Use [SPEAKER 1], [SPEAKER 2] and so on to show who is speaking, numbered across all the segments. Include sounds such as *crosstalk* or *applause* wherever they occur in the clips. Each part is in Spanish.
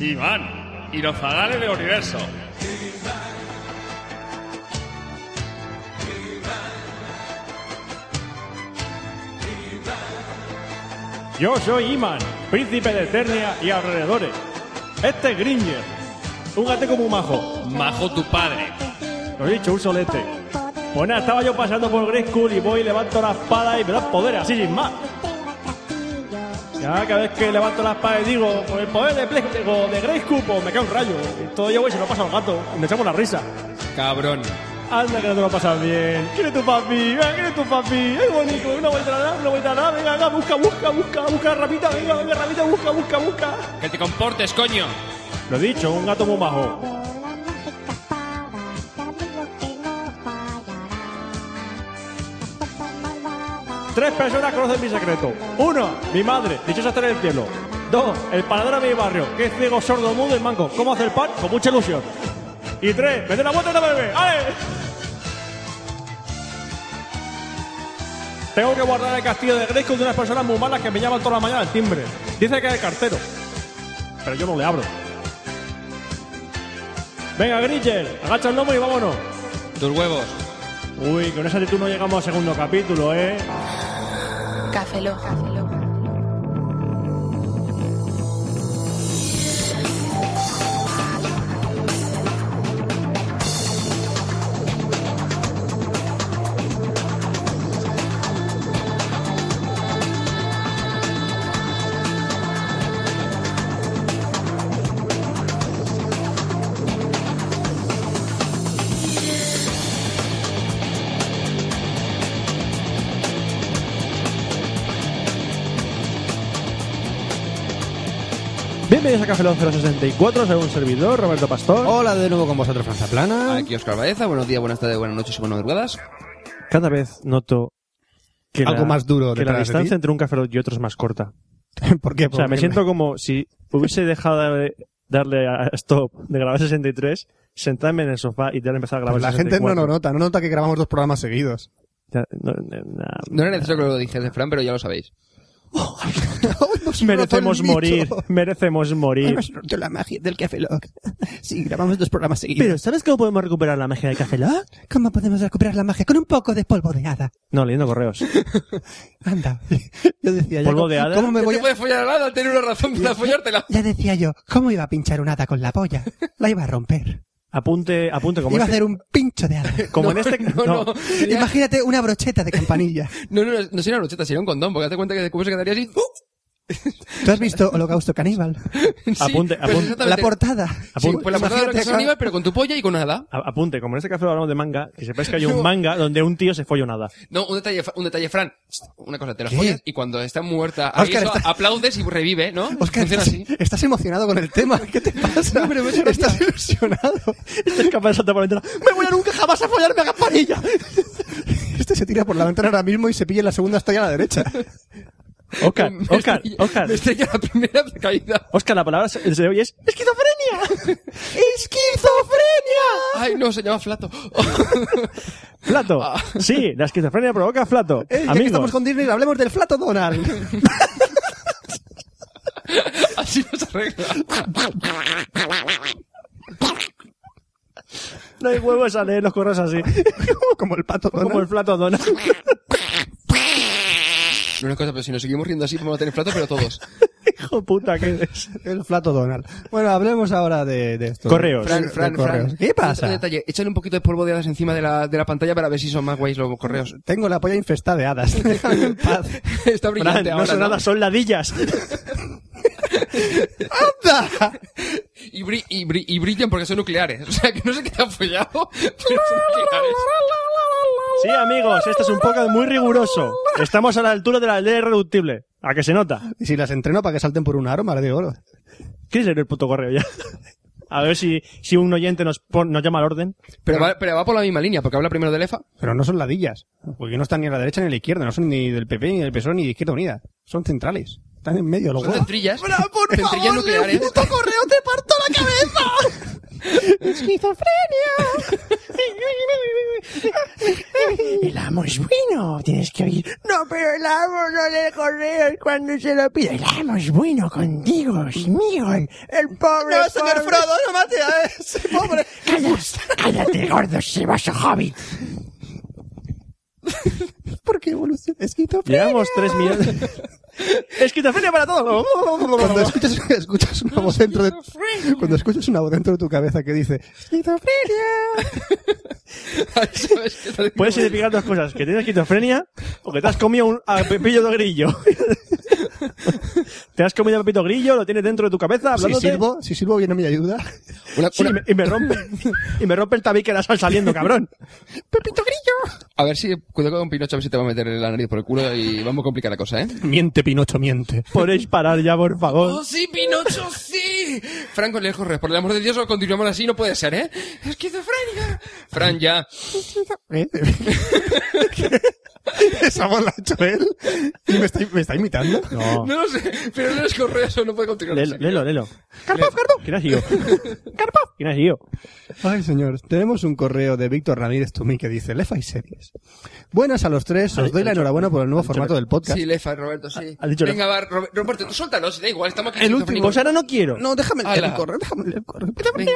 [SPEAKER 1] Iván, y los zagales del universo.
[SPEAKER 2] Yo soy Iman, príncipe de Eternia y alrededores. Este es Gringer, un gato como un majo.
[SPEAKER 1] Majo tu padre.
[SPEAKER 2] Lo he dicho, un solete. Pues nada, estaba yo pasando por Grey School y voy, levanto la espada y me da poder, así sin más. Ya cada vez que levanto la espada y digo, con el poder de, Ple- digo, de Grey School, pues me cae un rayo. Y todo yo voy y se lo pasa al gato. Y nos echamos la risa.
[SPEAKER 1] Cabrón.
[SPEAKER 2] Anda, que no te lo pasas bien. ¿Quién es tu papi? Venga, ¿quién es tu papi? ¡Ay, bonito! Una vuelta a la nave, una vuelta a la nave. Venga, venga, busca, busca, busca, busca, rapita, venga, venga, rapita, busca, busca, busca.
[SPEAKER 1] Que te comportes, coño.
[SPEAKER 2] Lo dicho, un gato muy majo. Tres personas conocen mi secreto. Uno, mi madre, dichosa estar en el cielo. Dos, el panadero de mi barrio, que es ciego, sordo, mudo y manco. ¿Cómo hacer pan? Con mucha ilusión. Y tres, vete la vuelta y no bebé. ¡Ale! Tengo que guardar el castillo de Grayskull de unas personas muy malas que me llaman toda la mañana al timbre. Dice que es el cartero. Pero yo no le abro. Venga, Grigel, agacha el lomo y vámonos.
[SPEAKER 1] Tus huevos.
[SPEAKER 2] Uy, con esa actitud no llegamos al segundo capítulo, ¿eh?
[SPEAKER 3] Café Lock.
[SPEAKER 2] Bienvenidos a Café Lock 064, soy un servidor, Roberto Pastor.
[SPEAKER 4] Hola de nuevo con vosotros, Franza Plana.
[SPEAKER 5] Aquí Oscar Baeza, buenos días, buenas tardes, buenas noches y buenas madrugadas.
[SPEAKER 2] Cada vez noto que
[SPEAKER 4] Algo
[SPEAKER 2] la,
[SPEAKER 4] más duro
[SPEAKER 2] que la
[SPEAKER 4] detrás de
[SPEAKER 2] distancia
[SPEAKER 4] ti.
[SPEAKER 2] entre un Café Lock y otro es más corta.
[SPEAKER 4] *laughs* ¿Por qué?
[SPEAKER 2] O sea,
[SPEAKER 4] Porque
[SPEAKER 2] me siento como si hubiese dejado de darle a stop de grabar 63, sentarme en el sofá y ya empezar a grabar
[SPEAKER 4] Pues la gente no
[SPEAKER 2] 64.
[SPEAKER 4] lo nota, no nota que grabamos dos programas seguidos.
[SPEAKER 2] Ya, no, no, na-
[SPEAKER 5] No era necesario que lo dijese, Fran, pero ya lo sabéis.
[SPEAKER 4] *laughs* Nos
[SPEAKER 2] Merecemos
[SPEAKER 4] brotó el
[SPEAKER 2] morir,
[SPEAKER 4] bicho.
[SPEAKER 2] merecemos morir.
[SPEAKER 4] *laughs* Hemos roto la magia del Café Lock. *laughs* Sí, grabamos dos programas seguidos.
[SPEAKER 2] Pero ¿sabes cómo podemos recuperar la magia de Café Lock?
[SPEAKER 4] ¿Cómo podemos recuperar la magia? Con un poco de polvo de hada.
[SPEAKER 2] No, leyendo correos.
[SPEAKER 4] Anda. *laughs* Yo decía ya,
[SPEAKER 2] ¿Polvo de hada?
[SPEAKER 4] ¿Cómo me
[SPEAKER 5] No
[SPEAKER 4] voy
[SPEAKER 5] te
[SPEAKER 4] a-
[SPEAKER 5] puedes follar al lado al tener una razón
[SPEAKER 4] *laughs*
[SPEAKER 5] para follártela.
[SPEAKER 4] Ya decía yo, ¿cómo iba a pinchar un hada con la polla? La iba a romper.
[SPEAKER 2] Apunte, apunte como
[SPEAKER 4] iba a
[SPEAKER 2] este-
[SPEAKER 4] hacer un pincho de
[SPEAKER 5] *laughs*
[SPEAKER 4] hada.
[SPEAKER 2] como
[SPEAKER 4] *laughs*
[SPEAKER 2] en este
[SPEAKER 5] No, no, no. Sería-
[SPEAKER 4] Imagínate una brocheta de campanilla.
[SPEAKER 5] No, no, no, no sería una brocheta, sería un condón, porque hazte cuenta que después se quedaría así. ¡Uh!
[SPEAKER 4] ¿Tú has visto Holocausto Caníbal?
[SPEAKER 5] *laughs* Sí,
[SPEAKER 2] Apunte, apunte.
[SPEAKER 5] pues
[SPEAKER 4] La
[SPEAKER 5] exactamente.
[SPEAKER 4] portada.
[SPEAKER 5] Sí,
[SPEAKER 2] Apunte.
[SPEAKER 5] pues la portada de
[SPEAKER 4] Imagínate
[SPEAKER 5] Roque
[SPEAKER 4] acá-
[SPEAKER 5] Aníbal, pero con tu polla y con nada.
[SPEAKER 2] A- Apunte, como en este café hablamos de manga, que sepáis que hay un manga donde un tío se folla nada.
[SPEAKER 5] No, un detalle, un detalle, Fran. Una cosa, te la
[SPEAKER 4] ¿Qué?
[SPEAKER 5] follas y cuando está muerta, ahí
[SPEAKER 4] Óscar,
[SPEAKER 5] eso,
[SPEAKER 4] está-
[SPEAKER 5] aplaudes y revive, ¿no?
[SPEAKER 4] Oscar,
[SPEAKER 5] Funciona
[SPEAKER 4] estás,
[SPEAKER 5] así.
[SPEAKER 4] estás emocionado con el
[SPEAKER 5] *laughs*
[SPEAKER 4] tema. ¿Qué te pasa? estás ilusionado.
[SPEAKER 2] Es capaz de saltar por la ventana.
[SPEAKER 4] ¡Me voy a nunca jamás a follarme a campanilla! Este se tira por la ventana ahora mismo y se pilla en la segunda estrella a la
[SPEAKER 5] *laughs*
[SPEAKER 4] derecha.
[SPEAKER 2] Oscar,
[SPEAKER 5] Me
[SPEAKER 2] Oscar,
[SPEAKER 5] estrella-
[SPEAKER 2] Oscar.
[SPEAKER 5] Me estrella la primera caída.
[SPEAKER 2] Oscar, la palabra se, se oye es esquizofrenia.
[SPEAKER 4] ¡Esquizofrenia!
[SPEAKER 5] Ay, no, se llama flato. *laughs*
[SPEAKER 2] Flato. Sí, la esquizofrenia provoca flato.
[SPEAKER 4] Eh, ya que
[SPEAKER 2] Amigos,
[SPEAKER 4] estamos con Disney, hablemos del Flato
[SPEAKER 5] *laughs*
[SPEAKER 4] Donald.
[SPEAKER 5] así no se arregla.
[SPEAKER 2] no hay huevos a leer los correos así.
[SPEAKER 4] Como el pato Donald.
[SPEAKER 2] como el flato dona.
[SPEAKER 5] No, una cosa, pero si nos seguimos riendo así, vamos a tener flato, pero todos.
[SPEAKER 2] Hijo puta, ¿qué es?
[SPEAKER 4] El Flato Donald. Bueno, hablemos ahora de, de esto.
[SPEAKER 2] Pues Correos.
[SPEAKER 4] Fran, Fran, Fran. ¿Qué
[SPEAKER 5] Un
[SPEAKER 4] pasa?
[SPEAKER 5] detalle, échale un poquito de polvo de hadas encima de la, de la pantalla para ver si son más guays los correos. *laughs*
[SPEAKER 4] Tengo la polla infestada de hadas. Déjame en paz.
[SPEAKER 5] Está
[SPEAKER 2] Fran,
[SPEAKER 5] brillante
[SPEAKER 2] no
[SPEAKER 5] ahora.
[SPEAKER 2] son
[SPEAKER 5] ¿no?
[SPEAKER 2] nada, son ladillas.
[SPEAKER 4] ¡Anda!
[SPEAKER 5] *laughs* Y, bri- y bri- y brillan porque son nucleares. *laughs* O sea, que no sé qué te han follado, *laughs* pero son nucleares.
[SPEAKER 2] Sí, amigos, este es un podcast muy riguroso. Estamos a la altura de la ley irreductible. A que se nota.
[SPEAKER 4] Y si las entreno para que salten por un aro, madre de oro.
[SPEAKER 2] ¿Quieres leer el puto correo ya? *laughs* A ver si, si un oyente nos, pon- nos llama al orden.
[SPEAKER 5] Pero va, pero va por la misma línea, porque habla primero del EFA.
[SPEAKER 4] Pero no son ladillas. Porque no están ni a la derecha ni a la izquierda. No son ni del PP, ni del PSOE, E, ni de Izquierda Unida. Son centrales.
[SPEAKER 2] Oh,
[SPEAKER 4] Están en medio los
[SPEAKER 5] Son
[SPEAKER 4] huevos.
[SPEAKER 5] centrillas. centrillas nucleares. *laughs*
[SPEAKER 4] correo te parto la cabeza!
[SPEAKER 6] ¡Esquizofrenia! El amo es bueno, tienes que oír. No, pero el amo no le correos cuando se lo pide. El amo es bueno contigo, conmigo. El, el pobre.
[SPEAKER 4] No, señor
[SPEAKER 6] pobre-
[SPEAKER 4] Frodo, no mate a ese eh,
[SPEAKER 6] *laughs*
[SPEAKER 4] pobre.
[SPEAKER 6] Cállate, cállate, gordo, ceboso hobbit.
[SPEAKER 4] ¿Por qué evolución? Esquizofrenia.
[SPEAKER 2] Llevamos tres millones.
[SPEAKER 4] *laughs*
[SPEAKER 2] Esquizofrenia para todos.
[SPEAKER 4] Cuando escuchas, escuchas una voz dentro de cuando escuchas una voz dentro de tu cabeza que dice esquizofrenia.
[SPEAKER 5] ¿Sabes qué tal?
[SPEAKER 2] *laughs* Puedes identificar dos cosas, que tienes esquizofrenia o que te has comido un a pepillo de grillo. *laughs* te has comido a pepito grillo, lo tienes dentro de tu cabeza
[SPEAKER 4] Si
[SPEAKER 2] hablándote.
[SPEAKER 4] sirvo, si sirvo viene mi ayuda.
[SPEAKER 5] Una-
[SPEAKER 2] Sí,
[SPEAKER 5] una-
[SPEAKER 2] y me- y me rompe *laughs* y me rompe el tabique de la sal saliendo, cabrón.
[SPEAKER 4] Pepito Grillo.
[SPEAKER 5] A ver si cuidado con Pinocho, a ver si te va a meter la nariz por el culo y vamos a complicar la cosa, ¿eh?
[SPEAKER 4] Miente Pinocho, miente.
[SPEAKER 2] Podéis parar ya, por favor.
[SPEAKER 5] Oh, sí, Pinocho, sí! Franco Lejos, por el amor de Dios, o continuamos así, no puede ser, ¿eh? ¡Esquizofrénica! Fran, ya.
[SPEAKER 4] ¿Eh? *laughs* Esa voz la ha hecho él. ¿Y me está, me está imitando?
[SPEAKER 2] No.
[SPEAKER 5] No lo sé, pero no es correo, eso no puede continuar.
[SPEAKER 2] Oh. Lelo,
[SPEAKER 5] así.
[SPEAKER 2] lelo, lelo.
[SPEAKER 4] Carpov, Carpov.
[SPEAKER 2] ¿Quién ha sido? ¿Quién ha sido?
[SPEAKER 4] Ay, señor. Tenemos un correo de Víctor Ramírez Tumí que dice, Lefa y series. Buenas a los tres. Os doy la enhorabuena por el nuevo formato del podcast.
[SPEAKER 5] Sí, Lefa, Roberto, sí.
[SPEAKER 2] Ha- ha dicho
[SPEAKER 5] Venga, va, Robe- Roberto, tú suéltalo, si da igual, estamos aquí.
[SPEAKER 2] El último. Pues ahora no quiero.
[SPEAKER 4] No, déjame leer el
[SPEAKER 5] Ala.
[SPEAKER 4] correo, déjame leer el correo.
[SPEAKER 5] Venga.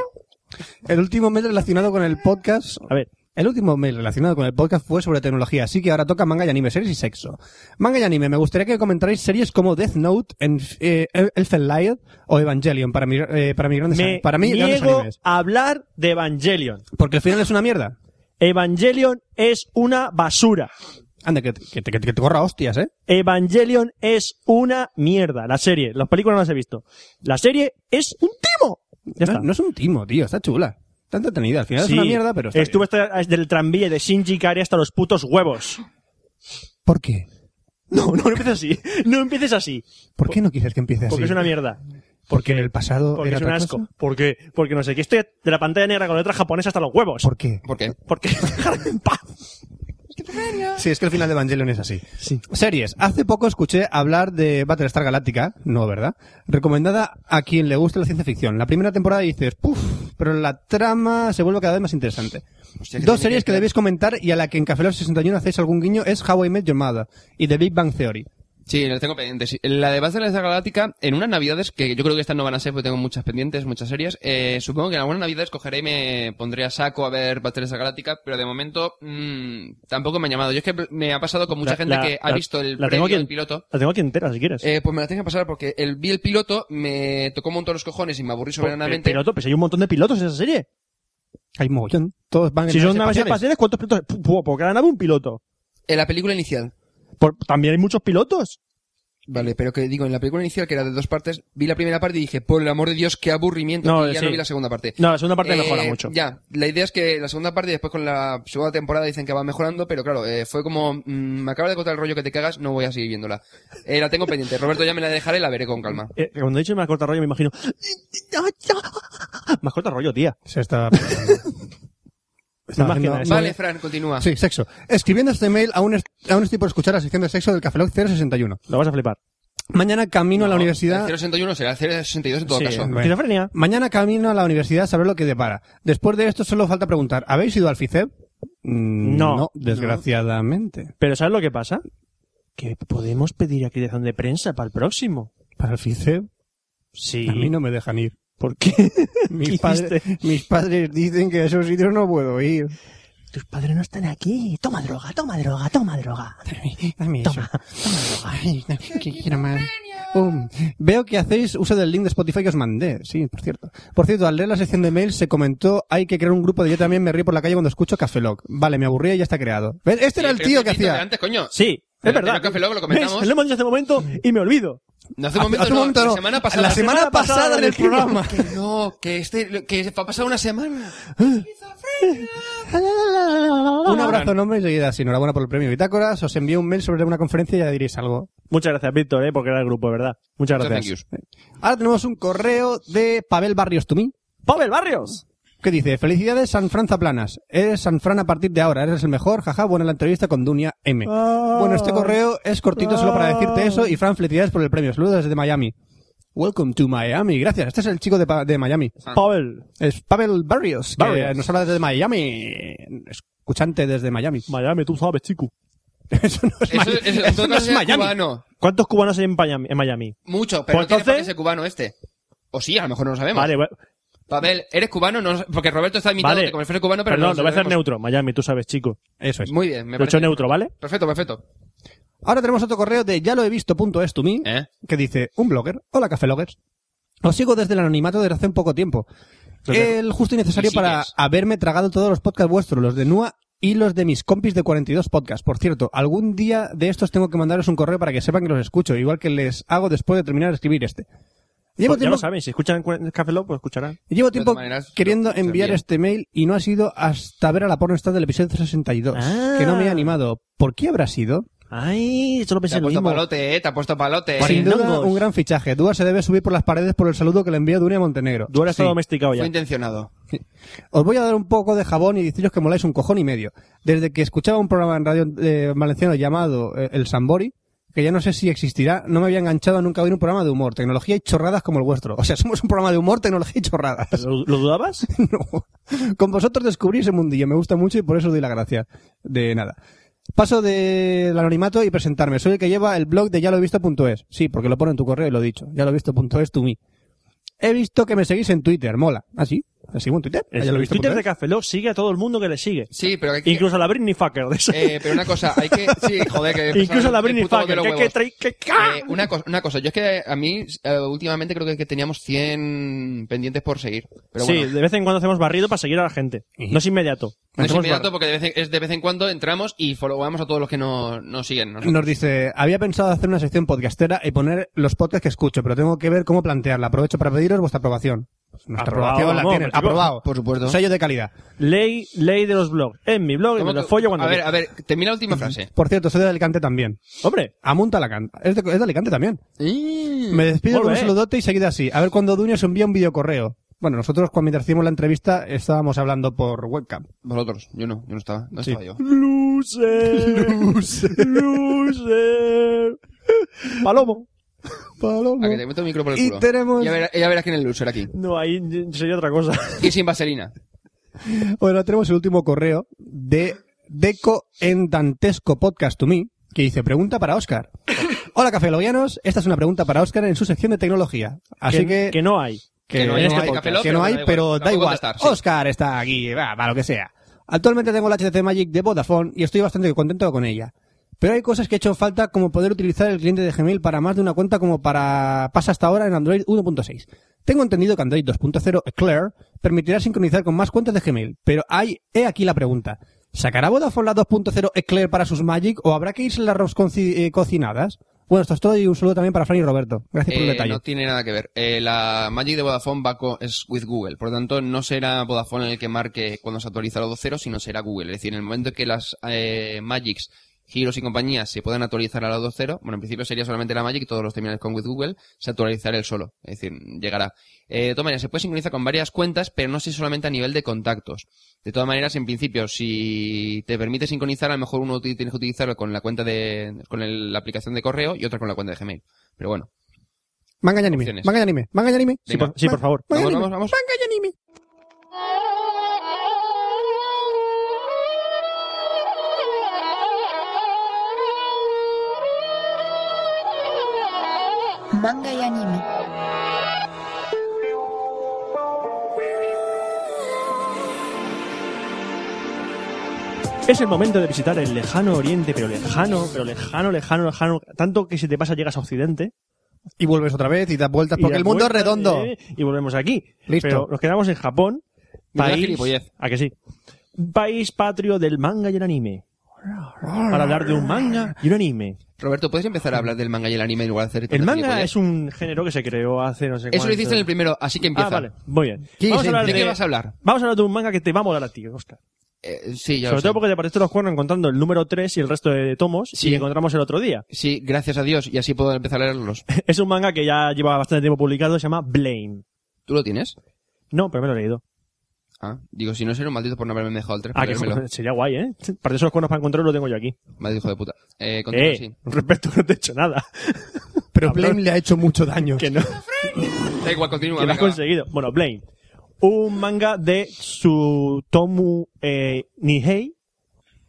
[SPEAKER 4] El último mail relacionado con el podcast.
[SPEAKER 2] A ver.
[SPEAKER 4] El último mail relacionado con el podcast fue sobre tecnología, así que ahora toca manga y anime, series y sexo. Manga y anime, me gustaría que comentarais series como Death Note, en, eh, Elfen Lied o Evangelion para mí, eh, para mí grandes,
[SPEAKER 2] Me
[SPEAKER 4] para mí grandes
[SPEAKER 2] niego
[SPEAKER 4] animes.
[SPEAKER 2] a hablar de Evangelion.
[SPEAKER 4] Porque el final es una mierda.
[SPEAKER 2] Evangelion es una basura.
[SPEAKER 4] Anda, que, que, te- que te corra hostias, ¿eh?
[SPEAKER 2] Evangelion es una mierda. La serie, las películas no las he visto. La serie es un timo. Ya
[SPEAKER 4] no,
[SPEAKER 2] está.
[SPEAKER 4] no es un timo, tío, está chula. Está entretenida, al final
[SPEAKER 2] Sí,
[SPEAKER 4] es una mierda, pero está
[SPEAKER 2] Estuve
[SPEAKER 4] bien.
[SPEAKER 2] hasta, desde el tranvía de Shinji Kari hasta los putos huevos.
[SPEAKER 4] ¿Por qué?
[SPEAKER 2] No, no, no empieces así. No empieces así.
[SPEAKER 4] ¿Por qué no quieres que empiece así?
[SPEAKER 2] Porque es una mierda.
[SPEAKER 4] Porque en el pasado
[SPEAKER 2] Porque
[SPEAKER 4] era
[SPEAKER 2] es un
[SPEAKER 4] otra
[SPEAKER 2] asco.
[SPEAKER 4] cosa.
[SPEAKER 2] Porque, porque no sé qué. Estoy de la pantalla negra con letras japonesas hasta los huevos.
[SPEAKER 4] ¿Por qué?
[SPEAKER 5] ¿Por qué?
[SPEAKER 2] Porque. *laughs* dejarme en paz.
[SPEAKER 4] Sí, es que el final de Evangelion es así. Series. Hace poco escuché hablar de Battlestar Galáctica, no, ¿verdad? Recomendada a quien le guste la ciencia ficción. La primera temporada dices, puff, pero la trama se vuelve cada vez más interesante.
[SPEAKER 5] Hostia, que
[SPEAKER 4] Dos
[SPEAKER 5] tiene
[SPEAKER 4] series
[SPEAKER 5] que-
[SPEAKER 4] que debéis comentar y a la que en Café Lock 61 hacéis algún guiño es How I Met Your Mother y The Big Bang Theory.
[SPEAKER 5] Sí, las tengo pendientes. Sí. La de Battle de la Galáctica, en unas navidades, que yo creo que estas no van a ser porque tengo muchas pendientes, muchas series, eh, supongo que en algunas navidades cogeré y me pondré a saco a ver Battle de la Galáctica, pero de momento mm, tampoco me han llamado. Yo es que me ha pasado con mucha gente
[SPEAKER 2] La-
[SPEAKER 5] que ha
[SPEAKER 2] la-
[SPEAKER 5] visto el,
[SPEAKER 2] la tengo
[SPEAKER 5] previo,
[SPEAKER 2] aquí en-
[SPEAKER 5] el piloto.
[SPEAKER 2] La tengo aquí entera si quieres.
[SPEAKER 5] Eh, pues me la tengo que pasar porque el, vi el piloto, me tocó un montón los cojones y me aburrí soberanamente.
[SPEAKER 2] Piloto, pues hay un montón de pilotos en esa serie.
[SPEAKER 4] Hay mogollón. Todos van en
[SPEAKER 2] Si son naves
[SPEAKER 4] naves espaciales.
[SPEAKER 2] espaciales, ¿cuántos pilotos? Pu- pu- Por cada nave un piloto.
[SPEAKER 5] En la película inicial.
[SPEAKER 2] Por- también hay muchos pilotos.
[SPEAKER 5] Vale, pero que digo, en la película inicial, que era de dos partes, vi la primera parte y dije, por el amor de Dios, qué aburrimiento,
[SPEAKER 2] No,
[SPEAKER 5] y ya
[SPEAKER 2] sí.
[SPEAKER 5] no vi la segunda parte.
[SPEAKER 2] No, la segunda parte
[SPEAKER 5] Eh,
[SPEAKER 2] mejora mucho.
[SPEAKER 5] Ya, la idea es que la segunda parte y después con la segunda temporada dicen que va mejorando, pero claro, eh, fue como, mm, me acaba de contar el rollo que te cagas, no voy a seguir viéndola. Eh, la tengo pendiente. Roberto ya me la dejaré y la veré con calma.
[SPEAKER 2] Eh, cuando he dicho más corta rollo, me imagino. Más corta rollo, tía.
[SPEAKER 4] Se está...
[SPEAKER 2] Imagina
[SPEAKER 4] Estaba haciendo-
[SPEAKER 2] eso.
[SPEAKER 5] Vale, Fran, continúa.
[SPEAKER 4] Sí, sexo. Escribiendo este mail, aún, est- aún estoy por escuchar la sección de sexo del Café Lock 061.
[SPEAKER 2] Lo vas a flipar.
[SPEAKER 4] Mañana camino a la universidad...
[SPEAKER 5] El 061 será el 062 en todo
[SPEAKER 2] Sí,
[SPEAKER 5] caso.
[SPEAKER 4] bueno.
[SPEAKER 2] esquizofrenia.
[SPEAKER 4] Mañana camino a la universidad a saber lo que depara. Después de esto solo falta preguntar, ¿habéis ido al FICEP? E Mm,
[SPEAKER 2] No.
[SPEAKER 4] desgraciadamente.
[SPEAKER 2] Pero ¿sabes lo que pasa? Que podemos pedir acreditación de prensa para el próximo.
[SPEAKER 4] Para el FICEP
[SPEAKER 2] Sí.
[SPEAKER 4] E a mí no me dejan ir.
[SPEAKER 2] ¿Por qué?
[SPEAKER 4] Mis, padres- mis padres dicen que a esos sitios no puedo ir.
[SPEAKER 6] Tus padres no están aquí. Toma droga, toma droga, toma droga.
[SPEAKER 4] Dame eso. Ay, no, que quiero más. Um, Veo que hacéis uso del link de Spotify que os mandé. Sí, por cierto. Por cierto, al leer la sección de mail se comentó hay que crear un grupo de yo también me río por la calle cuando escucho Café Lock. Vale, me aburría y ya está creado. ¿Ves? Este era el
[SPEAKER 5] pero
[SPEAKER 4] tío
[SPEAKER 5] te
[SPEAKER 4] que
[SPEAKER 5] invito de
[SPEAKER 4] hacía.
[SPEAKER 5] Antes, coño.
[SPEAKER 2] Sí, es
[SPEAKER 5] Pero
[SPEAKER 2] verdad.
[SPEAKER 5] Eh, el Café Lock lo
[SPEAKER 2] ¿Ves?
[SPEAKER 5] comentamos.
[SPEAKER 2] Lo hemos dicho hace momento y me olvido.
[SPEAKER 5] No, hace un momento,
[SPEAKER 4] Hace un
[SPEAKER 5] no,
[SPEAKER 4] momento
[SPEAKER 5] la
[SPEAKER 4] no.
[SPEAKER 5] semana pasada.
[SPEAKER 4] La semana
[SPEAKER 2] semana pasada
[SPEAKER 4] pasada en el
[SPEAKER 2] dijimos.
[SPEAKER 4] programa.
[SPEAKER 5] Que no, que este, que ha pasado una semana.
[SPEAKER 4] Un abrazo en nombre y seguida. Sí, enhorabuena por el premio Bitácoras. Os envío un mail sobre una conferencia y ya diréis algo.
[SPEAKER 2] Muchas gracias, Víctor, eh, por crear el grupo, de ¿verdad? Muchas
[SPEAKER 5] Muchas
[SPEAKER 2] gracias.
[SPEAKER 5] thank yous.
[SPEAKER 4] Ahora tenemos un correo de Pavel Barrios Tumín.
[SPEAKER 2] ¡Pavel Barrios!
[SPEAKER 4] que dice, felicidades San Franza Planas, eres San Fran a partir de ahora, eres el mejor, jaja, buena la entrevista con Dunia M. este
[SPEAKER 2] Ah.
[SPEAKER 4] bueno, este correo es cortito solo para decirte eso y Fran, felicidades por el premio, saludos desde Miami. Welcome to Miami. Gracias. Este es el chico de, Pa- de Miami.
[SPEAKER 5] Ah.
[SPEAKER 2] Pavel,
[SPEAKER 4] Es Pavel Barrios, que
[SPEAKER 2] Barrios.
[SPEAKER 4] nos habla desde Miami. Escuchante desde Miami.
[SPEAKER 2] Miami, tú sabes, chico.
[SPEAKER 4] *laughs* Eso no es,
[SPEAKER 5] Eso,
[SPEAKER 4] Miami.
[SPEAKER 5] eso,
[SPEAKER 4] Eso
[SPEAKER 5] entonces
[SPEAKER 4] no es
[SPEAKER 5] sería
[SPEAKER 4] Miami.
[SPEAKER 5] cubano.
[SPEAKER 2] ¿Cuántos cubanos hay en Miami? En Miami?
[SPEAKER 5] Mucho, pero
[SPEAKER 2] Pues
[SPEAKER 5] no tiene por qué
[SPEAKER 2] entonces-
[SPEAKER 5] ser cubano este. O sí, a lo mejor no lo sabemos.
[SPEAKER 2] Vale, va-
[SPEAKER 5] Pavel, ¿eres cubano? No, lo sa- porque Roberto está imitando
[SPEAKER 2] vale.
[SPEAKER 5] como si fuese cubano, pero
[SPEAKER 2] Perdón,
[SPEAKER 5] no
[SPEAKER 2] lo voy a hacer
[SPEAKER 5] sabemos.
[SPEAKER 2] neutro. Miami, tú sabes, chico.
[SPEAKER 4] Eso es.
[SPEAKER 5] Muy bien, me
[SPEAKER 2] Lo he
[SPEAKER 5] parece.
[SPEAKER 2] hecho neutro, ¿vale?
[SPEAKER 5] Perfecto, perfecto.
[SPEAKER 4] Ahora tenemos otro correo de ya lo he visto punto es to me,
[SPEAKER 5] ¿Eh?
[SPEAKER 4] que dice, un blogger, hola cafeloggers, os sigo desde el anonimato desde hace un poco tiempo.
[SPEAKER 2] Desde-
[SPEAKER 4] El justo y necesario
[SPEAKER 5] Y sigues.
[SPEAKER 4] para haberme tragado todos los podcasts vuestros, los de Nua y los de mis compis de 42 podcasts. Por cierto, algún día de estos tengo que mandaros un correo para que sepan que los escucho, igual que les hago después de terminar de escribir este. Llevo
[SPEAKER 2] Pues ya
[SPEAKER 4] tiempo,
[SPEAKER 2] lo saben, si escuchan en Café Lock, pues escucharán.
[SPEAKER 4] llevo tiempo
[SPEAKER 5] todas maneras,
[SPEAKER 4] queriendo
[SPEAKER 5] lo escuchan
[SPEAKER 4] enviar
[SPEAKER 5] bien.
[SPEAKER 4] este mail y no ha sido hasta ver a la porno del episodio 62,
[SPEAKER 2] Ah.
[SPEAKER 4] que no me he animado. ¿Por qué habrá sido?
[SPEAKER 2] Ay, esto lo
[SPEAKER 5] Te
[SPEAKER 2] pensé
[SPEAKER 5] ha
[SPEAKER 2] en lo
[SPEAKER 5] puesto
[SPEAKER 2] mismo.
[SPEAKER 5] palote, eh, te ha puesto palote.
[SPEAKER 4] Sin
[SPEAKER 2] Guarindongos.
[SPEAKER 4] duda, un gran fichaje. Dúa se debe subir por las paredes por el saludo que le envía Dunia Montenegro.
[SPEAKER 2] Duela está
[SPEAKER 4] Sí.
[SPEAKER 2] domesticado ya.
[SPEAKER 5] Fue intencionado.
[SPEAKER 4] Os voy a dar un poco de jabón y deciros que moláis un cojón y medio. Desde que escuchaba un programa en radio eh, valenciano llamado eh, El Sambori, que ya no sé si existirá, no me había enganchado a nunca a oír un programa de humor, tecnología y chorradas como el vuestro. O sea, somos un programa de humor, tecnología y chorradas.
[SPEAKER 2] ¿Lo, lo
[SPEAKER 5] *laughs*
[SPEAKER 2] dudabas?
[SPEAKER 4] *laughs* No. Con vosotros descubrí ese mundillo, me gusta mucho y por eso os doy la gracia. De nada. Paso del anonimato y presentarme. Soy el que lleva el blog de ya lo he visto.es. Sí, porque lo pone en tu correo y lo he dicho. Ya lo he visto.es to me. He visto que me seguís en Twitter, mola. ¿Ah, sí? ¿Te sigo en Twitter? ¿Ah, ya
[SPEAKER 2] El
[SPEAKER 4] lo he visto
[SPEAKER 2] Twitter
[SPEAKER 4] punto
[SPEAKER 2] de
[SPEAKER 4] es?
[SPEAKER 2] Café Lock sigue a todo el mundo que le sigue.
[SPEAKER 5] Sí, pero hay que...
[SPEAKER 2] Incluso a la Britney Fucker. de esa.
[SPEAKER 5] Eh, pero una cosa, hay que... Sí, joder,
[SPEAKER 2] *laughs*
[SPEAKER 5] que...
[SPEAKER 2] Incluso a la Britney
[SPEAKER 5] el puto
[SPEAKER 2] Fucker.
[SPEAKER 5] de
[SPEAKER 2] Que, ¡Ah!
[SPEAKER 5] los
[SPEAKER 2] que,
[SPEAKER 5] huevos.
[SPEAKER 2] trae- que,
[SPEAKER 5] Eh, una, cosa, una cosa, yo es que a mí eh, últimamente creo que, que teníamos 100 pendientes por seguir. Pero
[SPEAKER 2] sí,
[SPEAKER 5] bueno,
[SPEAKER 2] de vez en cuando hacemos barrido para seguir a la gente. No es inmediato.
[SPEAKER 5] no es
[SPEAKER 2] Hacemos barrido.
[SPEAKER 5] inmediato porque de vez en, es de vez en cuando entramos y followamos a todos los que no- nos siguen. ¿no?
[SPEAKER 4] Nos dice, había pensado hacer una sección podcastera y poner los podcasts que escucho, pero tengo que ver cómo plantearla. Aprovecho para pediros vuestra aprobación. Pues nuestra
[SPEAKER 2] Aprobado,
[SPEAKER 4] aprobación la
[SPEAKER 2] vamos,
[SPEAKER 4] tienen.
[SPEAKER 2] chico.
[SPEAKER 4] Aprobado.
[SPEAKER 5] Por supuesto.
[SPEAKER 4] Sello de calidad.
[SPEAKER 2] Ley, ley de los blogs. En mi blog y me lo follo cuando
[SPEAKER 5] a ver,
[SPEAKER 2] quiera.
[SPEAKER 5] a ver, termina la última frase.
[SPEAKER 4] Por cierto, soy de Alicante también.
[SPEAKER 2] Hombre,
[SPEAKER 5] *laughs*
[SPEAKER 4] Amunta Alacant. Es de, es de Alicante también. Me despido
[SPEAKER 2] Muy
[SPEAKER 4] con un
[SPEAKER 2] bien.
[SPEAKER 4] saludote y seguida así. A ver cuando Dunia se envía un videocorreo. Bueno, nosotros cuando mientras hicimos la entrevista estábamos hablando por webcam.
[SPEAKER 5] Vosotros, yo no, yo no estaba, no estaba yo.
[SPEAKER 2] Loser.
[SPEAKER 4] *laughs*
[SPEAKER 2] Loser. Palomo.
[SPEAKER 5] A que te meto el micro por el
[SPEAKER 4] Y
[SPEAKER 5] culo.
[SPEAKER 4] tenemos-
[SPEAKER 5] Ya verás, ya verás quién es el loser aquí.
[SPEAKER 2] No, ahí sería otra cosa.
[SPEAKER 5] Y sin vaselina.
[SPEAKER 4] Bueno, tenemos el último correo de Deco en Dantesco Podcast to Me, que dice pregunta para *coughs* Oscar. Hola cafelogianos, esta es una pregunta para Oscar en su sección de tecnología. Así que,
[SPEAKER 2] que no hay.
[SPEAKER 4] que
[SPEAKER 5] que no hay
[SPEAKER 4] en
[SPEAKER 5] este
[SPEAKER 4] podcast,
[SPEAKER 5] Café Lock,
[SPEAKER 4] que no
[SPEAKER 5] pero
[SPEAKER 4] hay,
[SPEAKER 5] da igual,
[SPEAKER 4] pero
[SPEAKER 5] la
[SPEAKER 4] da
[SPEAKER 5] puedo
[SPEAKER 4] igual.
[SPEAKER 5] contestar, sí.
[SPEAKER 4] Oscar está aquí, va, para lo que sea. Actualmente tengo la HTC Magic de Vodafone y estoy bastante contento con ella. Pero hay cosas que he hecho falta como poder utilizar el cliente de Gmail para más de una cuenta como para pasa hasta ahora en Android 1.6. Tengo entendido que Android 2.0 Eclair permitirá sincronizar con más cuentas de Gmail, pero hay, he aquí la pregunta. ¿Sacará Vodafone la 2.0 Eclair para sus Magic o habrá que irse las ROMs conci- eh, cocinadas? Bueno, esto es todo y un saludo también para Fran y Roberto. Gracias por el
[SPEAKER 5] Eh,
[SPEAKER 4] detalle.
[SPEAKER 5] no tiene nada que ver. Eh, la Magic de Vodafone va co- es with Google. Por lo tanto, no será Vodafone el que marque cuando se actualiza los 2.0, sino será Google. Es decir, en el momento que las eh, Magics, Giros y compañías se puedan actualizar a la 2.0, bueno, en principio sería solamente la Magic, todos los terminales con with Google, se actualizará el solo. Es decir, llegará. Eh, de todas maneras, se puede sincronizar con varias cuentas, pero no sé si solamente a nivel de contactos. De todas maneras, en principio, si te permite sincronizar, a lo mejor uno ti- tienes que utilizarlo con la cuenta de, con el- la aplicación de correo y otra con la cuenta de Gmail. Pero bueno.
[SPEAKER 4] Manga y anime,
[SPEAKER 5] Opciones.
[SPEAKER 4] manga y anime, manga y anime.
[SPEAKER 2] Sí, por, sí, por favor.
[SPEAKER 4] Manga y
[SPEAKER 5] Vamos,
[SPEAKER 4] anime,
[SPEAKER 5] vamos, vamos.
[SPEAKER 4] manga y anime.
[SPEAKER 3] Manga y anime.
[SPEAKER 2] Es el momento de visitar el lejano oriente, pero lejano, pero lejano, lejano, lejano. Tanto que si te pasa llegas a occidente.
[SPEAKER 4] Y vuelves otra vez y das vueltas
[SPEAKER 2] y
[SPEAKER 4] *laughs* porque
[SPEAKER 2] das
[SPEAKER 4] el mundo es
[SPEAKER 2] vueltas,
[SPEAKER 4] redondo.
[SPEAKER 2] eh, Y volvemos aquí.
[SPEAKER 4] Listo.
[SPEAKER 2] Pero nos quedamos en Japón.
[SPEAKER 5] Menuda
[SPEAKER 2] País,
[SPEAKER 5] gilipollez.
[SPEAKER 2] ¿A que sí? País patrio del manga y el anime. Para hablar de un manga y un anime.
[SPEAKER 5] Roberto, ¿puedes empezar a hablar del manga y el anime en lugar de hacer
[SPEAKER 2] El
[SPEAKER 5] tantas
[SPEAKER 2] manga
[SPEAKER 5] gilipollas?
[SPEAKER 2] es un género que se creó hace no sé
[SPEAKER 5] Eso lo
[SPEAKER 2] cuánto-
[SPEAKER 5] hiciste en el primero, así que empieza.
[SPEAKER 2] Ah, vale. Muy bien.
[SPEAKER 5] ¿Qué
[SPEAKER 2] Vamos a
[SPEAKER 5] dices?
[SPEAKER 2] hablar
[SPEAKER 5] ¿De qué vas a hablar?
[SPEAKER 2] Vamos a hablar de un manga que te va a molar a ti, Oscar.
[SPEAKER 5] Eh, sí, ya lo
[SPEAKER 2] Sobre
[SPEAKER 5] sé.
[SPEAKER 2] todo porque te apareciste los cuernos encontrando el número 3 y el resto de tomos
[SPEAKER 5] Sí.
[SPEAKER 2] y que encontramos el otro día. *laughs*
[SPEAKER 5] Sí, gracias a Dios, y así puedo empezar a leerlos.
[SPEAKER 2] Es un manga que ya lleva bastante tiempo publicado, se llama Blame.
[SPEAKER 5] ¿Tú lo tienes?
[SPEAKER 2] No, pero me lo he leído.
[SPEAKER 5] Ah, digo, si no será un maldito por no haberme dejado el 3
[SPEAKER 2] Ah, que *laughs* sería guay, ¿eh? Parece los cuernos para encontrarlo, lo tengo yo aquí.
[SPEAKER 5] Maldito hijo de puta. Eh, continúa,
[SPEAKER 2] Eh,
[SPEAKER 5] sí.
[SPEAKER 2] respeto, *laughs* no te he hecho nada.
[SPEAKER 4] Pero
[SPEAKER 2] Cabrón.
[SPEAKER 4] Blame le ha hecho mucho daño.
[SPEAKER 2] que no.
[SPEAKER 5] Da igual, continúa.
[SPEAKER 2] que lo has
[SPEAKER 5] venga, va.
[SPEAKER 2] conseguido. Bueno, Blame. Un manga de Tsutomu eh, Nihei.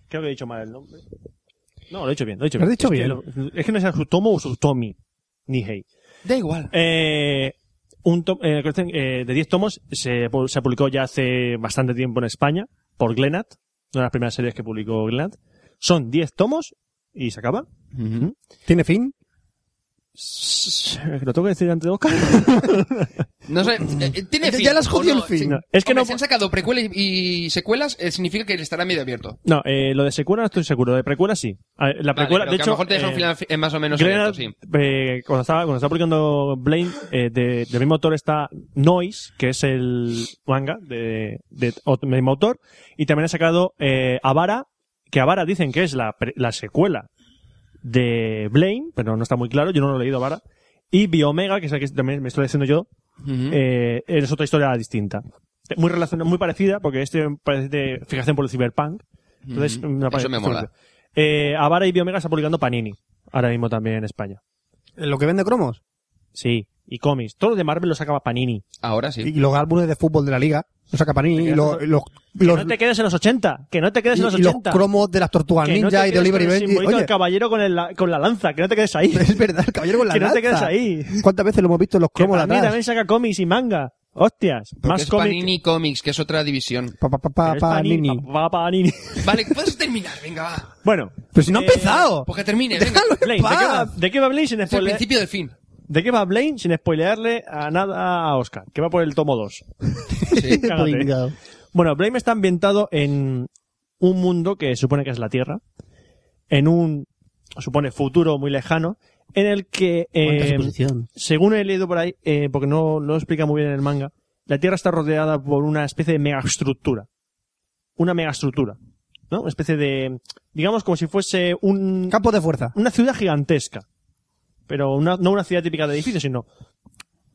[SPEAKER 2] Creo que he dicho mal el nombre. No, lo he dicho bien, lo he dicho
[SPEAKER 4] Lo has
[SPEAKER 2] bien.
[SPEAKER 4] dicho
[SPEAKER 2] es
[SPEAKER 4] bien.
[SPEAKER 2] Que lo- es que no es Tsutomu o Tsutomi Nihei.
[SPEAKER 5] Da igual.
[SPEAKER 2] Eh, un tom- eh, colección, eh, de 10 tomos se, pu- se publicó ya hace bastante tiempo en España por Glenat, una de las primeras series que publicó Glenat. Son 10 tomos y se acaba.
[SPEAKER 4] ¿Tiene fin?
[SPEAKER 2] S- Lo tengo que decir antes de Oscar.
[SPEAKER 5] No sé, eh, eh, tiene
[SPEAKER 4] Ya-
[SPEAKER 5] fin.
[SPEAKER 4] ya las
[SPEAKER 5] o
[SPEAKER 4] jodió el fin.
[SPEAKER 5] sí.
[SPEAKER 4] No,
[SPEAKER 2] es que
[SPEAKER 5] Hombre,
[SPEAKER 2] no-
[SPEAKER 5] Si han sacado precuelas y y secuelas, eh, significa que estará medio abierto.
[SPEAKER 2] No, eh, lo de secuela no estoy seguro. Lo de precuela sí. A ver, La
[SPEAKER 5] Vale,
[SPEAKER 2] precuela,
[SPEAKER 5] pero
[SPEAKER 2] de
[SPEAKER 5] que
[SPEAKER 2] hecho.
[SPEAKER 5] a lo mejor te deja
[SPEAKER 2] eh,
[SPEAKER 5] un final fi- eh, más o menos
[SPEAKER 2] Grenad,
[SPEAKER 5] abierto, sí.
[SPEAKER 2] eh, cuando, estaba, cuando estaba publicando Blame, eh, de- del mismo autor está Noise, que es el manga de, de ot- mismo autor, y también ha sacado eh, Avara, que Avara dicen que es la, pre- la secuela de Blame, pero no está muy claro, yo no lo he leído Avara, y Biomega, que es el que también me estoy diciendo yo,
[SPEAKER 5] Ujú.
[SPEAKER 2] eh, es otra historia distinta. Muy relacionada, muy parecida, porque este parece de fijación por el cyberpunk. Entonces,
[SPEAKER 5] Ujú.
[SPEAKER 2] una
[SPEAKER 5] Eso me mola.
[SPEAKER 2] Eh, Avara y Biomega está publicando Panini, ahora mismo también en España.
[SPEAKER 4] ¿Lo que vende cromos?
[SPEAKER 2] Sí, y cómics. Todo lo de Marvel lo sacaba Panini.
[SPEAKER 5] Ahora sí.
[SPEAKER 4] Y los álbumes de fútbol de la liga. Lo saca Panini. Y, los- y los,
[SPEAKER 2] Que
[SPEAKER 4] los-
[SPEAKER 2] no te quedes en los 80, que no te quedes
[SPEAKER 4] y-
[SPEAKER 2] en los
[SPEAKER 4] y los
[SPEAKER 2] 80.
[SPEAKER 4] cromos de las Tortugas
[SPEAKER 2] que no te
[SPEAKER 4] Ninja y de
[SPEAKER 2] quedes
[SPEAKER 4] Oliver y
[SPEAKER 2] con el
[SPEAKER 4] Benji.
[SPEAKER 2] simbolito
[SPEAKER 4] Oye,
[SPEAKER 2] del caballero con, el la- con la lanza, que no te quedes ahí.
[SPEAKER 4] *laughs* es verdad, el caballero con *laughs* la
[SPEAKER 2] que no te
[SPEAKER 4] lanza.
[SPEAKER 2] quedes
[SPEAKER 4] *laughs*
[SPEAKER 2] ahí.
[SPEAKER 4] ¿Cuántas veces lo hemos visto en los
[SPEAKER 2] Que
[SPEAKER 4] cromos de
[SPEAKER 2] Panini
[SPEAKER 4] atrás?
[SPEAKER 2] también saca cómics y manga. Hostias,
[SPEAKER 5] Porque
[SPEAKER 2] más
[SPEAKER 5] es
[SPEAKER 2] cómics.
[SPEAKER 5] Panini Comics, que es otra división.
[SPEAKER 4] Pa, pa, pa, pa,
[SPEAKER 2] Pero es
[SPEAKER 4] Panini.
[SPEAKER 2] pa- pa- Panini. *laughs*
[SPEAKER 5] Vale, puedes terminar, venga, va.
[SPEAKER 2] Bueno,
[SPEAKER 4] Pero si no ha
[SPEAKER 2] Oh.
[SPEAKER 4] empezado.
[SPEAKER 2] *laughs*
[SPEAKER 5] Porque termine, venga.
[SPEAKER 4] Déjalo
[SPEAKER 2] Blaine,
[SPEAKER 4] en
[SPEAKER 2] ¿de qué, va,
[SPEAKER 4] paz.
[SPEAKER 2] de qué va Blaine sin
[SPEAKER 5] Es el
[SPEAKER 2] spoiler-
[SPEAKER 5] principio del fin.
[SPEAKER 2] ¿De qué va Blaine sin spoilearle a nada a Oscar? Que va por el tomo 2.
[SPEAKER 5] Sí.
[SPEAKER 2] Cágate.
[SPEAKER 4] Pringao.
[SPEAKER 2] Bueno, Blame está ambientado en un mundo que supone que es la Tierra, en un supone futuro muy lejano, en el que,
[SPEAKER 4] Cuánta
[SPEAKER 2] eh,
[SPEAKER 4] suposición.
[SPEAKER 2] según he leído por ahí, eh, porque no no lo explica muy bien en el manga, la Tierra está rodeada por una especie de megaestructura, una megaestructura, ¿no? Una especie de, digamos, como si fuese un
[SPEAKER 4] Campos de fuerza.
[SPEAKER 2] una ciudad gigantesca, pero una- no una ciudad típica de edificios, sino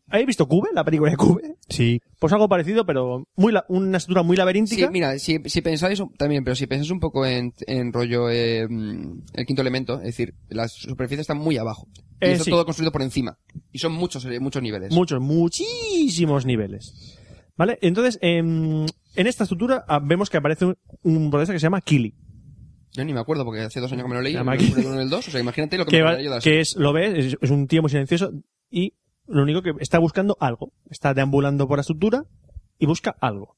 [SPEAKER 2] ¿Habéis visto Cube, la película de Cube?
[SPEAKER 4] Sí.
[SPEAKER 2] Pues algo parecido, pero muy la- una estructura muy laberíntica.
[SPEAKER 5] Sí, mira, si, si pensáis un- también, pero si pensáis un poco en, en rollo eh, mm, el quinto elemento, es decir, la superficie está muy abajo. Y
[SPEAKER 2] Eh,
[SPEAKER 5] está
[SPEAKER 2] sí.
[SPEAKER 5] todo construido por encima. Y son muchos, eh, muchos niveles.
[SPEAKER 2] Muchos, muchísimos niveles. ¿Vale? Entonces, em, en esta estructura ah, vemos que aparece un, un protagonista que se llama Kili.
[SPEAKER 5] Yo ni me acuerdo porque hace dos años que me lo leí.
[SPEAKER 2] La
[SPEAKER 5] me
[SPEAKER 2] máquina.
[SPEAKER 5] acuerdo con el 2, o sea, imagínate lo
[SPEAKER 2] *laughs*
[SPEAKER 5] que,
[SPEAKER 2] Que,
[SPEAKER 5] me
[SPEAKER 2] va-
[SPEAKER 5] acuerdo yo de la
[SPEAKER 2] que es, lo ves, es, es un tío muy silencioso y lo único que está buscando algo. Está deambulando por la estructura y busca algo.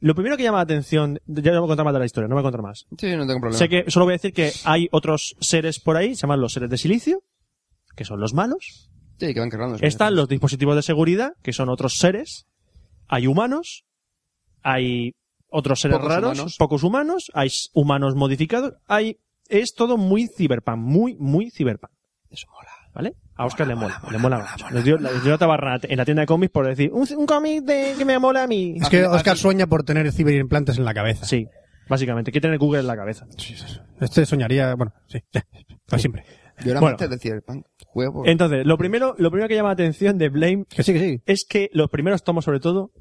[SPEAKER 2] Lo primero que llama la atención, ya no voy a contar más de la historia, no voy a contar más.
[SPEAKER 5] serie. Sí, no tengo problema.
[SPEAKER 2] Sé que solo voy a decir que hay otros seres por ahí, se llaman los seres de silicio, que son los malos.
[SPEAKER 5] Sí, que van cargando. sí.
[SPEAKER 2] Están los dispositivos de seguridad, que son otros seres. Hay humanos. Hay otros seres
[SPEAKER 5] Pocos
[SPEAKER 2] raros,
[SPEAKER 5] humanos.
[SPEAKER 2] pocos humanos. Hay s- humanos modificados. Hay, es todo muy ciberpunk, muy, muy ciberpunk.
[SPEAKER 5] Eso mola.
[SPEAKER 2] ¿Vale? A Oscar le mola, le mola, mucho. Les dio, les dio la tabarra en la tienda de cómics por decir, un, un cómic de- que me mola a mí.
[SPEAKER 4] Es que
[SPEAKER 5] Al fin- al
[SPEAKER 4] Oscar
[SPEAKER 5] fin-
[SPEAKER 4] sueña por tener ciberimplantes en la cabeza.
[SPEAKER 2] Sí, básicamente. Quiere tener Google en la cabeza.
[SPEAKER 4] Este soñaría, bueno, sí, ya, para siempre.
[SPEAKER 5] Yo era
[SPEAKER 2] Bueno.
[SPEAKER 5] antes de Cyberpunk. Juego.
[SPEAKER 2] Entonces, lo primero, lo primero que llama la atención de Blame
[SPEAKER 4] Que sí, que sí.
[SPEAKER 2] es que los primeros tomos, sobre todo,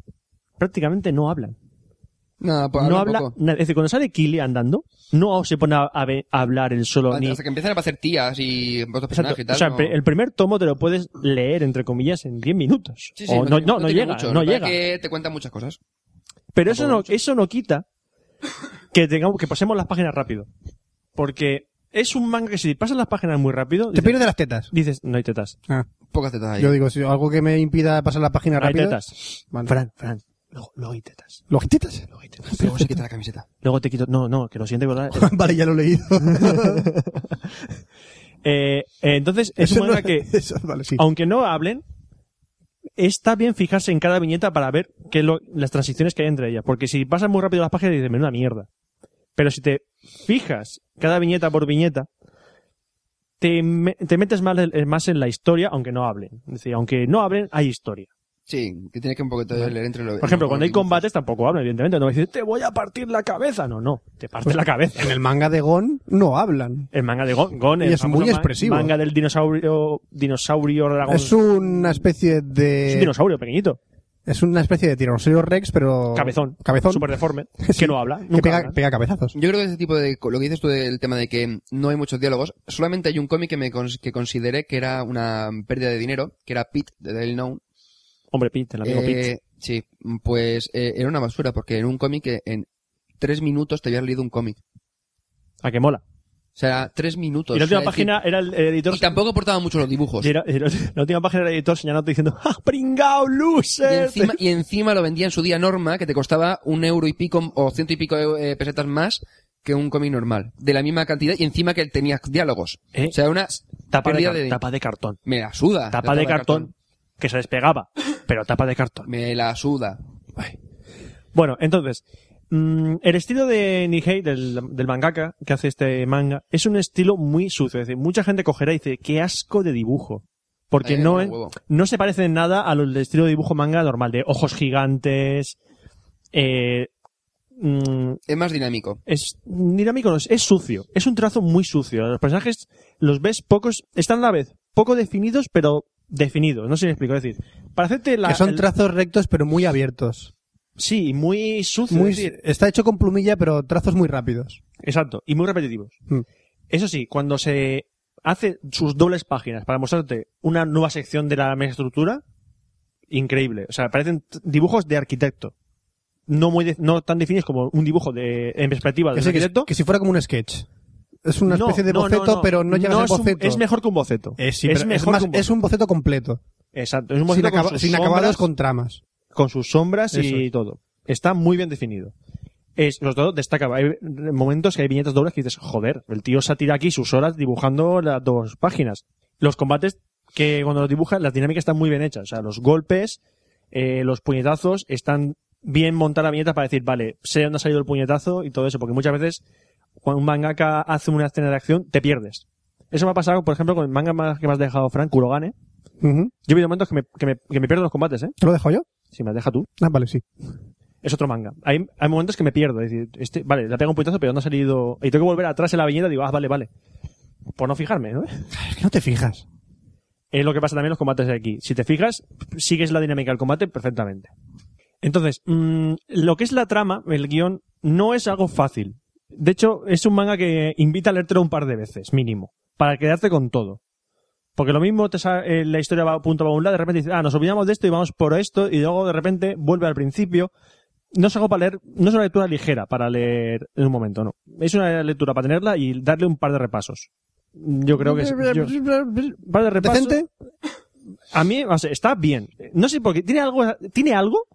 [SPEAKER 2] prácticamente no hablan.
[SPEAKER 5] Nada, pues
[SPEAKER 2] no
[SPEAKER 5] habla
[SPEAKER 2] habla
[SPEAKER 5] un poco.
[SPEAKER 2] nada. Es decir, cuando sale Kili andando, no se pone a, a ve- a hablar él solo ni.
[SPEAKER 5] Hasta que empiezan a aparecer tías y otros
[SPEAKER 2] Exacto.
[SPEAKER 5] personajes y tal.
[SPEAKER 2] o sea,
[SPEAKER 5] no-
[SPEAKER 2] pe- el primer tomo te lo puedes leer, entre comillas, en 10 minutos.
[SPEAKER 5] Sí, sí,
[SPEAKER 2] o no,
[SPEAKER 5] tiene-
[SPEAKER 2] no, no
[SPEAKER 5] tiene
[SPEAKER 2] llega,
[SPEAKER 5] mucho,
[SPEAKER 2] no
[SPEAKER 5] lo que
[SPEAKER 2] llega.
[SPEAKER 5] pasa es que te cuentan muchas cosas.
[SPEAKER 2] Pero eso no, eso no quita que tengamos, que pasemos las páginas rápido. Porque es un manga que si pasas las páginas muy rápido,
[SPEAKER 4] Te
[SPEAKER 2] dices,
[SPEAKER 4] pierdes las tetas.
[SPEAKER 2] dices, no hay tetas.
[SPEAKER 4] Ah,
[SPEAKER 5] Pocas tetas ahí.
[SPEAKER 4] yo digo, si algo que me impida pasar la página
[SPEAKER 2] No hay
[SPEAKER 4] rápido.
[SPEAKER 2] tetas.
[SPEAKER 4] Vale.
[SPEAKER 2] Fran, Fran, luego, luego hay tetas.
[SPEAKER 4] ¿Los tetas?
[SPEAKER 2] Luego hay tetas.
[SPEAKER 5] Luego se quita la camiseta.
[SPEAKER 2] Luego te quito. No, no, que lo siguiente que voy
[SPEAKER 5] *laughs*
[SPEAKER 2] a hablar es-
[SPEAKER 4] *laughs* vale, ya lo he leído.
[SPEAKER 2] Eh, eh, entonces, *laughs* es un
[SPEAKER 4] Eso no-
[SPEAKER 2] manga que
[SPEAKER 4] *laughs* eso, vale, sí.
[SPEAKER 2] *laughs* aunque no hablen, está bien fijarse en cada viñeta para ver qué es lo- las transiciones que hay entre ellas. Porque si pasas muy rápido las páginas, dices, menuda mierda. Pero si te fijas cada viñeta por viñeta, te, me- te metes más, en- eh, más en la historia, aunque no hablen. Es decir, aunque no hablen, hay historia.
[SPEAKER 5] Sí, que tienes que un poquito leer entre los.
[SPEAKER 2] Por ejemplo, cuando hay combates tampoco hablan, evidentemente. No dices, te voy a partir la cabeza. No, no, te parte la cabeza.
[SPEAKER 4] En el manga de Gon no hablan.
[SPEAKER 2] El manga de Gon, Gon
[SPEAKER 4] Y
[SPEAKER 2] el
[SPEAKER 4] es
[SPEAKER 2] famoso
[SPEAKER 4] muy
[SPEAKER 2] ma-
[SPEAKER 4] expresivo.
[SPEAKER 2] manga del dinosaurio, dinosaurio dragón.
[SPEAKER 4] Es eh, una especie
[SPEAKER 2] es un
[SPEAKER 4] de.
[SPEAKER 2] dinosaurio pequeñito.
[SPEAKER 4] Es una especie de tiranosaurio Rex, pero.
[SPEAKER 2] cabezón,
[SPEAKER 4] Cabezón.
[SPEAKER 2] super deforme,
[SPEAKER 4] Sí.
[SPEAKER 2] que no habla,
[SPEAKER 4] que
[SPEAKER 2] nunca
[SPEAKER 4] pega,
[SPEAKER 2] habla.
[SPEAKER 4] pega cabezazos.
[SPEAKER 5] Yo creo que ese tipo de. Lo que dices tú del tema de que no hay muchos diálogos. Solamente hay un cómic que me cons- que consideré que era una pérdida de dinero, que era Pete de Dale Known.
[SPEAKER 2] Hombre, Pete, el amigo Pete.
[SPEAKER 5] Eh, sí, pues eh, era una basura porque en un cómic eh, en tres minutos te habías leído un cómic.
[SPEAKER 2] A que mola.
[SPEAKER 5] O sea, tres minutos.
[SPEAKER 2] Y la última
[SPEAKER 5] O sea,
[SPEAKER 2] página era el, el
[SPEAKER 5] Y,
[SPEAKER 2] editor.
[SPEAKER 5] pues y tampoco aportaba mucho los dibujos.
[SPEAKER 2] y era- *laughs* y la, la última página era el editor señalando diciendo, ¡Ah, pringao,
[SPEAKER 5] Y
[SPEAKER 2] loser!
[SPEAKER 5] encima, y encima lo vendía en su día Norma, que te costaba un euro y pico o ciento y pico eh, pesetas más que un cómic normal. De la misma cantidad y encima que él tenía diálogos.
[SPEAKER 2] Eh,
[SPEAKER 5] O sea, una
[SPEAKER 2] Tapa de,
[SPEAKER 5] pérdida
[SPEAKER 2] car- tapa de cartón.
[SPEAKER 5] Me la suda. la
[SPEAKER 2] Tapa de cartón que se despegaba, pero tapa de cartón.
[SPEAKER 5] Me la suda.
[SPEAKER 2] Bueno, entonces, mm, el estilo de Nihei, del, del mangaka que hace este manga, es un estilo muy sucio. Es decir, mucha gente cogerá y dice, qué asco de dibujo. Porque
[SPEAKER 5] Eh,
[SPEAKER 2] no,
[SPEAKER 5] un
[SPEAKER 2] es-
[SPEAKER 5] huevo.
[SPEAKER 2] no se parece en nada a los del estilo de dibujo manga normal, de ojos gigantes. eh, mm,
[SPEAKER 5] Es más dinámico.
[SPEAKER 2] es dinámico, no, es, es sucio. Es un trazo muy sucio. Los personajes los ves pocos, están a la vez poco definidos, pero definidos. No sé si me explico. Es decir, para hacerte la.
[SPEAKER 4] que son
[SPEAKER 2] el-
[SPEAKER 4] trazos rectos pero muy abiertos.
[SPEAKER 2] sí, muy sucio.
[SPEAKER 4] Muy,
[SPEAKER 2] es decir,
[SPEAKER 4] está hecho con plumilla pero trazos muy rápidos.
[SPEAKER 2] Exacto, y muy repetitivos.
[SPEAKER 4] Hmm.
[SPEAKER 2] Eso sí, cuando se hace sus dobles páginas para mostrarte una nueva sección de la mesa estructura, increíble. O sea, parecen t- dibujos de arquitecto. No muy de- no tan definidos como un dibujo de, en perspectiva de
[SPEAKER 4] Es
[SPEAKER 2] un
[SPEAKER 4] decir, que,
[SPEAKER 2] arquitecto.
[SPEAKER 4] que si fuera como un sketch. Es una
[SPEAKER 2] No,
[SPEAKER 4] especie de
[SPEAKER 2] no, no,
[SPEAKER 4] boceto, pero no llega a ser
[SPEAKER 2] es un-
[SPEAKER 4] boceto.
[SPEAKER 2] es mejor que un boceto.
[SPEAKER 4] Eh, sí,
[SPEAKER 2] es
[SPEAKER 4] pero
[SPEAKER 2] mejor
[SPEAKER 4] más-
[SPEAKER 2] que un boceto.
[SPEAKER 4] es un boceto completo.
[SPEAKER 2] Exacto, es un
[SPEAKER 4] Sin,
[SPEAKER 2] boceto
[SPEAKER 4] acaba-
[SPEAKER 2] con, sus
[SPEAKER 4] sin acabados
[SPEAKER 2] sombras,
[SPEAKER 4] con tramas.
[SPEAKER 2] con sus sombras
[SPEAKER 4] Eso
[SPEAKER 2] y
[SPEAKER 4] es.
[SPEAKER 2] todo. Está muy bien definido. Es, los dos destaca. Hay momentos que hay viñetas dobles que dices, joder, el tío se tira aquí sus horas dibujando las dos páginas. Los combates que cuando los dibuja, las dinámicas están muy bien hechas. O sea, los golpes, eh, los puñetazos, están bien montada la viñeta para decir, vale, sé dónde ha salido el puñetazo y todo eso. Porque muchas veces, cuando un mangaka hace una escena de acción, te pierdes. Eso me ha pasado, por ejemplo, con el manga más- que me has dejado, Frank, Kurogane.
[SPEAKER 4] Ujú.
[SPEAKER 2] Yo he habido momentos que me, que, me, que me pierdo los combates, ¿eh?
[SPEAKER 4] ¿Te lo dejo yo?
[SPEAKER 2] Si me las deja tú
[SPEAKER 4] Ah, vale, sí.
[SPEAKER 2] es otro manga. Hay, hay momentos que me pierdo. Es decir, este, vale, le pego un puñetazo, pero no ha salido. Y tengo que volver atrás en la viñeta y digo, ah, vale, vale. Por no fijarme, ¿no?
[SPEAKER 4] Es que no te fijas.
[SPEAKER 2] Es lo que pasa también en los combates de aquí. Si te fijas, sigues la dinámica del combate perfectamente. Entonces, mm, lo que es la trama, el guión, no es algo fácil. De hecho, es un manga que invita a leértelo un par de veces, mínimo, para quedarte con todo. Porque lo mismo te sa- eh, la historia va punto a un lado, de repente dices, ah, nos olvidamos de esto y vamos por esto, y luego de repente vuelve al principio. No es algo para leer, no es una lectura ligera para leer en un momento, no. Es una lectura para tenerla y darle un par de repasos. Yo creo que es. yo- un par de repasos.
[SPEAKER 4] ¿Decente?
[SPEAKER 2] A mí, o sea, está bien. No sé por qué. Tiene algo, tiene algo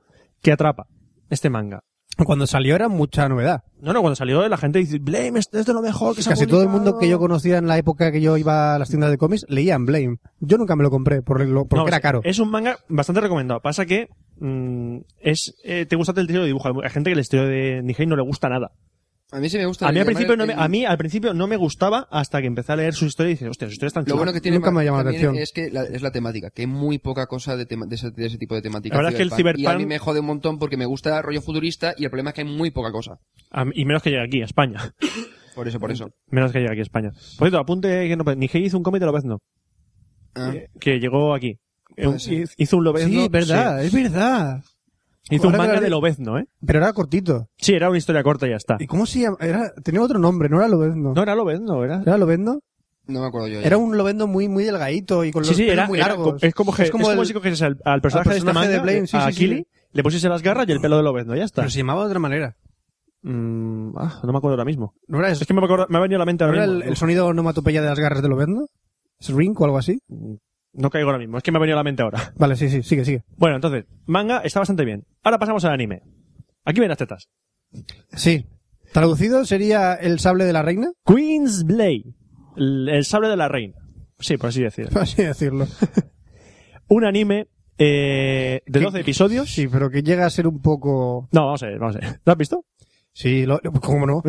[SPEAKER 2] que atrapa este manga.
[SPEAKER 4] Cuando salió era mucha novedad.
[SPEAKER 2] No, no, cuando salió la gente dice, Blame, esto es de lo mejor que se ha
[SPEAKER 4] Casi todo el
[SPEAKER 2] publicado".
[SPEAKER 4] mundo que yo conocía en la época que yo iba a las tiendas de cómics leían Blame. Yo nunca me lo compré por lo- porque
[SPEAKER 2] No, o sea,
[SPEAKER 4] era caro.
[SPEAKER 2] Es un manga bastante recomendado. Pasa que mm, es eh, te gusta el estilo de dibujo. Hay gente que el estilo de Nihei no le gusta nada.
[SPEAKER 5] A mí sí me gusta.
[SPEAKER 2] A mí, al
[SPEAKER 5] Además,
[SPEAKER 2] principio no me,
[SPEAKER 5] el-
[SPEAKER 2] a mí al principio no me gustaba hasta que empecé a leer su historia y dije, hostia, su historia es tan
[SPEAKER 5] Lo
[SPEAKER 2] chula".
[SPEAKER 5] bueno que tiene
[SPEAKER 4] Nunca
[SPEAKER 5] ma-
[SPEAKER 4] me ha llamado la
[SPEAKER 5] también
[SPEAKER 4] atención.
[SPEAKER 5] es que la, es la temática, que hay muy poca cosa de, tema- de, ese, de ese tipo de temática.
[SPEAKER 2] La verdad es que el
[SPEAKER 5] Y a mí
[SPEAKER 2] cyberpunk-
[SPEAKER 5] me jode un montón porque me gusta rollo futurista y el problema es que hay muy poca cosa.
[SPEAKER 2] A mí- y menos que llegue aquí, a España. *laughs*
[SPEAKER 5] Por eso, por eso.
[SPEAKER 2] menos que llegue aquí a España. Por cierto, apunte que no, Nihei hizo un cómic de Lobezno,
[SPEAKER 5] Ah,
[SPEAKER 2] que llegó aquí.
[SPEAKER 5] Puede
[SPEAKER 2] Un-
[SPEAKER 5] ser.
[SPEAKER 2] hizo un Lobezno.
[SPEAKER 4] sí, es verdad, es verdad.
[SPEAKER 2] Hizo un
[SPEAKER 4] Ahora que
[SPEAKER 2] manga
[SPEAKER 4] lo-
[SPEAKER 2] de Lobezno, ¿eh?
[SPEAKER 4] Pero era cortito.
[SPEAKER 2] Sí, era una historia corta y ya está.
[SPEAKER 4] ¿Y cómo se llama? Era, tenía otro nombre, no era Lobezno.
[SPEAKER 2] Ah. No era Lobezno, era.
[SPEAKER 4] ¿Era Lobezno?
[SPEAKER 5] no me acuerdo yo. ya.
[SPEAKER 4] Era un Lobezno muy, muy delgadito y con los
[SPEAKER 2] Sí, sí,
[SPEAKER 4] pelos
[SPEAKER 2] era,
[SPEAKER 4] muy
[SPEAKER 2] era
[SPEAKER 4] largos.
[SPEAKER 2] co- es como, que- es como
[SPEAKER 4] el-
[SPEAKER 2] si coges al, al personaje, de este
[SPEAKER 4] personaje
[SPEAKER 2] manga,
[SPEAKER 4] de Blaine, sí,
[SPEAKER 2] a
[SPEAKER 4] sí, sí.
[SPEAKER 2] Kili, le pusiese las garras y el pelo de Lobezno, ya está.
[SPEAKER 4] Pero se llamaba de otra manera.
[SPEAKER 2] Mm, ah, no me acuerdo ahora mismo.
[SPEAKER 4] ¿No era,
[SPEAKER 2] Es que me, acuerdo- me ha venido a la mente
[SPEAKER 4] no
[SPEAKER 2] ahora
[SPEAKER 4] era
[SPEAKER 2] mismo.
[SPEAKER 4] el, el sonido onomatopeya de las garras de Lobezno? ¿Shrink o algo así?
[SPEAKER 2] No caigo ahora mismo, es que me ha venido a la mente ahora. *laughs*
[SPEAKER 4] Vale, sí, sí, sigue, sigue.
[SPEAKER 2] Bueno, entonces, manga está bastante bien. Ahora pasamos al anime. Aquí ven las tetas.
[SPEAKER 4] Sí. Traducido sería El sable de la reina, *laughs*
[SPEAKER 2] Queen's Blade, el, el sable de la reina. Sí, por así decirlo.
[SPEAKER 4] por así decirlo.
[SPEAKER 2] Un anime eh, de 12 episodios.
[SPEAKER 4] Sí, pero que llega a ser un poco...
[SPEAKER 2] No, vamos a ver, vamos a ver. ¿Lo has visto?
[SPEAKER 4] Sí, lo-
[SPEAKER 2] *laughs*
[SPEAKER 4] ¿cómo no?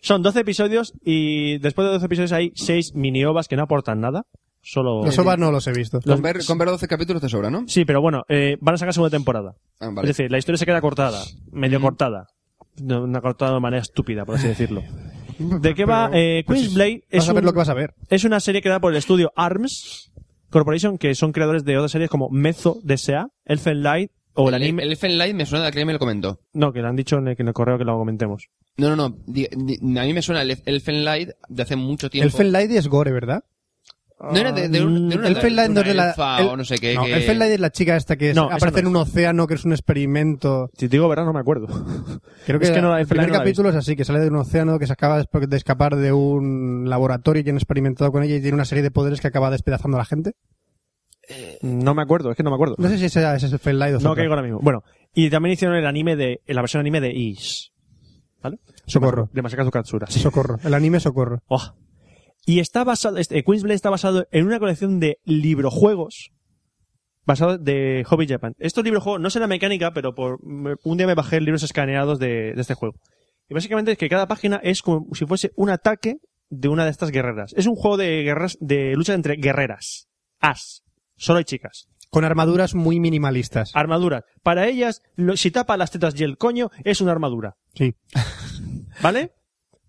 [SPEAKER 2] Son 12 episodios y después de 12 episodios hay 6 mini-ovas que no aportan nada. Solo...
[SPEAKER 4] Los OVAs no los he visto.
[SPEAKER 2] los-
[SPEAKER 5] Con, ver, con ver 12 capítulos te sobra, ¿no?
[SPEAKER 2] Sí, pero bueno, eh, van a sacar segunda temporada.
[SPEAKER 5] Ah, vale.
[SPEAKER 2] Es decir, la historia se queda cortada, medio cortada. De Una cortada de manera estúpida, por así decirlo. ¿De qué va? Eh, Queen's Blade
[SPEAKER 4] pues
[SPEAKER 2] es,
[SPEAKER 4] Vas a ver
[SPEAKER 2] un-
[SPEAKER 4] lo que vas a ver.
[SPEAKER 2] es una serie creada por el estudio ARMS Corporation, que son creadores de otras series como Mezzo DSA, Elfen Light o el
[SPEAKER 5] el,
[SPEAKER 2] anime...
[SPEAKER 5] Eh, el Elfen Light me suena de que alguien me lo comentó.
[SPEAKER 2] No, que lo han dicho en el, que en el correo que lo comentemos.
[SPEAKER 5] No, no, no. di- di- a mí me suena el Elfen Light de hace mucho tiempo.
[SPEAKER 4] El Fenlight es gore, ¿verdad?
[SPEAKER 5] No era de, de un, de una,
[SPEAKER 2] Mm,
[SPEAKER 4] el
[SPEAKER 5] de
[SPEAKER 4] Fenlander
[SPEAKER 5] una
[SPEAKER 4] de la.
[SPEAKER 5] elfa
[SPEAKER 4] el-
[SPEAKER 5] o no sé qué.
[SPEAKER 4] no,
[SPEAKER 5] que-
[SPEAKER 4] el Fenlander es la chica esta que es-
[SPEAKER 2] No, esa
[SPEAKER 4] aparece
[SPEAKER 2] no
[SPEAKER 4] en un océano, que es un experimento.
[SPEAKER 2] Si te digo verdad, no me acuerdo.
[SPEAKER 4] Creo que,
[SPEAKER 2] Es que no, la- el
[SPEAKER 4] el primer
[SPEAKER 2] Fenlander no la he
[SPEAKER 4] capítulo es así, que sale de un océano, que se acaba de de escapar de un laboratorio y han experimentado con ella y tiene una serie de poderes que acaba despedazando a la gente.
[SPEAKER 2] No me acuerdo, es que no me acuerdo.
[SPEAKER 4] No sé si ese, ese es el Fenlight o
[SPEAKER 2] No
[SPEAKER 4] Sopra.
[SPEAKER 2] caigo ahora mismo. Bueno, y también hicieron el anime de, la versión anime de Is. ¿Vale?
[SPEAKER 4] Socorro.
[SPEAKER 2] De Masakazu Katsura. sí.
[SPEAKER 4] Socorro. El anime Socorro.
[SPEAKER 2] Oh. Y está basado, este, Queensblade está basado en una colección de librojuegos basado de Hobby Japan. Estos librojuegos, no sé la mecánica, pero por, me- un día me bajé libros escaneados de, de este juego. Y básicamente es que cada página es como si fuese un ataque de una de estas guerreras. Es un juego de guerras, de lucha entre guerreras. As. Solo hay chicas.
[SPEAKER 4] Con armaduras muy minimalistas.
[SPEAKER 2] Armaduras. Para ellas, lo- si tapa las tetas y el coño, es una armadura.
[SPEAKER 4] Sí.
[SPEAKER 2] ¿vale?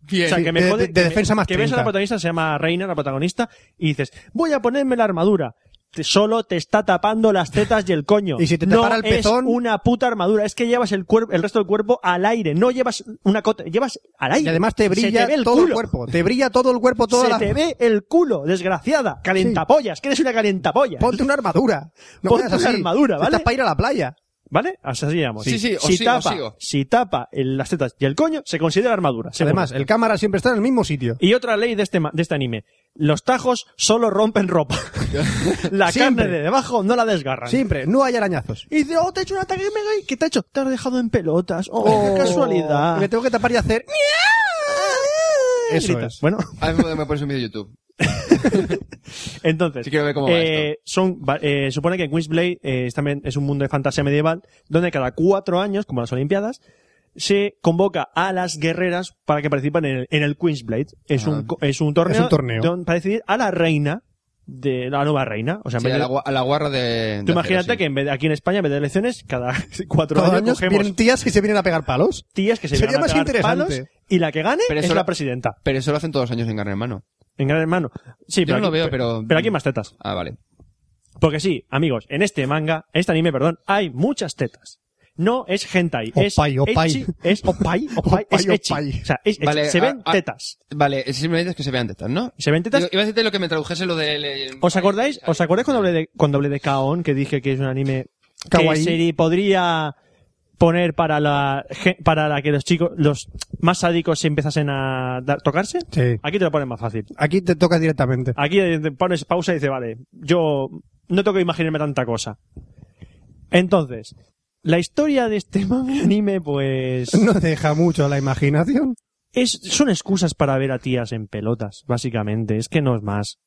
[SPEAKER 5] Bien.
[SPEAKER 2] O sea, que me
[SPEAKER 4] De-
[SPEAKER 2] jode-
[SPEAKER 4] de- de
[SPEAKER 2] que me-
[SPEAKER 4] defensa más
[SPEAKER 2] Que ves a la
[SPEAKER 4] 30.
[SPEAKER 2] protagonista, se llama Reina, la protagonista, y dices, voy a ponerme la armadura. Te- solo te está tapando las tetas y el coño.
[SPEAKER 4] *laughs* Y si te
[SPEAKER 2] no
[SPEAKER 4] tapara el
[SPEAKER 2] es
[SPEAKER 4] pezón-
[SPEAKER 2] una puta armadura. Es que llevas el, cuerpo, el resto del cuerpo al aire. No llevas una cota, llevas al aire.
[SPEAKER 4] Y además te
[SPEAKER 2] Se
[SPEAKER 4] brilla
[SPEAKER 2] ve el
[SPEAKER 4] todo el
[SPEAKER 2] culo.
[SPEAKER 4] cuerpo. Te brilla todo el cuerpo, toda
[SPEAKER 2] Se
[SPEAKER 4] la...
[SPEAKER 2] te ve el culo, desgraciada. Calentapollas, que eres una calentapollas.
[SPEAKER 4] *laughs* Ponte una armadura.
[SPEAKER 2] *laughs*
[SPEAKER 4] No
[SPEAKER 2] Ponte
[SPEAKER 4] seas así.
[SPEAKER 2] una armadura, ¿vale?
[SPEAKER 4] Estás para ir a la playa.
[SPEAKER 2] ¿Vale? Así llegamos.
[SPEAKER 5] Sí, sí, os
[SPEAKER 2] si
[SPEAKER 5] sigo, os
[SPEAKER 2] tapa,
[SPEAKER 5] sigo.
[SPEAKER 2] Si tapa el- las tetas y el coño, se considera armadura. seguro.
[SPEAKER 4] Además, el cámara siempre está en el mismo sitio.
[SPEAKER 2] Y otra ley de este, ma- de este anime. Los tajos solo rompen ropa.
[SPEAKER 4] *laughs*
[SPEAKER 2] la
[SPEAKER 4] Siempre.
[SPEAKER 2] carne de debajo no la desgarran.
[SPEAKER 4] Siempre. No hay arañazos.
[SPEAKER 2] Y dice, oh, te he hecho un ataque mega y ¿qué te ha hecho? Te has dejado en pelotas. Oh, qué casualidad.
[SPEAKER 4] Me tengo que tapar y hacer... Eso
[SPEAKER 2] Gritas.
[SPEAKER 4] es.
[SPEAKER 2] Bueno,
[SPEAKER 5] *laughs* Ahora mismo me pones un vídeo de YouTube.
[SPEAKER 2] entonces.
[SPEAKER 5] Sí, quiero ver cómo va
[SPEAKER 2] eh, son, va- eh, supone que Queensblade eh, es también es un mundo de fantasía medieval donde cada cuatro años, como las Olimpiadas, se convoca a las guerreras para que participen en el, en el Queensblade. Es,
[SPEAKER 5] Ah.
[SPEAKER 2] un, co- es un torneo,
[SPEAKER 4] Es un torneo.
[SPEAKER 2] don- para decidir a la reina de la nueva reina. O sea, en
[SPEAKER 5] Sí,
[SPEAKER 2] vez
[SPEAKER 5] a,
[SPEAKER 2] de-
[SPEAKER 5] la, gua- a la guarra de.
[SPEAKER 2] Tú
[SPEAKER 5] de
[SPEAKER 2] imagínate
[SPEAKER 5] acero, sí.
[SPEAKER 2] que en vez de- aquí en España, en vez de elecciones, cada *laughs* cuatro
[SPEAKER 4] Todos
[SPEAKER 2] años,
[SPEAKER 4] los años
[SPEAKER 2] cogemos
[SPEAKER 4] vienen tías y se vienen a pegar palos.
[SPEAKER 2] tías que se
[SPEAKER 4] Sería
[SPEAKER 2] llegan a
[SPEAKER 4] más
[SPEAKER 2] pegar
[SPEAKER 4] interesante.
[SPEAKER 2] palos y la que gane
[SPEAKER 5] Pero
[SPEAKER 2] es
[SPEAKER 5] eso
[SPEAKER 2] la
[SPEAKER 5] lo-
[SPEAKER 2] presidenta.
[SPEAKER 5] Pero eso lo hacen todos los años en Gran Hermano.
[SPEAKER 2] En gran hermano. Sí,
[SPEAKER 5] Yo
[SPEAKER 2] pero aquí,
[SPEAKER 5] no lo veo,
[SPEAKER 2] pe-
[SPEAKER 5] pero-
[SPEAKER 2] Pero aquí más tetas.
[SPEAKER 5] Ah, vale.
[SPEAKER 2] Porque sí, amigos, en este manga, en este anime, perdón, hay muchas tetas. No es hentai, es
[SPEAKER 4] Opai, opai.
[SPEAKER 2] ecchi, es opai, opai, es
[SPEAKER 4] Opai,
[SPEAKER 2] ecchi.
[SPEAKER 4] opai.
[SPEAKER 2] O sea, es ecchi.
[SPEAKER 5] Vale,
[SPEAKER 2] se
[SPEAKER 5] a-
[SPEAKER 2] ven
[SPEAKER 5] a-
[SPEAKER 2] tetas.
[SPEAKER 5] Vale, simplemente es que se vean tetas, ¿no?
[SPEAKER 2] Se ven tetas.
[SPEAKER 5] Digo, iba a decirte lo que me tradujese lo de...
[SPEAKER 2] ¿Os acordáis? ¿Os acordáis cuando hablé de cuando hablé de Kaon que dije que es un anime
[SPEAKER 4] Kawaii.
[SPEAKER 2] que se podría poner para la gen- para la que los chicos los más sádicos se empezasen a dar- tocarse?
[SPEAKER 4] Sí.
[SPEAKER 2] Aquí te lo ponen más fácil.
[SPEAKER 4] Aquí te tocas
[SPEAKER 2] *laughs*
[SPEAKER 4] directamente.
[SPEAKER 2] Aquí te pones pausa y dices, vale, yo no tengo que imaginarme tanta cosa. Entonces, la historia de este *laughs* manga anime, pues.
[SPEAKER 4] No deja mucho a la imaginación.
[SPEAKER 2] es, son excusas para ver a tías en pelotas, básicamente. Es que no es más.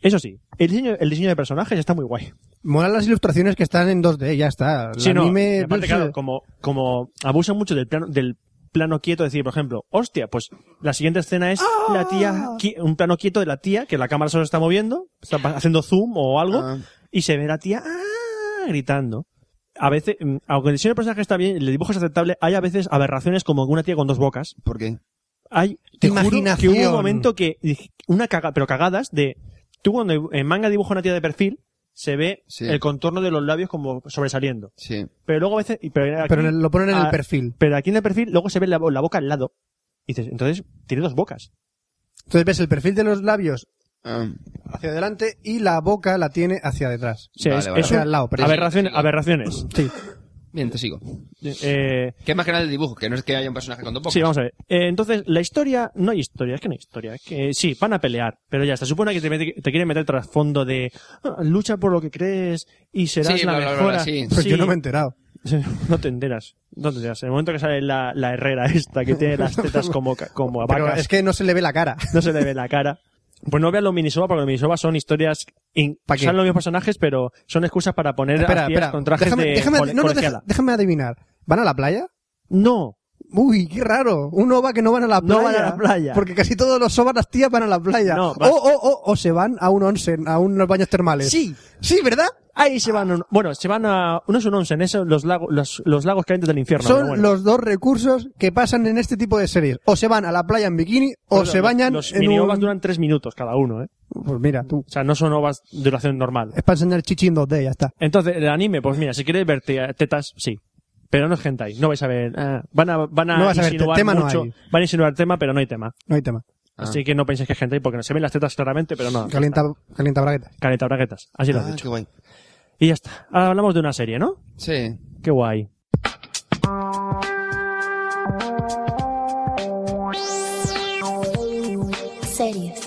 [SPEAKER 2] Eso sí, el diseño, el diseño de personajes está muy guay.
[SPEAKER 4] Molan las ilustraciones que están en 2D, ya está. El
[SPEAKER 2] Sí, no,
[SPEAKER 4] anime-
[SPEAKER 2] y aparte, claro, como, como abusan mucho del plano, del plano quieto, decir, por ejemplo, hostia, pues la siguiente escena es la tía,
[SPEAKER 4] ¡Ah!
[SPEAKER 2] qui- un plano quieto de la tía, que la cámara solo está moviendo, está pa- haciendo zoom o algo,
[SPEAKER 5] Ah.
[SPEAKER 2] y se ve la tía "Ah", gritando. A veces, mm, aunque el diseño de personaje está bien, el dibujo es aceptable, hay a veces aberraciones como una tía con dos bocas.
[SPEAKER 5] ¿Por qué?
[SPEAKER 2] Hay, te juro que hubo un momento que, dije- una caga, pero cagadas de, tú cuando en manga dibujo una tía de perfil, se ve
[SPEAKER 5] Sí.
[SPEAKER 2] el contorno de los labios como sobresaliendo.
[SPEAKER 5] Sí.
[SPEAKER 2] Pero luego a veces. y- Pero, aquí,
[SPEAKER 4] Pero en el- lo ponen en el
[SPEAKER 2] ah,
[SPEAKER 4] perfil.
[SPEAKER 2] pero aquí en el perfil luego se ve la, bo- la boca al lado. Y dices, entonces tiene dos bocas.
[SPEAKER 4] Entonces ves el perfil de los labios
[SPEAKER 5] Ah,
[SPEAKER 4] hacia adelante y la boca la tiene hacia detrás.
[SPEAKER 2] O sea,
[SPEAKER 5] Vale,
[SPEAKER 2] es,
[SPEAKER 5] vale.
[SPEAKER 2] es
[SPEAKER 4] Hacia
[SPEAKER 2] un-
[SPEAKER 4] al lado, perdón.
[SPEAKER 2] aberraciones.
[SPEAKER 5] sigo.
[SPEAKER 2] aberraciones.
[SPEAKER 4] *laughs* Sí.
[SPEAKER 5] bien, te sigo.
[SPEAKER 2] Eh,
[SPEAKER 5] Que es más que nada el dibujo, que no es que haya un personaje con dos bocas.
[SPEAKER 2] sí, vamos a ver. Eh, entonces, la historia. No hay historia, es que no hay historia. es que, sí, van a pelear. Pero ya, se supone que te, mete- te quieren meter trasfondo de. "Ah, Lucha por lo que crees y serás
[SPEAKER 5] Sí,
[SPEAKER 2] la
[SPEAKER 5] bla, bla, bla,
[SPEAKER 2] mejor.
[SPEAKER 5] bla, sí.
[SPEAKER 4] *laughs* Pues yo no me he enterado.
[SPEAKER 2] *laughs* No te enteras. No te enteras. En el momento que sale la, la herrera esta que tiene las
[SPEAKER 4] *laughs*
[SPEAKER 2] tetas como, ca- como a
[SPEAKER 4] Pero
[SPEAKER 2] vacas.
[SPEAKER 4] es que no se le ve la cara.
[SPEAKER 2] no se le ve la cara. Pues no vean los minisoba, porque los minisoba son historias. in-
[SPEAKER 4] ¿Pa qué?
[SPEAKER 2] son los mismos personajes, pero son excusas para poner a
[SPEAKER 4] espera,
[SPEAKER 2] tías
[SPEAKER 4] espera.
[SPEAKER 2] con trajes
[SPEAKER 4] Déjame,
[SPEAKER 2] de
[SPEAKER 4] déjame-
[SPEAKER 2] cole-
[SPEAKER 4] no, no,
[SPEAKER 2] colegiala.
[SPEAKER 4] deja- déjame adivinar. ¿Van a la playa?
[SPEAKER 2] No,
[SPEAKER 4] Uy, qué raro. Un OVA que no van a la
[SPEAKER 2] No
[SPEAKER 4] playa.
[SPEAKER 2] van a la playa.
[SPEAKER 4] Porque casi todos los OVAs las tías van a la playa.
[SPEAKER 2] No,
[SPEAKER 4] o,
[SPEAKER 2] vas-
[SPEAKER 4] o, o, o se van a un onsen, a unos baños termales.
[SPEAKER 2] Sí.
[SPEAKER 4] Sí, ¿verdad?
[SPEAKER 2] Ahí se van. a un- bueno, se van a. No es un onsen, es los, lagos los, los lagos calientes del infierno.
[SPEAKER 4] Son
[SPEAKER 2] pero bueno.
[SPEAKER 4] los dos recursos que pasan en este tipo de series. O se van a la playa en bikini o
[SPEAKER 2] Bueno,
[SPEAKER 4] se
[SPEAKER 2] los-
[SPEAKER 4] bañan
[SPEAKER 2] Los,
[SPEAKER 4] en
[SPEAKER 2] mini ovas
[SPEAKER 4] un...
[SPEAKER 2] duran tres minutos cada uno, ¿eh?
[SPEAKER 4] Pues mira, tú.
[SPEAKER 2] O sea, no son ovas de duración normal.
[SPEAKER 4] Es para enseñar chichi en 2D, ya está.
[SPEAKER 2] Entonces, el anime, pues mira, si queréis ver te- tetas, sí. Pero no es hentai, no vais a ver. ah, van a, van a
[SPEAKER 4] No vas a ver,
[SPEAKER 2] insinuar
[SPEAKER 4] tema no
[SPEAKER 2] mucho.
[SPEAKER 4] hay.
[SPEAKER 2] Van a insinuar tema, pero no hay tema.
[SPEAKER 4] No hay tema.
[SPEAKER 2] Así que no penséis que es hentai porque no se ven las tetas claramente, pero no.
[SPEAKER 4] Calienta, calienta braguetas.
[SPEAKER 2] Caleta braguetas. Así lo has
[SPEAKER 5] Ah,
[SPEAKER 2] dicho.
[SPEAKER 5] qué guay.
[SPEAKER 2] Y ya está. Ahora hablamos de una serie, ¿no?
[SPEAKER 5] Sí.
[SPEAKER 2] Qué guay.
[SPEAKER 3] Series.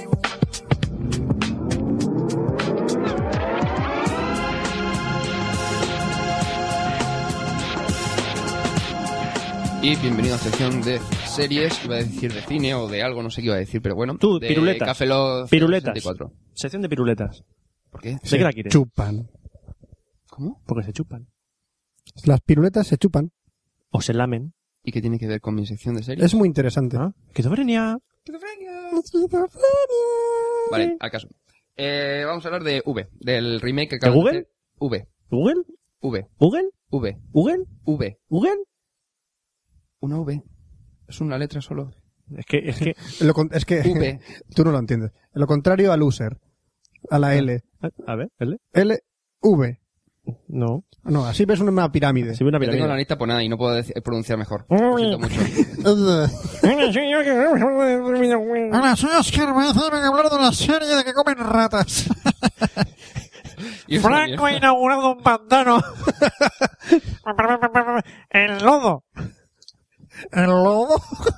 [SPEAKER 5] Y bienvenido a la sección de series, iba a decir de cine o de algo, no sé qué iba a decir, pero bueno.
[SPEAKER 2] Tú,
[SPEAKER 5] de
[SPEAKER 2] piruletas.
[SPEAKER 5] Café Lock
[SPEAKER 2] Piruletas.
[SPEAKER 5] 64.
[SPEAKER 2] Sección de piruletas.
[SPEAKER 5] ¿Por qué?
[SPEAKER 2] ¿De qué la quieres?
[SPEAKER 4] Chupan.
[SPEAKER 5] ¿Cómo?
[SPEAKER 2] Porque se chupan.
[SPEAKER 4] Las piruletas se chupan.
[SPEAKER 2] O se lamen.
[SPEAKER 5] ¿Y qué tiene que ver con mi sección de series?
[SPEAKER 4] Es muy interesante.
[SPEAKER 2] ¿Ah? Esquizofrenia.
[SPEAKER 5] Vale, al caso. Eh, vamos a hablar de V, del remake que
[SPEAKER 2] ¿De
[SPEAKER 5] acaba
[SPEAKER 2] Google?
[SPEAKER 5] V,
[SPEAKER 2] ¿Google?
[SPEAKER 5] V,
[SPEAKER 2] ¿Google?
[SPEAKER 5] V,
[SPEAKER 2] ¿Google?
[SPEAKER 5] V.
[SPEAKER 2] ¿Google?
[SPEAKER 5] Una V. Es una letra solo.
[SPEAKER 2] Es que, es que...
[SPEAKER 4] Lo con- es que
[SPEAKER 5] V.
[SPEAKER 4] tú no lo entiendes. Lo contrario a loser. A la L.
[SPEAKER 2] A ver, ¿vale?
[SPEAKER 4] L, V.
[SPEAKER 2] No.
[SPEAKER 4] No, así ves una pirámide.
[SPEAKER 2] Se ve *laughs* una
[SPEAKER 5] Yo tengo la
[SPEAKER 2] pirámide.
[SPEAKER 5] lista por nada y no puedo deci- pronunciar mejor. Lo siento mucho.
[SPEAKER 2] *laughs*
[SPEAKER 4] *laughs* Hola, soy Oscar Baeza, vengo a hablar de una serie de que comen ratas. *laughs*
[SPEAKER 5] Y es una mierda.
[SPEAKER 6] Franco ha inaugurado un
[SPEAKER 2] *laughs*
[SPEAKER 6] pantano. El lodo.
[SPEAKER 4] ¿El lobo?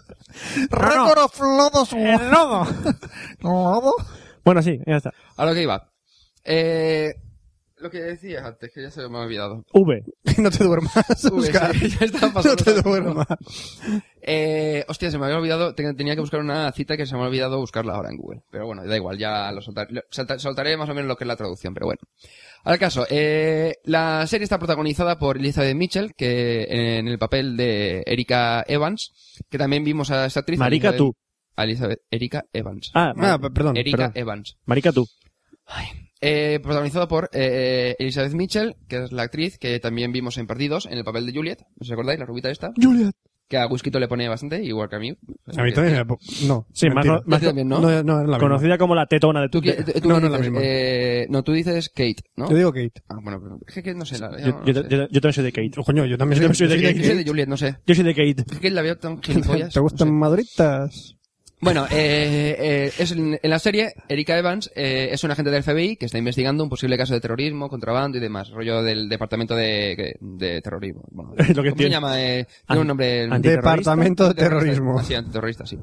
[SPEAKER 4] *laughs*
[SPEAKER 6] Récord
[SPEAKER 4] of lodos.
[SPEAKER 6] El lodo.
[SPEAKER 4] *laughs* ¿Lobo? *laughs*
[SPEAKER 2] Bueno, sí, ya está.
[SPEAKER 5] A lo que iba. Eh, lo que decías antes, que ya se me ha olvidado.
[SPEAKER 2] V.
[SPEAKER 4] No te duermas,
[SPEAKER 5] V,
[SPEAKER 4] Oscar. *laughs*
[SPEAKER 5] *laughs* sí,
[SPEAKER 2] *laughs*
[SPEAKER 5] ya está
[SPEAKER 4] No
[SPEAKER 5] pasando.
[SPEAKER 4] te duermas.
[SPEAKER 5] Eh, hostia, se me había olvidado, te- tenía que buscar una cita que se me ha olvidado buscarla ahora en Google. Pero bueno, da igual, ya lo soltar- lo- salta- soltaré más o menos lo que es la traducción, pero bueno. Al caso, eh, la serie está protagonizada por Elizabeth Mitchell, que en el papel de Erika Evans, que también vimos a esta actriz.
[SPEAKER 2] Marica
[SPEAKER 5] Elizabeth-
[SPEAKER 2] tú.
[SPEAKER 5] a Elizabeth, Erika Evans.
[SPEAKER 2] Ah,
[SPEAKER 4] Ah,
[SPEAKER 2] vale.
[SPEAKER 4] p- perdón.
[SPEAKER 5] Erika
[SPEAKER 4] perdón.
[SPEAKER 5] Evans.
[SPEAKER 2] Marica tú.
[SPEAKER 5] Eh, protagonizado por eh, Elizabeth Mitchell, que es la actriz que también vimos en Perdidos, en el papel de Juliet. ¿Os acordáis? La rubita esta.
[SPEAKER 4] Juliet.
[SPEAKER 5] Que a Gusquito le pone bastante, igual que a mí.
[SPEAKER 4] A mí también. No.
[SPEAKER 2] Sí, más
[SPEAKER 4] mentira.
[SPEAKER 2] no- más
[SPEAKER 5] Tú también, ¿no?
[SPEAKER 4] No, no, es la misma.
[SPEAKER 2] Conocida como la tetona de
[SPEAKER 5] ¿Tú,
[SPEAKER 2] tu...
[SPEAKER 5] qué-
[SPEAKER 2] de-
[SPEAKER 5] tú- tú
[SPEAKER 4] no,
[SPEAKER 5] qué
[SPEAKER 4] no es la
[SPEAKER 5] dices?
[SPEAKER 4] misma.
[SPEAKER 5] Eh, no, tú dices Kate, ¿no?
[SPEAKER 4] Yo digo Kate.
[SPEAKER 5] Ah, bueno, pero es que no sé. La, yo,
[SPEAKER 2] Yo,
[SPEAKER 5] no
[SPEAKER 2] yo,
[SPEAKER 5] sé.
[SPEAKER 2] yo- yo también soy de Kate.
[SPEAKER 4] Coño, yo también
[SPEAKER 2] Yo también
[SPEAKER 4] soy
[SPEAKER 2] soy de
[SPEAKER 4] soy
[SPEAKER 5] Yo sé
[SPEAKER 2] Kate.
[SPEAKER 5] de Juliet, no sé.
[SPEAKER 2] Yo soy de Kate.
[SPEAKER 5] Es que la veo tan gilipollas.
[SPEAKER 4] *laughs* ¿Te gustan
[SPEAKER 5] no sé.
[SPEAKER 4] madritas?
[SPEAKER 5] Bueno, eh, eh, es en, en la serie, Erika Evans eh, es un agente del FBI que está investigando un posible caso de terrorismo, contrabando y demás. Rollo del departamento de, de terrorismo.
[SPEAKER 4] *laughs*
[SPEAKER 5] Bueno,
[SPEAKER 2] Lo que
[SPEAKER 5] ¿Cómo se
[SPEAKER 2] tiene.
[SPEAKER 5] llama? Eh, tiene
[SPEAKER 2] Ant-
[SPEAKER 5] un nombre...
[SPEAKER 2] ant- ¿Antiterrorista?
[SPEAKER 4] Departamento de terrorismo.
[SPEAKER 5] Ah, Sí,
[SPEAKER 4] *laughs*
[SPEAKER 5] antiterrorista, sí.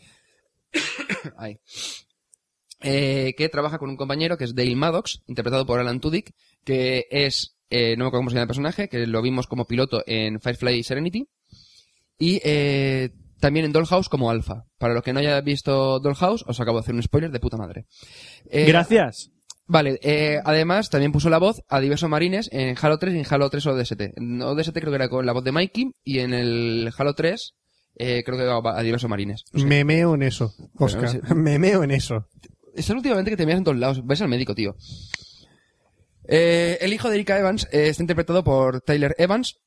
[SPEAKER 5] *coughs* Ahí. Eh, que trabaja con un compañero que es Dale Maddox, interpretado por Alan Tudyk, que es, eh, no me acuerdo cómo se llama el personaje, que lo vimos como piloto en Firefly y Serenity, y eh, también en Dollhouse como alfa. Para los que no hayáis visto Dollhouse, os acabo de hacer un spoiler de puta madre. Eh,
[SPEAKER 2] Gracias.
[SPEAKER 5] Vale, eh, además también puso la voz a diversos marines en Halo 3 y en Halo 3 ODST. En ODST creo que era con la voz de Mikey y en el Halo 3 eh, creo que va a diversos marines. No sé.
[SPEAKER 4] Me meo en eso,
[SPEAKER 5] no
[SPEAKER 4] Oscar. *laughs*
[SPEAKER 5] sé.
[SPEAKER 4] Me meo en eso.
[SPEAKER 5] Estás últimamente que te miras en todos lados. Ves al médico, tío. Eh, el hijo de Erika Evans eh, está interpretado por Tyler Evans.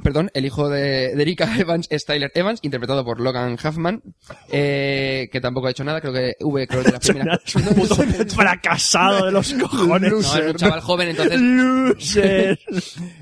[SPEAKER 5] Perdón, el hijo de, de Erika *laughs* Evans es Tyler Evans, interpretado por Logan Huffman, eh, que tampoco ha hecho nada, creo que V,
[SPEAKER 2] *laughs*
[SPEAKER 5] creo que de las primeras.
[SPEAKER 2] Es un
[SPEAKER 5] *laughs*
[SPEAKER 2] puto *laughs* fracasado de los cojones.
[SPEAKER 5] No, es un chaval
[SPEAKER 2] *laughs*
[SPEAKER 5] joven, entonces
[SPEAKER 2] Loser.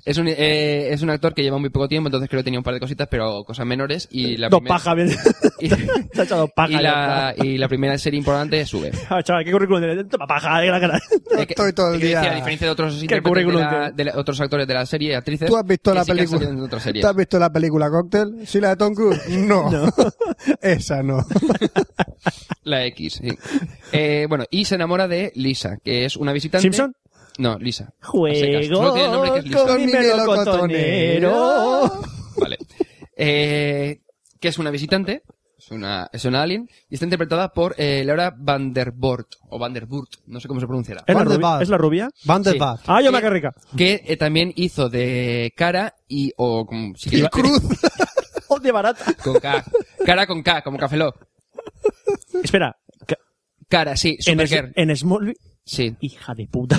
[SPEAKER 5] es un, eh, es un actor que lleva muy poco tiempo, entonces creo que tenía un par de cositas, pero cosas menores. Y la
[SPEAKER 2] Dos
[SPEAKER 5] primera-
[SPEAKER 2] pajas. bien.
[SPEAKER 5] *laughs* y-
[SPEAKER 2] *laughs* Se ha echado dos
[SPEAKER 5] y
[SPEAKER 2] pajas. *laughs*
[SPEAKER 5] la, y la primera serie importante es V.
[SPEAKER 2] Ah, chaval, qué currículum tiene. Toma paja de la cara. *laughs*
[SPEAKER 5] Eh, que-
[SPEAKER 4] Estoy todo el
[SPEAKER 5] que decía,
[SPEAKER 4] día-
[SPEAKER 5] A diferencia de otros, intérpretes de,
[SPEAKER 2] currículum
[SPEAKER 5] la-
[SPEAKER 2] tiene?
[SPEAKER 5] de la- otros actores de la serie, actrices.
[SPEAKER 4] ¿Tú has visto
[SPEAKER 5] que
[SPEAKER 4] la
[SPEAKER 5] sí que han
[SPEAKER 4] película?
[SPEAKER 5] salido en otras series.
[SPEAKER 4] ¿Tú has visto la película Cóctel? ¿Sí la de Tom Cruise?
[SPEAKER 5] *laughs*
[SPEAKER 4] No. *laughs* Esa no.
[SPEAKER 5] La X, sí. Eh, bueno, y se enamora de Lisa, que es una visitante.
[SPEAKER 2] ¿Simpson?
[SPEAKER 5] Pues No, Lisa. A secas.
[SPEAKER 2] Juego
[SPEAKER 5] Solo tiene nombre que es Lisa.
[SPEAKER 2] con mi melocotonero.
[SPEAKER 5] Vale. Eh, que es una visitante, es una, es una alien, y está interpretada por eh, Laura Vanderbort, o Vanderburt, no sé cómo se pronunciará.
[SPEAKER 2] ¿Es la,
[SPEAKER 4] Van der
[SPEAKER 2] rubia?
[SPEAKER 4] Vaart.
[SPEAKER 2] ¿Es la rubia?
[SPEAKER 4] Van der
[SPEAKER 5] Sí.
[SPEAKER 4] Vaart.
[SPEAKER 2] Ah, yo me
[SPEAKER 5] Sí.
[SPEAKER 2] qué *laughs* rica.
[SPEAKER 5] Que eh, también hizo de cara y, o como, si quieres,
[SPEAKER 4] Cruz.
[SPEAKER 2] Oh, de barata.
[SPEAKER 5] con K. Cara con K, como Café Lock.
[SPEAKER 2] Espera. que-
[SPEAKER 5] Cara, sí,
[SPEAKER 2] En, es-
[SPEAKER 5] Supergirl.
[SPEAKER 2] en Smallville.
[SPEAKER 5] Sí.
[SPEAKER 2] Hija de puta.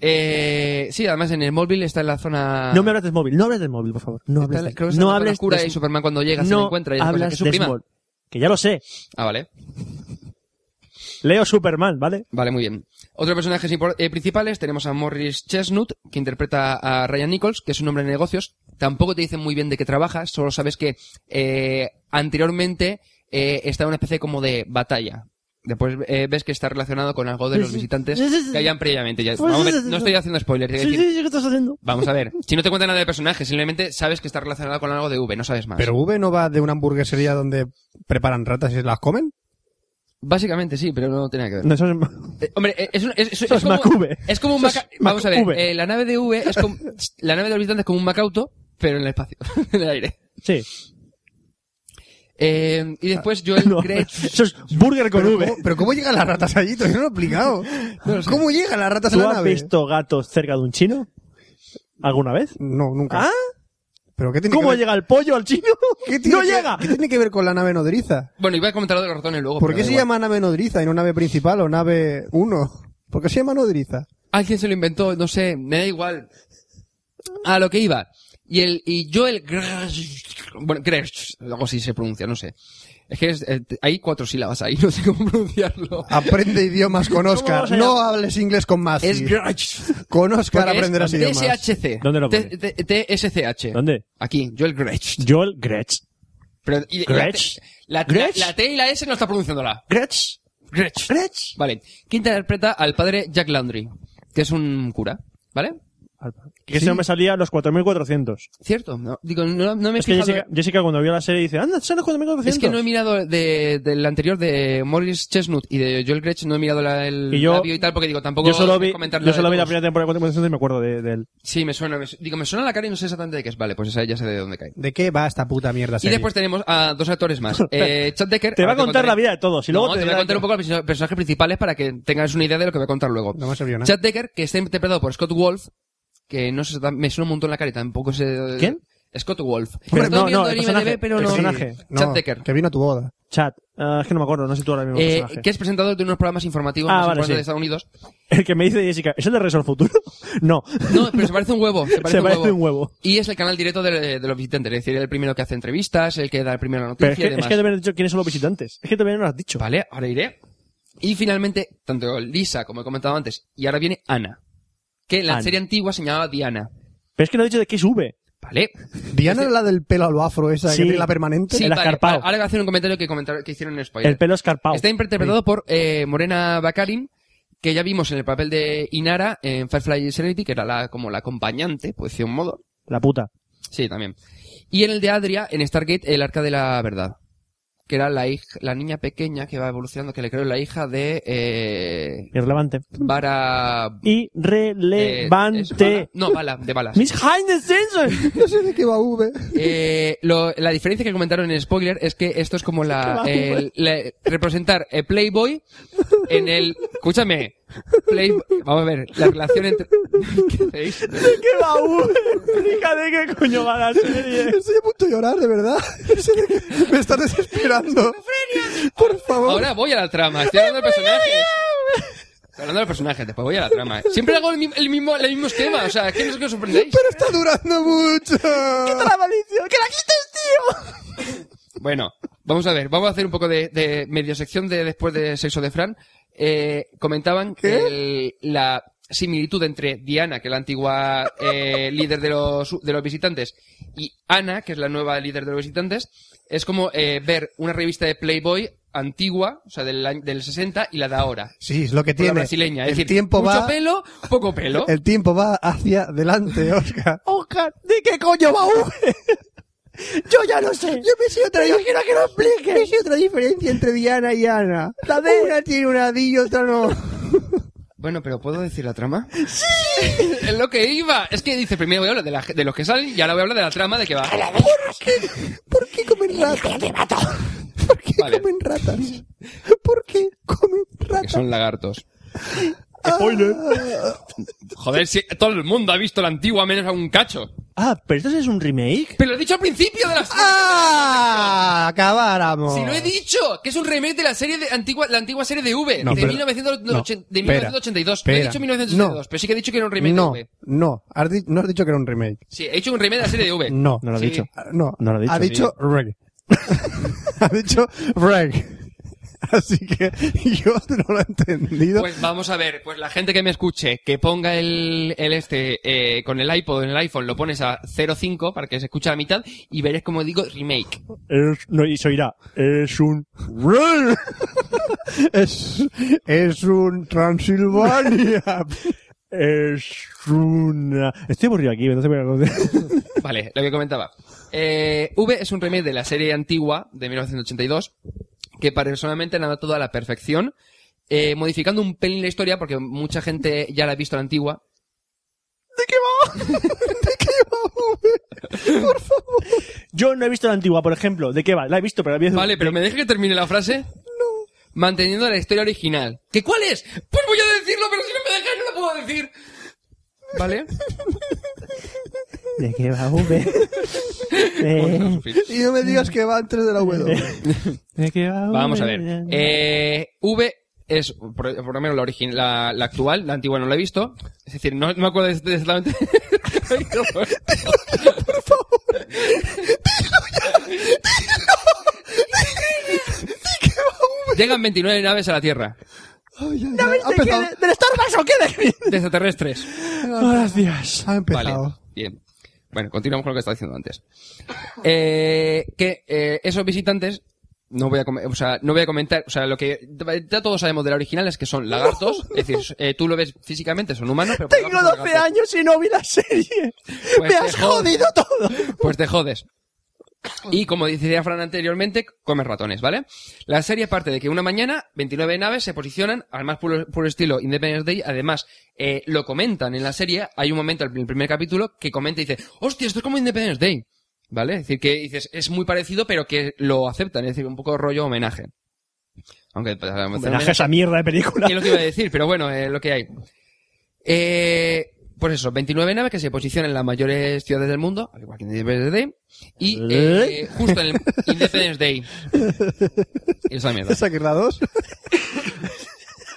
[SPEAKER 5] Eh, sí, además en el móvil está en la zona.
[SPEAKER 2] No me hables de móvil. No hables de móvil, por favor. No hables
[SPEAKER 5] Está-
[SPEAKER 2] de
[SPEAKER 5] creo que está en
[SPEAKER 2] No
[SPEAKER 5] Ah. la zona
[SPEAKER 2] hables
[SPEAKER 5] oscura
[SPEAKER 2] de
[SPEAKER 5] y Superman cuando llega se lo
[SPEAKER 2] No
[SPEAKER 5] encuentra y esas cosas que
[SPEAKER 2] hablas
[SPEAKER 5] es su
[SPEAKER 2] de
[SPEAKER 5] prima.
[SPEAKER 2] Smallville. Que ya lo sé.
[SPEAKER 5] Ah, vale.
[SPEAKER 2] Leo Superman, ¿vale?
[SPEAKER 5] Vale, muy bien. Otros personajes impor- eh, principales tenemos a Morris Chestnut, que interpreta a Ryan Nichols, que es un hombre de negocios. Tampoco te dicen muy bien de qué trabaja, solo sabes que eh, anteriormente eh, está en una especie como de batalla. Después eh, ves que está relacionado con algo de los visitantes
[SPEAKER 6] sí, sí, sí.
[SPEAKER 5] que hayan previamente. Ya,
[SPEAKER 2] Pues
[SPEAKER 5] vamos a ver, no estoy haciendo spoiler. quiero decir,
[SPEAKER 6] ¿qué estás haciendo?
[SPEAKER 5] Vamos a ver, si no te cuentan nada de personaje, simplemente sabes que está relacionado con algo de V, no sabes más.
[SPEAKER 4] ¿Pero V no va de una hamburguesería donde preparan ratas y se las comen?
[SPEAKER 5] Básicamente sí, pero no tenía que ver.
[SPEAKER 4] No, eso es...
[SPEAKER 5] Eh, hombre, eh, es, un- es, es-
[SPEAKER 4] Eso es
[SPEAKER 5] es como,
[SPEAKER 4] Mac-V.
[SPEAKER 5] es como un
[SPEAKER 4] Eso es
[SPEAKER 5] Maca- Vamos a ver,
[SPEAKER 4] Mac-V.
[SPEAKER 5] eh, la nave de V es como, *laughs* la nave de orbitante es como un Macauto, pero en el espacio, *laughs* en el aire.
[SPEAKER 2] Sí.
[SPEAKER 5] Eh, y después
[SPEAKER 4] *laughs*
[SPEAKER 5] Joel
[SPEAKER 2] No, *laughs*
[SPEAKER 5] Gretsch-
[SPEAKER 2] eso es burger con
[SPEAKER 4] ¿Pero,
[SPEAKER 2] V.
[SPEAKER 4] cómo, pero cómo llegan las ratas allí? Todavía no lo he
[SPEAKER 5] *laughs*
[SPEAKER 4] explicado. ¿Cómo llegan las ratas a
[SPEAKER 2] ¿Tú
[SPEAKER 4] la
[SPEAKER 2] has
[SPEAKER 4] nave?
[SPEAKER 2] visto gatos cerca de un chino? ¿Alguna vez?
[SPEAKER 4] No, nunca.
[SPEAKER 2] ¿Ah?
[SPEAKER 4] ¿Pero qué tiene
[SPEAKER 2] ¿Cómo
[SPEAKER 4] que ver?
[SPEAKER 2] llega el pollo al chino?
[SPEAKER 4] *laughs* ¿Qué tiene
[SPEAKER 2] ¡No
[SPEAKER 4] que-
[SPEAKER 2] llega!
[SPEAKER 4] ¿Qué tiene que ver con la nave nodriza?
[SPEAKER 5] Bueno, iba a comentar lo de los ratones luego.
[SPEAKER 4] ¿Por
[SPEAKER 5] pero
[SPEAKER 4] qué
[SPEAKER 5] Pues da
[SPEAKER 4] se
[SPEAKER 5] igual.
[SPEAKER 4] llama nave nodriza y no nave principal o nave 1? ¿Por qué se llama nodriza?
[SPEAKER 5] Alguien se lo inventó, no sé, me da igual. A lo que iba. Y el, y Joel Gretsch- bueno, Gretsch, algo así se pronuncia, no sé. Es que es- eh, hay cuatro sílabas ahí, *laughs* no sé cómo pronunciarlo. *laughs*
[SPEAKER 4] Aprende idiomas con Oscar.
[SPEAKER 2] vamos a
[SPEAKER 4] No
[SPEAKER 2] llamar?
[SPEAKER 4] hables inglés con más.
[SPEAKER 5] Es *laughs* Gretsch.
[SPEAKER 4] Con Oscar
[SPEAKER 5] Porque es
[SPEAKER 4] aprenderás idiomas.
[SPEAKER 5] TSHC.
[SPEAKER 2] ¿Dónde lo
[SPEAKER 5] T-
[SPEAKER 2] pone?
[SPEAKER 5] T- TSCH.
[SPEAKER 2] ¿Dónde?
[SPEAKER 5] Aquí, Joel Gretsch.
[SPEAKER 2] Joel Gretsch.
[SPEAKER 5] Pero, y-
[SPEAKER 2] Gretsch.
[SPEAKER 5] La, la-
[SPEAKER 2] Gretsch.
[SPEAKER 5] la T y la S no está pronunciándola.
[SPEAKER 2] Gretsch.
[SPEAKER 5] Gretsch.
[SPEAKER 2] Gretsch.
[SPEAKER 5] Vale. Que interpreta al padre Jack Landry, que es un cura. ¿Vale?
[SPEAKER 2] Que ese hombre salía a los 4400.
[SPEAKER 5] Cierto. No, digo, no, no me he
[SPEAKER 2] Es que
[SPEAKER 5] fijado-
[SPEAKER 2] Jessica, Jessica cuando vio la serie dice, anda, son los 4400.
[SPEAKER 5] Es que no he mirado de, del anterior de Morris Chestnut y de Joel Gretsch, no he mirado la, el
[SPEAKER 2] Y yo-
[SPEAKER 5] labio y tal, porque digo, tampoco
[SPEAKER 2] yo solo vi,
[SPEAKER 5] comentar
[SPEAKER 2] yo solo vi la
[SPEAKER 5] todos.
[SPEAKER 2] primera temporada de 4400 y me acuerdo de, de él.
[SPEAKER 5] Sí, me suena, me su- digo, me suena la cara y no sé exactamente de qué es. Vale, pues esa ya sé de dónde cae.
[SPEAKER 4] ¿De qué va esta puta mierda
[SPEAKER 5] Y
[SPEAKER 4] serie?
[SPEAKER 5] después tenemos a dos
[SPEAKER 2] *laughs*
[SPEAKER 5] actores más. Eh, Chad Decker.
[SPEAKER 2] Te va a
[SPEAKER 5] ahora
[SPEAKER 2] contar
[SPEAKER 5] contaré-
[SPEAKER 2] la vida de todos y luego
[SPEAKER 5] No,
[SPEAKER 2] te
[SPEAKER 5] te voy a
[SPEAKER 2] dirá-
[SPEAKER 5] contar un poco los perso- personajes principales para que tengas una idea de lo que voy a contar luego.
[SPEAKER 4] No me ha servido nada.
[SPEAKER 5] Chad Decker, que está interpretado por Scott Wolf, que no sé, me suena un montón la cara y tampoco sé...
[SPEAKER 2] ¿Quién?
[SPEAKER 5] Scott Wolf.
[SPEAKER 2] Pero
[SPEAKER 5] Lo estoy
[SPEAKER 2] no,
[SPEAKER 5] viendo
[SPEAKER 2] no, el
[SPEAKER 5] en IMDb,
[SPEAKER 2] personaje,
[SPEAKER 5] pero
[SPEAKER 2] el
[SPEAKER 5] no...
[SPEAKER 2] personaje.
[SPEAKER 4] No,
[SPEAKER 5] Chad Decker.
[SPEAKER 4] que vino a tu boda.
[SPEAKER 2] Chat. Ah, es que no me acuerdo, no sé si tú ahora mismo. el
[SPEAKER 5] Eh,
[SPEAKER 2] personaje.
[SPEAKER 5] que es presentador de unos programas informativos
[SPEAKER 2] Ah,
[SPEAKER 5] más
[SPEAKER 2] vale,
[SPEAKER 5] importantes
[SPEAKER 2] sí.
[SPEAKER 5] de Estados Unidos.
[SPEAKER 2] *laughs* El que me dice Jessica, ¿es el de Resort Futuro? *laughs* no.
[SPEAKER 5] No, pero se parece un huevo. Se
[SPEAKER 2] *laughs*
[SPEAKER 5] parece,
[SPEAKER 2] Se parece un huevo.
[SPEAKER 5] Y es el canal directo de, de los visitantes, es decir, el primero que hace entrevistas, el que da primero la noticia
[SPEAKER 2] Pero es que,
[SPEAKER 5] y demás.
[SPEAKER 2] es que te dicho quiénes son los visitantes. Es que también no lo has dicho.
[SPEAKER 5] Vale, ahora iré. Y finalmente, tanto Lisa, como he comentado antes, y ahora viene Ana. Que en la
[SPEAKER 2] Ana.
[SPEAKER 5] serie antigua se llamaba Diana.
[SPEAKER 2] Pero es que no he dicho de qué sube.
[SPEAKER 5] Vale.
[SPEAKER 4] Diana es la del pelo a lo afro esa
[SPEAKER 2] Sí.
[SPEAKER 4] que tiene la permanente.
[SPEAKER 5] Sí,
[SPEAKER 2] El
[SPEAKER 5] vale,
[SPEAKER 2] escarpao.
[SPEAKER 5] vale, Ahora voy a hacer un comentario que, comentar- que hicieron en spoiler.
[SPEAKER 2] El pelo escarpado.
[SPEAKER 5] Está interpretado por eh, Morena Baccarin, que ya vimos en el papel de Inara en Firefly Serenity, que era la, como la acompañante, por decir un modo.
[SPEAKER 2] La puta.
[SPEAKER 5] Sí, también. Y en el de Adria, en Stargate, el arca de la verdad. Que era la, hija, la niña pequeña que va evolucionando, que le creo la hija de eh,
[SPEAKER 2] Irrelevante.
[SPEAKER 5] Vara Eh, es
[SPEAKER 2] Irrelevante.
[SPEAKER 5] bala. no, bala, de balas.
[SPEAKER 2] Miss Hines
[SPEAKER 5] *laughs*
[SPEAKER 2] Sensor. *laughs*
[SPEAKER 4] *laughs* No sé de qué va V.
[SPEAKER 5] Eh, lo- la diferencia que comentaron en spoiler es que esto es como la, el- la- representar eh, Playboy en el. Escúchame. Play- vamos a ver, la relación entre. *laughs* ¿Qué hacéis?
[SPEAKER 2] ¿Qué va, Uber? Explícate qué coño va la serie.
[SPEAKER 4] Estoy a punto de llorar, de verdad. *laughs* No sé de qué- Me estás desesperando. Por favor.
[SPEAKER 5] Ahora voy a la trama, estoy hablando de personajes. Estoy hablando de los personajes, después voy a la trama. Siempre hago el, mi- el mismo, el mismo esquema, o sea, ¿qué no es que os sorprendéis?
[SPEAKER 4] Pero está durando mucho.
[SPEAKER 2] ¡Que la quites, tío!
[SPEAKER 5] Bueno, vamos a ver, vamos a hacer un poco de, de medio sección de después de Sexo de Fran. Eh, comentaban que el- la similitud entre Diana, que es la antigua eh, líder de los, de los visitantes, y Ana, que es la nueva líder de los visitantes, es como eh, ver una revista de Playboy antigua, o sea, del, año- del 60 y la de ahora.
[SPEAKER 4] Sí, es lo que
[SPEAKER 5] Por la
[SPEAKER 4] tiene.
[SPEAKER 5] brasileña. Es
[SPEAKER 4] el
[SPEAKER 5] decir,
[SPEAKER 4] tiempo
[SPEAKER 5] mucho
[SPEAKER 4] va,
[SPEAKER 5] pelo, poco pelo.
[SPEAKER 4] *laughs* el tiempo va hacia
[SPEAKER 5] *laughs*
[SPEAKER 4] adelante, Oscar.
[SPEAKER 6] Oscar, ¿de qué coño va Uber? Yo ya no sé. Yo me siento otra Yo quiero que lo expliques.
[SPEAKER 4] otra diferencia entre Diana y Ana. La de una tiene un adillo, otra no.
[SPEAKER 5] Bueno, pero ¿puedo decir la trama? ¡Sí! *laughs* es lo que iba. Es que dice, primero voy a hablar de, la- de los que salen y ahora voy a hablar de la trama de que va.
[SPEAKER 4] ¿Por qué comen ratas? ¿Por qué
[SPEAKER 5] Vale.
[SPEAKER 4] comen ratas? ¿Por qué comen
[SPEAKER 5] Que
[SPEAKER 4] ratas?
[SPEAKER 5] son lagartos. Joder, si todo el mundo ha visto la antigua menos a un cacho.
[SPEAKER 2] Ah, pero esto es un remake.
[SPEAKER 5] Pero lo he dicho al principio de la serie.
[SPEAKER 4] ¡Ah! Acabáramos.
[SPEAKER 5] Si lo he dicho, que es un remake de la serie de antigua, la antigua serie de V,
[SPEAKER 4] No,
[SPEAKER 5] de,
[SPEAKER 4] pero-
[SPEAKER 5] 1980
[SPEAKER 4] no,
[SPEAKER 5] de
[SPEAKER 4] espera,
[SPEAKER 5] 1982. no he
[SPEAKER 4] espera.
[SPEAKER 5] dicho 1982,
[SPEAKER 4] No.
[SPEAKER 5] pero sí que he dicho que era un remake
[SPEAKER 4] No,
[SPEAKER 5] de V.
[SPEAKER 4] no. Has di- no has dicho que era un remake.
[SPEAKER 5] Sí, he hecho un remake de la serie de V.
[SPEAKER 4] No. Ah,
[SPEAKER 2] No lo ha
[SPEAKER 5] Sí.
[SPEAKER 2] dicho.
[SPEAKER 4] No, *laughs*
[SPEAKER 2] No lo ha dicho,
[SPEAKER 4] Ha dicho reg. ha dicho reg. Así que yo no lo he entendido.
[SPEAKER 5] Pues vamos a ver, pues la gente que me escuche, que ponga el, el este eh, con el iPod en el iPhone, lo pones a 0.5 para que se escuche a la mitad y veréis como digo remake.
[SPEAKER 2] Es- no, y se oirá. Es un. rey.
[SPEAKER 4] es, es un Transilvania.
[SPEAKER 2] Es una. Estoy aburrido aquí, entonces me voy a-
[SPEAKER 5] Vale, lo que comentaba. Eh, v es un remake de la serie antigua de 1982 que personalmente la han adaptado a la perfección, eh, modificando un pelín la historia porque mucha gente ya la ha visto la antigua.
[SPEAKER 2] *laughs* Yo no he visto la antigua, por ejemplo. ¿De qué va? La he visto, pero la vi hace-
[SPEAKER 5] Vale, pero ¿me deja que termine la frase? No. Manteniendo la historia original. ¿Qué cuál es? Pues voy a decirlo, pero si no me dejas no lo puedo decir. ¿Vale?
[SPEAKER 6] ¿De qué va V?
[SPEAKER 5] *laughs*
[SPEAKER 6] Eh,
[SPEAKER 4] y no me digas que va antes de la W.
[SPEAKER 6] ¿De qué va V?
[SPEAKER 5] Vamos a ver. Eh, v es, por, por lo menos, la, origin- la, la actual, la antigua no la he visto. Es decir, no, no me acuerdo exactamente. por Llegan 29 naves a la Tierra,
[SPEAKER 4] Ay, ya, ya.
[SPEAKER 6] ¿De
[SPEAKER 4] Ha
[SPEAKER 6] qué?
[SPEAKER 4] empezado.
[SPEAKER 6] ¿De- ¿Del Starbucks o qué?
[SPEAKER 2] *laughs*
[SPEAKER 5] *laughs*
[SPEAKER 6] De-
[SPEAKER 5] de extraterrestres.
[SPEAKER 6] Gracias.
[SPEAKER 4] Ha
[SPEAKER 5] Vale,
[SPEAKER 4] empezado.
[SPEAKER 5] bien. Bueno, continuamos con lo que estaba diciendo antes. Eh, que eh, esos visitantes, no voy, a com- o sea, no voy a comentar, o sea, lo que ya todos sabemos de la original es que son lagartos, es decir, eh, tú lo ves físicamente, son humanos, pero por
[SPEAKER 6] Tengo
[SPEAKER 5] debajo son
[SPEAKER 6] 12
[SPEAKER 5] lagartos.
[SPEAKER 6] años y no vi la serie.
[SPEAKER 5] Pues
[SPEAKER 6] Me
[SPEAKER 5] te
[SPEAKER 6] has
[SPEAKER 5] jodes.
[SPEAKER 6] jodido todo.
[SPEAKER 5] Pues te jodes. Y como decía Fran anteriormente, comes ratones, ¿vale? La serie parte de que una mañana 29 naves se posicionan al más puro, puro estilo Independence Day. Además, eh, lo comentan en la serie. Hay un momento en el primer capítulo que comenta y dice, hostia, esto es como Independence Day. ¿Vale? Es decir, que dices, es muy parecido, pero que lo aceptan. Es decir, un poco rollo homenaje. Aunque, pues, a lo mejor-
[SPEAKER 2] Homenaje a esa mierda de película.
[SPEAKER 5] *laughs* es lo que iba a decir, pero bueno, eh, lo que hay. Eh, pues eso, 29 naves que se posicionan en las mayores ciudades del mundo, al igual que Independence Day, y eh, justo en el Independence Day. Esa mierda.
[SPEAKER 4] ¿Esa que es la 2? *laughs*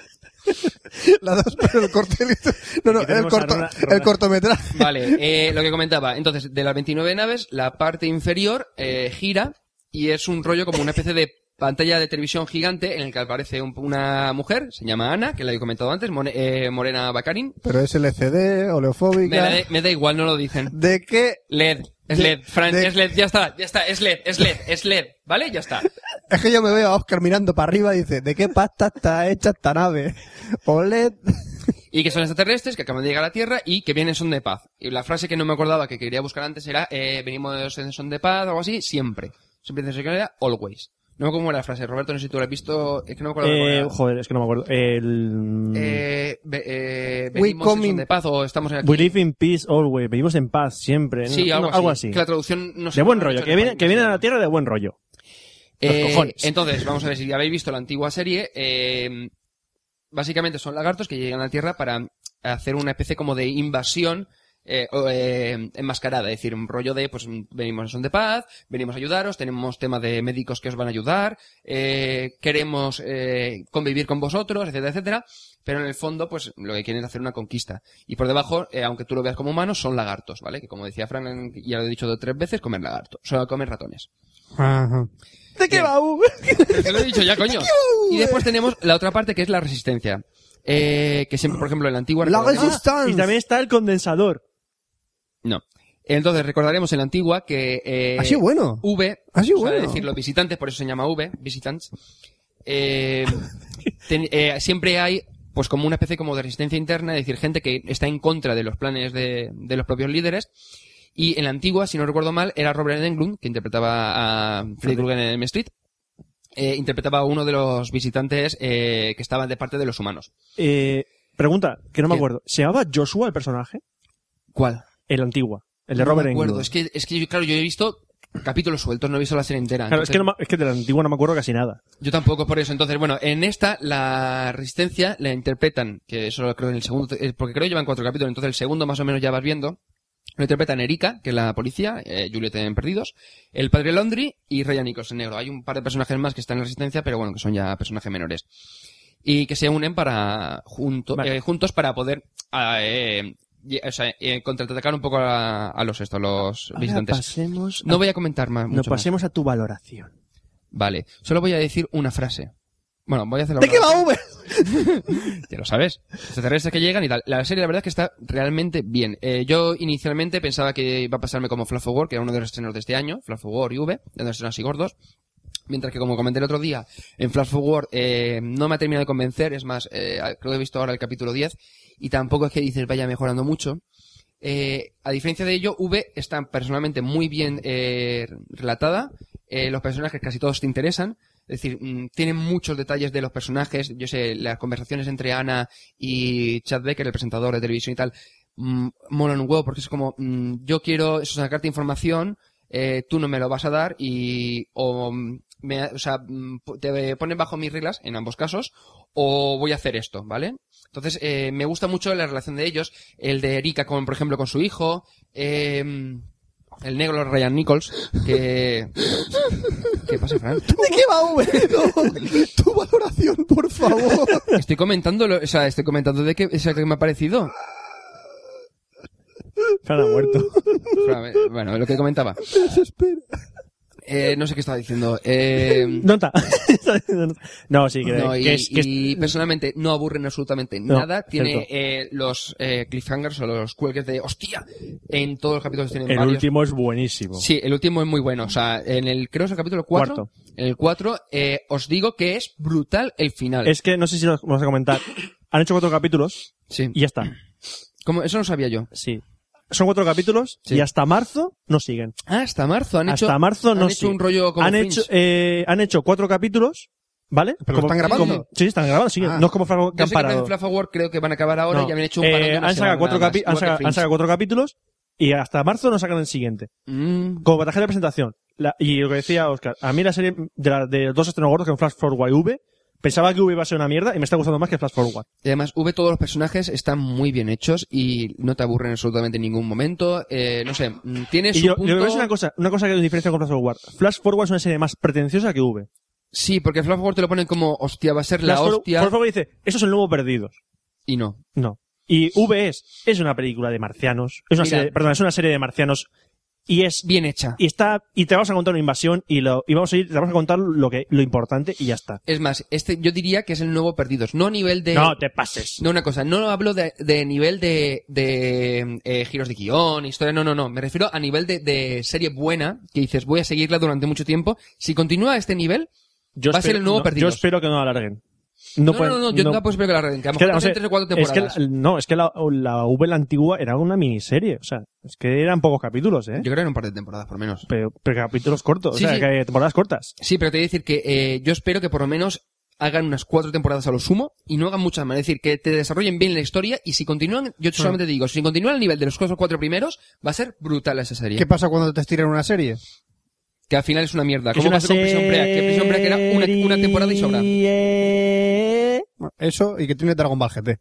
[SPEAKER 4] la 2, pero el cortelito. No, no,
[SPEAKER 2] Aquí
[SPEAKER 4] el,
[SPEAKER 2] tenemos a
[SPEAKER 4] corto,
[SPEAKER 2] Rona-
[SPEAKER 4] el
[SPEAKER 2] Rona.
[SPEAKER 4] cortometraje.
[SPEAKER 5] Vale, eh, lo que comentaba. Entonces, de las 29 naves, la parte inferior eh, gira y es un rollo como una especie de pantalla de televisión gigante en el que aparece un- una mujer, se llama Ana, que la he comentado antes, Mone- eh, Morena Bacarin.
[SPEAKER 4] Pero es LCD,
[SPEAKER 5] Me,
[SPEAKER 4] oleofóbica.
[SPEAKER 5] la de- me da igual, no lo dicen.
[SPEAKER 4] ¿De qué?
[SPEAKER 5] LED, es
[SPEAKER 4] De-
[SPEAKER 5] LED, Fran,
[SPEAKER 4] de-
[SPEAKER 5] es LED, ya está, ya está, es LED, es LED, es LED, ¿vale? Ya está.
[SPEAKER 4] Es que yo me veo a Oscar mirando para arriba y dice, ¿de qué pasta está hecha esta nave? OLED.
[SPEAKER 5] Y que son extraterrestres que acaban de llegar a la Tierra y que vienen son de paz. Y la frase que no me acordaba que quería buscar antes era, eh, venimos en son de paz o algo así, siempre. Siempre dice que era always. No me acuerdo cómo era la frase, Roberto, no sé si tú la has visto, es que no me acuerdo.
[SPEAKER 2] Eh,
[SPEAKER 5] cómo
[SPEAKER 2] mm.
[SPEAKER 5] era.
[SPEAKER 2] joder, es que no me acuerdo. El...
[SPEAKER 5] Eh, ve- eh,
[SPEAKER 4] We
[SPEAKER 5] venimos en son
[SPEAKER 4] coming.
[SPEAKER 5] de paz o estamos aquí.
[SPEAKER 2] We live in peace always. Vivimos en paz siempre. ¿no?
[SPEAKER 5] Sí,
[SPEAKER 2] No,
[SPEAKER 5] algo, así.
[SPEAKER 2] así.
[SPEAKER 5] Que la traducción no sé
[SPEAKER 2] De buen
[SPEAKER 5] cómo lo han
[SPEAKER 2] rollo.
[SPEAKER 5] hecho
[SPEAKER 2] Que
[SPEAKER 5] en
[SPEAKER 2] viene,
[SPEAKER 5] español.
[SPEAKER 2] que viene a la tierra de buen rollo.
[SPEAKER 6] Ah,
[SPEAKER 2] Los cojones.
[SPEAKER 5] Eh, Entonces, vamos a ver si habéis visto la antigua serie. eh, básicamente son lagartos que llegan a la Tierra para hacer una especie como de invasión eh, o, eh, enmascarada. Es decir, un rollo de, pues, venimos en son de paz, venimos a ayudaros, tenemos temas de médicos que os van a ayudar, eh, queremos eh, convivir con vosotros, etcétera, etcétera. Pero en el fondo, pues, lo que quieren es hacer una conquista. Y por debajo, eh, aunque tú lo veas como humano, son lagartos, ¿vale? Que como decía Frank, ya lo he dicho tres veces, comen lagartos, o sea, comen ratones.
[SPEAKER 6] ¿De qué
[SPEAKER 5] Bien.
[SPEAKER 6] va V?
[SPEAKER 5] Pero te lo he dicho ya, coño. Y después tenemos la otra parte que es la resistencia. Eh, que siempre, por ejemplo, en la antigua...
[SPEAKER 4] La
[SPEAKER 5] recordaremos-
[SPEAKER 4] Resistance.
[SPEAKER 2] Y también está el condensador.
[SPEAKER 5] No. Entonces recordaremos en la antigua que... Eh,
[SPEAKER 4] Así bueno.
[SPEAKER 5] V.
[SPEAKER 2] Ah,
[SPEAKER 4] Así
[SPEAKER 5] o sea,
[SPEAKER 4] bueno.
[SPEAKER 5] Es decir, los visitantes, por eso se llama V, visitantes. eh, ten- eh, siempre hay pues como una especie como de resistencia interna, es decir, gente que está en contra de los planes de, de los propios líderes. Y en la antigua, si no recuerdo mal, era Robert Englund, que interpretaba a Freddy Krueger en M Street, eh, interpretaba a uno de los visitantes eh, que estaban de parte de los humanos.
[SPEAKER 2] Eh, pregunta, que no me
[SPEAKER 5] Bien.
[SPEAKER 2] acuerdo. ¿Se llamaba Joshua el personaje?
[SPEAKER 5] ¿Cuál?
[SPEAKER 2] El antiguo. El de
[SPEAKER 5] No
[SPEAKER 2] Robert
[SPEAKER 5] me acuerdo.
[SPEAKER 2] Englund.
[SPEAKER 5] Es que, es que, yo- claro, yo he visto capítulos sueltos, no he visto la serie entera.
[SPEAKER 2] Claro, es
[SPEAKER 5] entonces-
[SPEAKER 2] que, no me- es que del antiguo no me acuerdo casi nada.
[SPEAKER 5] Yo tampoco por eso. Entonces, bueno, en esta la resistencia la interpretan, que eso lo creo en el segundo, eh, porque creo que llevan cuatro capítulos, entonces el segundo más o menos ya vas viendo. Lo interpretan Erika, que es la policía, eh, Juliet en Perdidos, el padre Laundry y Ryan Nichols en negro. Hay un par de personajes más que están en la resistencia, pero bueno, que son ya personajes menores. Y que se unen para junto,
[SPEAKER 2] Vale.
[SPEAKER 5] eh, juntos para poder ah, eh, y- o sea, eh, contraatacar un poco a, a los estos, los
[SPEAKER 2] Ahora
[SPEAKER 5] visitantes.
[SPEAKER 2] pasemos, a,
[SPEAKER 5] No voy a comentar más.
[SPEAKER 2] no,
[SPEAKER 5] mucho más.
[SPEAKER 2] pasemos a tu valoración.
[SPEAKER 5] Vale, solo voy a decir una frase. Bueno, voy a hacer la
[SPEAKER 4] ¿De qué
[SPEAKER 5] broma.
[SPEAKER 4] va Uber?
[SPEAKER 5] Ya lo sabes. Extraterrestres que llegan y tal. La serie, la verdad es que está realmente bien. Eh, yo inicialmente pensaba que iba a pasarme como Flash of War, que era uno de los estrenos de este año, Flash of War y V, de los estrenos así gordos. Mientras que, como comenté el otro día, en Flash Forward eh, no me ha terminado de convencer, es más, eh, creo que he visto ahora el capítulo 10, y tampoco es que dices vaya mejorando mucho. Eh, a diferencia de ello, V está personalmente muy bien eh, relatada, eh, los personajes casi todos te interesan, es decir, mm, tienen muchos detalles de los personajes, yo sé, las conversaciones entre Ana y Chad Becker, el presentador de televisión y tal, mm, molan un huevo porque es como, mm, yo quiero eso, sacarte información, eh, tú no me lo vas a dar y o, mm, me, o sea, mm, po- te pones bajo mis reglas en ambos casos o voy a hacer esto, ¿vale? Entonces, eh, me gusta mucho la relación de ellos, el de Erika, con, por ejemplo, con su hijo, eh, el negro Ryan Nichols, que... *laughs* ¿Qué pasa, Fran?
[SPEAKER 4] ¿De qué va Uber? No, tu valoración, por favor.
[SPEAKER 5] Estoy comentando, lo- o sea, estoy comentando de qué es el que me ha parecido.
[SPEAKER 2] Fran ha *laughs* muerto.
[SPEAKER 5] O sea, eh, Bueno, lo que comentaba. Eh, no sé qué estaba diciendo. Eh,
[SPEAKER 2] No está. no, sí, *laughs* que,
[SPEAKER 5] no, y,
[SPEAKER 2] que es, que es-
[SPEAKER 5] y personalmente no aburren absolutamente
[SPEAKER 2] No,
[SPEAKER 5] nada.
[SPEAKER 2] cierto.
[SPEAKER 5] Tiene eh, los eh, cliffhangers o los cuelgues de hostia en todos los capítulos. Tienen
[SPEAKER 2] el
[SPEAKER 5] varios.
[SPEAKER 2] último es buenísimo.
[SPEAKER 5] Sí, el último es muy bueno. O sea, en el, creo que es el capítulo 4.
[SPEAKER 2] Cuarto.
[SPEAKER 5] En el 4, eh, os digo que es brutal el final.
[SPEAKER 2] Es que no sé si lo vamos a comentar. Han hecho cuatro capítulos
[SPEAKER 5] Sí.
[SPEAKER 2] y ya está.
[SPEAKER 5] Como- Eso no sabía yo.
[SPEAKER 2] Sí. Son cuatro capítulos
[SPEAKER 5] Sí.
[SPEAKER 2] y hasta marzo no siguen.
[SPEAKER 5] Ah, hasta marzo han
[SPEAKER 2] hasta
[SPEAKER 5] hecho.
[SPEAKER 2] marzo no
[SPEAKER 5] han hecho
[SPEAKER 2] siguen.
[SPEAKER 5] un rollo como
[SPEAKER 2] han
[SPEAKER 5] Fringe.
[SPEAKER 2] hecho, eh, han hecho cuatro capítulos, ¿vale?
[SPEAKER 4] ¿Pero lo están grabando?
[SPEAKER 2] sí, están grabando, sí.
[SPEAKER 4] Ah.
[SPEAKER 2] No es como Franco que
[SPEAKER 5] Yo
[SPEAKER 2] han
[SPEAKER 5] sé que en
[SPEAKER 2] parado.
[SPEAKER 5] Flash Forward creo que van a acabar ahora
[SPEAKER 2] No.
[SPEAKER 5] y han hecho un
[SPEAKER 2] Eh,
[SPEAKER 5] parón de una
[SPEAKER 2] han
[SPEAKER 5] semana
[SPEAKER 2] sacado cuatro,
[SPEAKER 5] nada más,
[SPEAKER 2] capi- han
[SPEAKER 5] igual que
[SPEAKER 2] saca- han
[SPEAKER 5] Fringe.
[SPEAKER 2] sacado cuatro capítulos y hasta marzo no sacan el siguiente.
[SPEAKER 5] Mm,
[SPEAKER 2] Como bataje de presentación. la- y lo que decía Oscar, a mí la serie de, la- de los dos estrenos gordos que en Flash Forward y V, pensaba que V iba a ser una mierda y me está gustando más que Flash Forward.
[SPEAKER 5] Y además, V, todos los personajes están muy bien hechos y no te aburren absolutamente en ningún momento. Eh, no sé, mm, tiene
[SPEAKER 2] Y
[SPEAKER 5] su
[SPEAKER 2] yo, yo
[SPEAKER 5] punto...
[SPEAKER 2] creo que es una cosa, una cosa que diferencia con Flash Forward. Flash Forward es una serie más pretenciosa que V.
[SPEAKER 5] Sí, porque Flash Forward te lo ponen como, hostia, va a ser la
[SPEAKER 2] Flash For-
[SPEAKER 5] hostia,
[SPEAKER 2] Flash Forward dice, eso es el nuevo Perdidos.
[SPEAKER 5] y no.
[SPEAKER 2] No. Y V es, es una película de marcianos. Es una
[SPEAKER 5] Mira.
[SPEAKER 2] serie, perdón, es una serie de marcianos. Y es,
[SPEAKER 5] Bien hecha.
[SPEAKER 2] y está, y te vamos a contar una invasión y lo, y vamos a ir, te vamos a contar lo que, lo importante y ya está.
[SPEAKER 5] Es más, este yo diría que es el nuevo Perdidos. No a nivel de...
[SPEAKER 2] no te pases.
[SPEAKER 5] No, una cosa, no hablo de, de nivel de, de eh, giros de guión, historia, no, no, no. Me refiero a nivel de, de serie buena, que dices, voy a seguirla durante mucho tiempo. Si continúa a este nivel,
[SPEAKER 2] Yo
[SPEAKER 5] va a ser el nuevo
[SPEAKER 2] no,
[SPEAKER 5] Perdidos.
[SPEAKER 2] Yo espero que no la alarguen. No,
[SPEAKER 5] no, no, pues,
[SPEAKER 2] pueden-
[SPEAKER 5] no, no, yo
[SPEAKER 2] no-
[SPEAKER 5] tampoco espero que la arreglen, que a lo
[SPEAKER 2] Es que,
[SPEAKER 5] mejor
[SPEAKER 2] no
[SPEAKER 5] hacen
[SPEAKER 2] sé,
[SPEAKER 5] tres o cuatro
[SPEAKER 2] es que
[SPEAKER 5] temporadas.
[SPEAKER 2] la- no, es que la, la V la antigua era una miniserie. O sea, es que eran pocos capítulos, ¿eh?
[SPEAKER 5] Yo creo que en un par de temporadas, por lo menos.
[SPEAKER 2] Pero, pero capítulos cortos,
[SPEAKER 5] Sí,
[SPEAKER 2] o sea,
[SPEAKER 5] sí.
[SPEAKER 2] que temporadas cortas.
[SPEAKER 5] Sí, pero te voy a decir que eh, yo espero que por lo menos hagan unas cuatro temporadas a lo sumo y no hagan muchas más. Es decir, que te desarrollen bien la historia y si continúan,
[SPEAKER 2] Mm.
[SPEAKER 5] yo solamente digo, si continúan al nivel de los cuatro, cuatro primeros, va a ser brutal esa serie.
[SPEAKER 4] ¿Qué pasa cuando te estiran una serie?
[SPEAKER 5] Que al final es una mierda.
[SPEAKER 2] Es
[SPEAKER 5] ¿Cómo
[SPEAKER 2] una
[SPEAKER 5] pasó con Prison Break? Que Prison Break era una, una temporada y sobra.
[SPEAKER 2] serie-
[SPEAKER 4] Eso y que tiene Dragon Ball GT.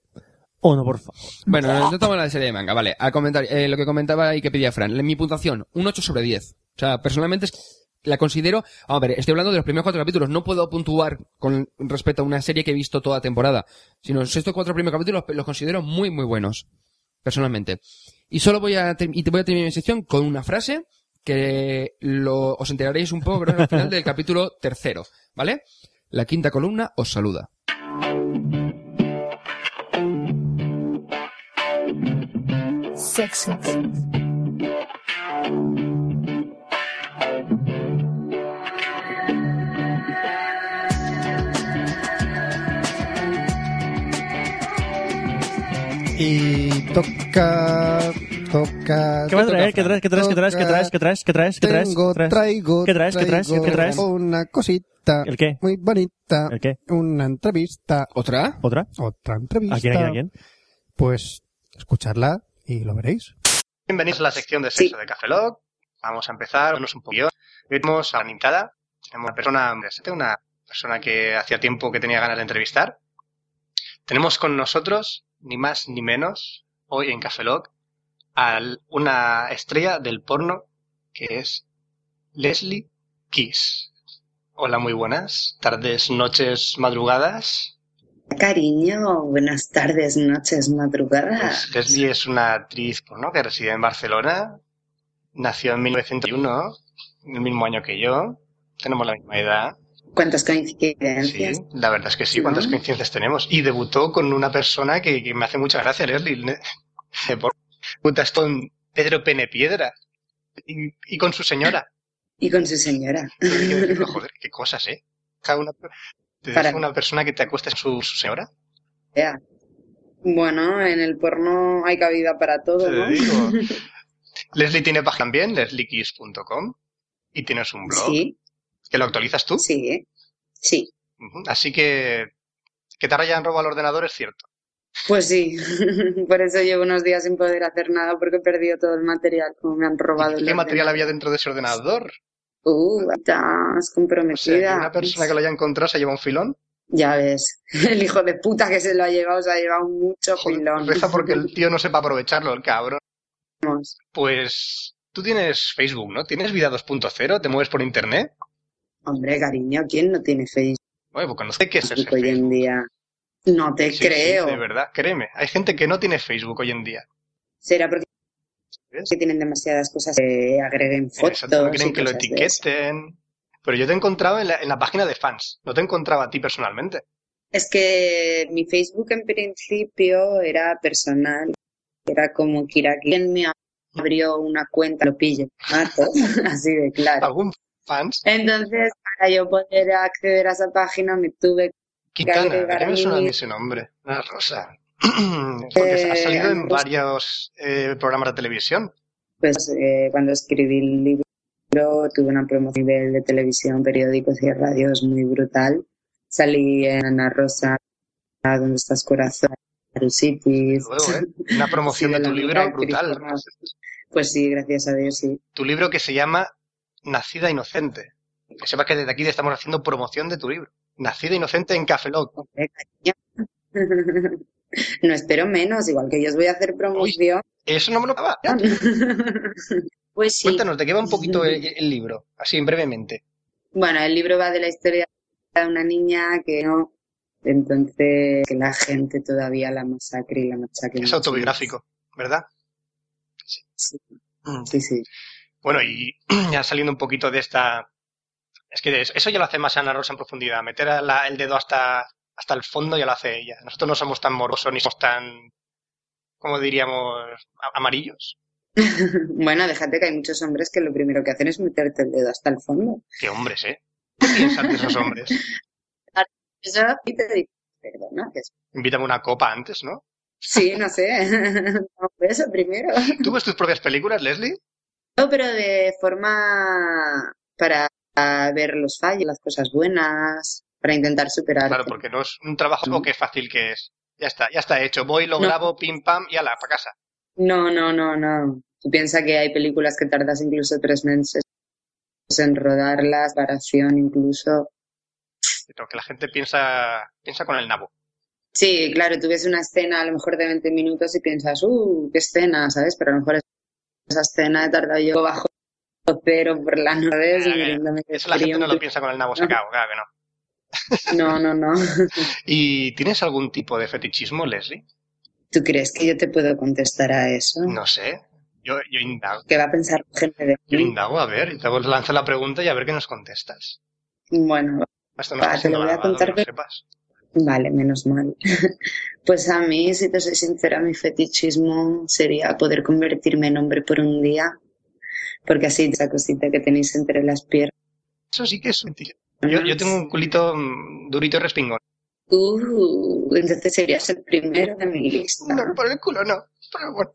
[SPEAKER 2] Oh, no, por favor.
[SPEAKER 5] Bueno, no estamos en la serie de manga, vale. A comentar eh, lo que comentaba y que pedía Fran. Mi puntuación, un 8 sobre 10. O sea, personalmente es- la considero... A ver, estoy hablando de los primeros cuatro capítulos. No puedo puntuar con respecto a una serie que he visto toda temporada. Sino estos cuatro primeros capítulos los considero muy, muy buenos. Personalmente. Y solo voy a... ter- Y te voy a terminar mi sección con una frase que lo, os enteraréis un poco creo, al final del capítulo tercero, ¿vale? La quinta columna os saluda.
[SPEAKER 3] sexo,
[SPEAKER 4] Y toca. Toca.
[SPEAKER 2] ¿Qué vas a
[SPEAKER 5] toca,
[SPEAKER 2] traer? ¿Qué
[SPEAKER 5] Fran.
[SPEAKER 2] traes? ¿Qué traes? ¿Qué traes? ¿Qué traes? ¿Qué traes? ¿Qué traes? ¿Qué traes?
[SPEAKER 4] Tengo,
[SPEAKER 2] ¿Qué traes?
[SPEAKER 4] traigo,
[SPEAKER 2] ¿Qué traes? ¿Qué traes?
[SPEAKER 4] traigo
[SPEAKER 2] ¿Qué traes?
[SPEAKER 4] Una cosita.
[SPEAKER 2] ¿El qué?
[SPEAKER 4] Muy bonita.
[SPEAKER 2] ¿El qué?
[SPEAKER 4] Una entrevista.
[SPEAKER 5] ¿Otra?
[SPEAKER 2] ¿Otra?
[SPEAKER 4] Otra entrevista.
[SPEAKER 2] ¿A quién? ¿A quién? ¿A quién?
[SPEAKER 4] Pues escucharla y lo veréis.
[SPEAKER 7] Bienvenidos a la sección de sexo de Cafelog. Vamos a empezar, dándonos un poquillo. Hoy tenemos a una invitada, tenemos una persona interesante, una persona que hacía tiempo que tenía ganas de entrevistar. Tenemos con nosotros, ni más ni menos, hoy en Cafelog, a l- una estrella del porno que es Leslie Kiss. Hola, muy buenas. Tardes, noches, madrugadas.
[SPEAKER 8] Cariño, buenas tardes, noches, madrugadas.
[SPEAKER 7] Pues Leslie es una actriz porno que reside en Barcelona. Nació en 1901, el mismo año que yo. Tenemos la misma edad.
[SPEAKER 8] ¿Cuántas coincidencias?
[SPEAKER 7] Sí, la verdad es que sí, cuántas
[SPEAKER 8] No.
[SPEAKER 7] coincidencias tenemos. Y debutó con una persona que, que me hace mucha gracia leerle. ne- por- Debutas con Pedro Penepiedra y, y con su señora.
[SPEAKER 8] Y con su señora.
[SPEAKER 7] Y yo
[SPEAKER 8] *laughs*
[SPEAKER 7] digo, Joder, qué cosas, ¿eh? Cada una- te
[SPEAKER 8] Para-
[SPEAKER 7] deja una persona que te acuesta con su, su señora.
[SPEAKER 8] Ya. Bueno, en el porno hay cabida para todo,
[SPEAKER 7] Te
[SPEAKER 8] ¿no?
[SPEAKER 7] digo. *laughs* Leslie tiene página también, lesliekiss.com, y tienes un blog
[SPEAKER 8] Sí,
[SPEAKER 7] que lo actualizas tú.
[SPEAKER 8] sí, sí.
[SPEAKER 7] Ujú. Así que que te hayan robado el ordenador es cierto.
[SPEAKER 8] Pues sí, *laughs* por eso llevo unos días sin poder hacer nada porque he perdido todo el material, como me han robado el
[SPEAKER 7] ¿Qué material
[SPEAKER 8] ordenador.
[SPEAKER 7] había dentro de ese ordenador?
[SPEAKER 8] Uh, estás
[SPEAKER 7] O sea,
[SPEAKER 8] comprometida.
[SPEAKER 7] que una persona que lo haya encontrado se lleva un filón.
[SPEAKER 8] Ya ves, *laughs* el hijo de puta que se lo ha llevado se ha llevado mucho
[SPEAKER 7] Joder,
[SPEAKER 8] filón.
[SPEAKER 7] reza porque
[SPEAKER 8] *laughs*
[SPEAKER 7] el tío no sepa aprovecharlo, el cabrón.
[SPEAKER 8] Vamos.
[SPEAKER 7] Pues tú tienes Facebook, ¿no? ¿Tienes vida 2.0? ¿Te mueves por internet?
[SPEAKER 8] Hombre, cariño, ¿quién no tiene Facebook
[SPEAKER 7] Bueno, pues conoce qué es ese
[SPEAKER 8] hoy
[SPEAKER 7] Facebook.
[SPEAKER 8] en día? No te
[SPEAKER 7] Sí, sí,
[SPEAKER 8] creo.
[SPEAKER 7] de verdad, créeme. Hay gente que no tiene Facebook hoy en día.
[SPEAKER 8] Será porque
[SPEAKER 7] ¿Ves?
[SPEAKER 8] que tienen demasiadas cosas que agreguen fotos.
[SPEAKER 7] Exacto, no quieren
[SPEAKER 8] y
[SPEAKER 7] que lo
[SPEAKER 8] cosas de esas.
[SPEAKER 7] etiqueten. Pero yo te encontraba en la, en la página de fans. No te encontraba a ti personalmente.
[SPEAKER 8] Es que mi Facebook en principio era personal. Era como que ir aquí. ¿Quién me abrió una cuenta? Lo pille. Mato. *laughs* Así de claro.
[SPEAKER 7] Algún fans.
[SPEAKER 8] Entonces, para yo poder acceder a esa página, me tuve
[SPEAKER 7] Quintana,
[SPEAKER 8] agregar
[SPEAKER 7] que
[SPEAKER 8] a
[SPEAKER 7] me
[SPEAKER 8] mí
[SPEAKER 7] suena a mí
[SPEAKER 8] mismo.
[SPEAKER 7] ese nombre. Una rosa.
[SPEAKER 8] *clears throat*
[SPEAKER 7] *clears throat* Porque
[SPEAKER 8] Eh,
[SPEAKER 7] ha salido en
[SPEAKER 8] Rosa.
[SPEAKER 7] varios eh, programas de
[SPEAKER 8] *laughs*
[SPEAKER 7] televisión.
[SPEAKER 8] pues eh, cuando escribí el libro tuve una promoción a nivel de televisión, periódicos y radios muy brutal. Salí en Ana Rosa, donde estás corazón, Aru Cities.
[SPEAKER 7] Luego, ¿eh? Una promoción
[SPEAKER 8] Sí, de
[SPEAKER 7] de tu
[SPEAKER 8] la
[SPEAKER 7] libro
[SPEAKER 8] amiga actriz
[SPEAKER 7] brutal.
[SPEAKER 8] porno. Pues sí, gracias a Dios, sí.
[SPEAKER 7] tu libro que se llama Nacida Inocente. Que sepas que desde aquí te estamos haciendo promoción de tu libro. Nacida Inocente en Cafeloc.
[SPEAKER 8] Hombre, cariño. *laughs* No espero menos, igual que yo os voy a hacer promoción. *laughs*
[SPEAKER 7] Eso no me lo acaba.
[SPEAKER 8] Pues sí.
[SPEAKER 7] Cuéntanos, ¿de qué va un poquito el, el libro? Así, brevemente.
[SPEAKER 8] Bueno, el libro va de la historia de una niña que no, entonces que la gente todavía la masacre y la masacre.
[SPEAKER 7] Es
[SPEAKER 8] mucho más.
[SPEAKER 7] autobiográfico, ¿verdad?
[SPEAKER 8] Sí,
[SPEAKER 7] Mm.
[SPEAKER 8] sí, sí.
[SPEAKER 7] Bueno, y *clears throat* ya saliendo un poquito de esta... Es que es- eso ya lo hace más Ana Rosa en profundidad. Meter a la- el dedo hasta, hasta el fondo ya lo hace ella. Nosotros no somos tan morbosos ni somos tan... ¿Cómo diríamos? a- Amarillos.
[SPEAKER 8] *laughs* Bueno, déjate que hay muchos hombres que lo primero que hacen es meterte el dedo hasta el fondo.
[SPEAKER 7] Qué hombres, ¿eh? ¿Qué piensan de esos hombres?
[SPEAKER 8] *laughs* Eso, y te digo, perdona, que es-
[SPEAKER 7] Invítame una copa antes, ¿no?
[SPEAKER 8] sí, no sé, *laughs* no, eso primero.
[SPEAKER 7] ¿Tú ves tus propias películas, Leslie?
[SPEAKER 8] No, pero de forma para ver los fallos, las cosas buenas, para intentar superar.
[SPEAKER 7] Claro, porque no es un trabajo como que fácil que es. Ya está, ya está hecho. Voy, lo
[SPEAKER 8] No.
[SPEAKER 7] grabo, pim pam y ala, para casa.
[SPEAKER 8] No, no, no, no. Tú piensas que hay películas que tardas incluso tres meses en rodarlas, variación incluso.
[SPEAKER 7] Pero que la gente piensa, piensa con el nabo.
[SPEAKER 8] Sí, claro, tú ves una escena a lo mejor de 20 minutos y piensas, uh, qué escena, ¿sabes? Pero a lo mejor esa escena he tardado yo bajo cero por
[SPEAKER 7] *laughs*
[SPEAKER 8] la noche
[SPEAKER 7] Ya, ya, ya.
[SPEAKER 8] muriéndome de
[SPEAKER 7] Eso la gente
[SPEAKER 8] frío.
[SPEAKER 7] no lo piensa con el nabo
[SPEAKER 8] No.
[SPEAKER 7] sacado, claro que no.
[SPEAKER 8] No, no, no.
[SPEAKER 7] ¿Y tienes algún tipo de fetichismo, Leslie?
[SPEAKER 8] ¿Tú crees que yo te puedo contestar a eso?
[SPEAKER 7] No sé. Yo, yo indago.
[SPEAKER 8] ¿Qué va a pensar la gente de
[SPEAKER 7] Yo
[SPEAKER 8] mí?
[SPEAKER 7] indago, a ver, y te lanzo la pregunta y a ver qué nos contestas.
[SPEAKER 8] Bueno,
[SPEAKER 7] Esto no está
[SPEAKER 8] Va, Ah, te
[SPEAKER 7] siendo
[SPEAKER 8] lo voy a
[SPEAKER 7] grabado,
[SPEAKER 8] contar,
[SPEAKER 7] que lo
[SPEAKER 8] pero-
[SPEAKER 7] sepas.
[SPEAKER 8] Vale, menos mal. *laughs* Pues a mí, si te soy sincera, mi fetichismo sería poder convertirme en hombre por un día, porque así esa cosita que tenéis entre las piernas.
[SPEAKER 7] Eso sí que es un tío. Yo, yo tengo un culito mm, durito y respingón.
[SPEAKER 8] Uh, entonces serías el primero de mi lista.
[SPEAKER 7] No, por el culo no. Pero bueno.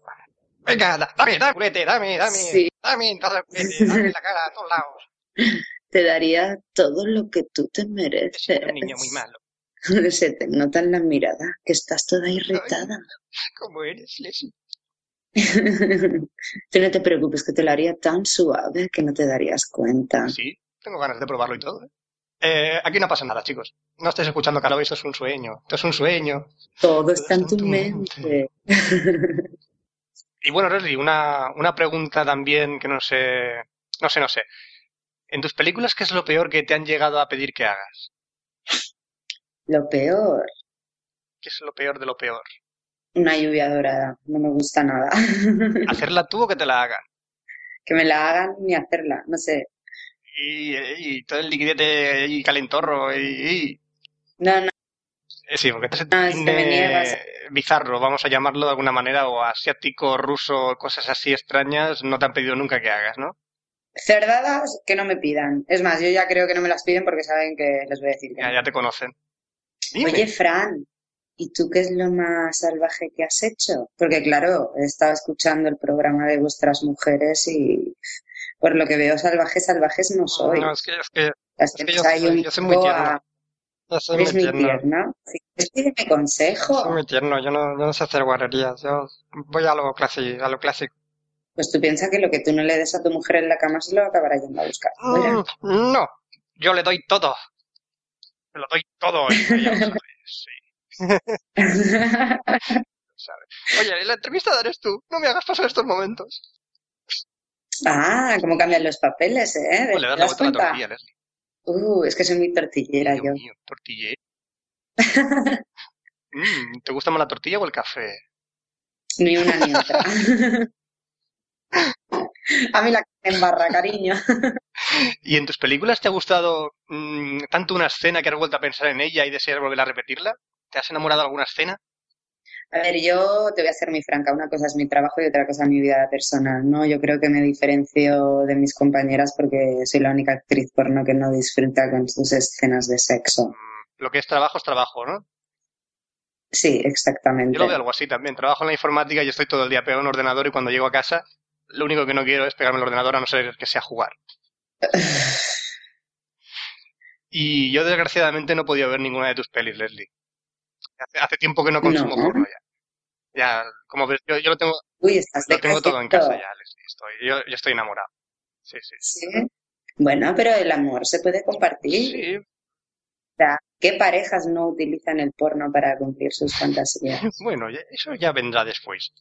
[SPEAKER 7] Venga, da- dame, dame, culete, dame, dame.
[SPEAKER 8] Sí.
[SPEAKER 7] Dame, dame,
[SPEAKER 8] *laughs*
[SPEAKER 7] culete, dame la cara a todos lados.
[SPEAKER 8] Te daría todo lo que tú te
[SPEAKER 7] He
[SPEAKER 8] mereces.
[SPEAKER 7] sido un niño muy malo.
[SPEAKER 8] *laughs* Se te nota en la mirada que estás toda irritada. *laughs*
[SPEAKER 7] ¿Cómo eres, Leslie?
[SPEAKER 8] Tú no te preocupes, que te lo haría tan suave que no te darías cuenta.
[SPEAKER 7] Sí, tengo ganas de probarlo y todo. ¿eh? Eh, aquí no pasa nada, chicos. No estáis escuchando Caro, esto es un sueño. Esto es un sueño.
[SPEAKER 8] Todo está en tu mente. *laughs*
[SPEAKER 7] Y bueno, Leslie, una, una pregunta también que no sé. No sé, no sé. En tus películas, ¿qué es lo peor que te han llegado a pedir que hagas?
[SPEAKER 8] Lo peor.
[SPEAKER 7] ¿Qué es lo peor de lo
[SPEAKER 8] *laughs*
[SPEAKER 7] peor?
[SPEAKER 8] Una lluvia dorada, no me gusta nada. *laughs*
[SPEAKER 7] ¿Hacerla tú o que te la hagan?
[SPEAKER 8] Que me la hagan ni hacerla, no sé.
[SPEAKER 7] y, y todo el liquidete y calentorro y... y-
[SPEAKER 8] No, no,
[SPEAKER 7] eh, Sí, porque ese
[SPEAKER 8] Ah, es que me niegas.
[SPEAKER 7] bizarro, vamos a llamarlo de alguna manera, o asiático, ruso, cosas así extrañas, no te han pedido nunca que hagas, ¿no?
[SPEAKER 8] cerdadas que no me pidan. Es más, yo ya creo que no me las piden porque saben que les voy a decir que no.
[SPEAKER 7] Ya, ya te conocen. Dime.
[SPEAKER 8] Oye, Fran, ¿y tú qué es lo más salvaje que has hecho? Porque claro, he estado escuchando el programa de vuestras mujeres y por lo que veo salvajes, salvajes no soy.
[SPEAKER 7] No, es que, es que,
[SPEAKER 8] Las
[SPEAKER 7] es que yo,
[SPEAKER 8] tenéis ahí
[SPEAKER 7] soy-
[SPEAKER 8] un
[SPEAKER 7] yo soy muy
[SPEAKER 8] poco
[SPEAKER 7] tierno.
[SPEAKER 8] a-
[SPEAKER 7] Yo soy muy
[SPEAKER 8] Eres muy
[SPEAKER 7] tierno.
[SPEAKER 8] tierna. Sí, pues pídeme
[SPEAKER 7] Yo soy
[SPEAKER 8] consejo.
[SPEAKER 7] muy tierno, yo no, yo no sé hacer guarrerías, yo voy a lo clásico, a lo clásico.
[SPEAKER 8] Pues tú piensas que lo que tú no le des a tu mujer en la cama se lo acabará yendo a buscar. fuera.
[SPEAKER 7] Mm, no, yo le doy todo. Le lo doy todo. y ella lo
[SPEAKER 8] *laughs*
[SPEAKER 7] sabe, sí. Oye, ¿y la entrevista eres tú, no me hagas pasar estos momentos.
[SPEAKER 8] ah, cómo cambian los papeles, ¿eh?
[SPEAKER 7] Pues le das
[SPEAKER 8] ¿Te
[SPEAKER 7] la vuelta
[SPEAKER 8] das
[SPEAKER 7] a la
[SPEAKER 8] cuenta?
[SPEAKER 7] tortilla, Leslie.
[SPEAKER 8] Uh, es que soy muy tortillera
[SPEAKER 7] Dios
[SPEAKER 8] yo.
[SPEAKER 7] mío, tortillé. Mm, ¿Te gusta más la tortilla o el café?
[SPEAKER 8] Ni una ni otra. A mí la que me embarra, cariño.
[SPEAKER 7] ¿Y en tus películas te ha gustado mm, tanto una escena que has vuelto a pensar en ella y deseas volver a repetirla? ¿Te has enamorado de alguna escena?
[SPEAKER 8] A ver, yo te voy a ser muy franca. Una cosa es mi trabajo y otra cosa mi vida personal, ¿no? Yo creo que me diferencio de mis compañeras porque soy la única actriz porno que no disfruta con sus escenas de sexo.
[SPEAKER 7] Lo que es trabajo es trabajo, ¿no?
[SPEAKER 8] Sí, exactamente.
[SPEAKER 7] Yo lo veo algo así también. Trabajo en la informática y estoy todo el día pegado en un ordenador y cuando llego a casa lo único que no quiero es pegarme el ordenador a no ser que sea jugar. Y yo desgraciadamente no he podido ver ninguna de tus pelis, Leslie. Hace, hace tiempo que no consumo
[SPEAKER 8] No.
[SPEAKER 7] porno ya. Ya, como ves, yo, yo lo tengo,
[SPEAKER 8] *laughs* Uy, estás de
[SPEAKER 7] lo tengo todo en
[SPEAKER 8] casito.
[SPEAKER 7] casa ya, Leslie. Estoy, yo, yo estoy enamorado. Sí, sí.
[SPEAKER 8] Sí. Bueno, pero el amor se puede compartir.
[SPEAKER 7] Sí,
[SPEAKER 8] O sea, ¿Qué parejas no utilizan el porno para cumplir sus
[SPEAKER 7] *laughs*
[SPEAKER 8] fantasías?
[SPEAKER 7] bueno, ya- eso ya vendrá después.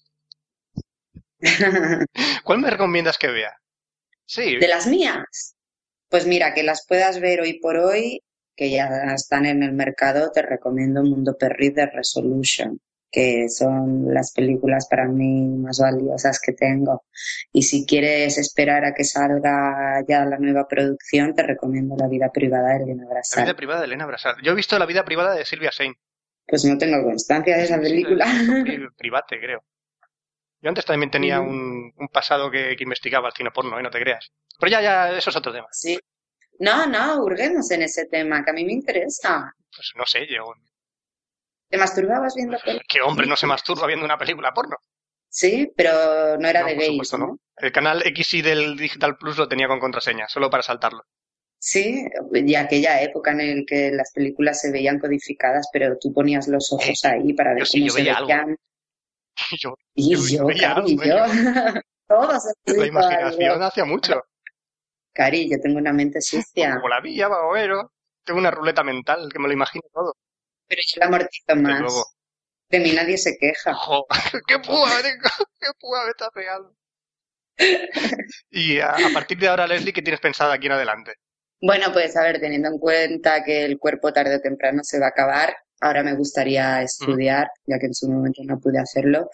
[SPEAKER 7] ¿Cuál me recomiendas que vea? Sí,
[SPEAKER 8] ¿De las mías? Pues mira, que las puedas ver hoy por hoy, que ya están en el mercado, te recomiendo Mundo Perri de Resolution, que son las películas para mí más valiosas que tengo. Y si quieres esperar a que salga ya la nueva producción, te recomiendo La vida privada de Elena
[SPEAKER 7] La vida
[SPEAKER 8] Brasal.
[SPEAKER 7] privada de Elena Brasal. Yo he visto la vida privada de Silvia Sein.
[SPEAKER 8] Pues no tengo constancia de esa película. *laughs*
[SPEAKER 7] Pri- Private, creo. Yo antes también tenía
[SPEAKER 8] Ujú.
[SPEAKER 7] un, un pasado que, que investigaba el cine porno, ¿eh? no te creas. Pero ya, ya, eso es otro tema.
[SPEAKER 8] Sí. No, no, hurguemos en ese tema, que a mí me interesa.
[SPEAKER 7] Pues no sé, yo...
[SPEAKER 8] ¿Te masturbabas viendo peli?
[SPEAKER 7] ¿Qué hombre no se masturba viendo una película porno?
[SPEAKER 8] Sí, pero no era
[SPEAKER 7] No,
[SPEAKER 8] de
[SPEAKER 7] por
[SPEAKER 8] gays,
[SPEAKER 7] supuesto,
[SPEAKER 8] ¿no?
[SPEAKER 7] no. El canal XY del Digital Plus lo tenía con contraseña, solo para saltarlo.
[SPEAKER 8] Sí, y aquella época en el que las películas se veían codificadas, pero tú ponías los ojos ahí para
[SPEAKER 7] yo
[SPEAKER 8] ver
[SPEAKER 7] sí,
[SPEAKER 8] cómo
[SPEAKER 7] yo
[SPEAKER 8] se
[SPEAKER 7] veía algo.
[SPEAKER 8] veían.
[SPEAKER 7] Y *laughs* yo,
[SPEAKER 8] Y
[SPEAKER 7] Yo- yo
[SPEAKER 8] yo,
[SPEAKER 7] veía
[SPEAKER 8] Cari,
[SPEAKER 7] algo, ¿eh?
[SPEAKER 8] yo. *laughs* Todos hemos
[SPEAKER 7] la
[SPEAKER 8] visto algo.
[SPEAKER 7] imaginación hacía mucho.
[SPEAKER 8] Cari, yo tengo
[SPEAKER 7] *laughs*
[SPEAKER 8] una mente sucia,
[SPEAKER 7] Como la villa, babero. Tengo una ruleta mental que me lo imagino todo.
[SPEAKER 8] pero yo la amortizo más.
[SPEAKER 7] luego.
[SPEAKER 8] De mí nadie se queja.
[SPEAKER 7] ¡Jo! *laughs* ¡Qué púa! tengo! *laughs* ¡Qué púa me está
[SPEAKER 8] *laughs*
[SPEAKER 7] pegando! y a, a partir de ahora, Leslie, ¿qué tienes pensado aquí en adelante?
[SPEAKER 8] Bueno, pues a ver, teniendo en cuenta que el cuerpo tarde o temprano se va a acabar, ahora me
[SPEAKER 7] Mm.
[SPEAKER 8] gustaría estudiar, ya que en su momento no pude hacerlo,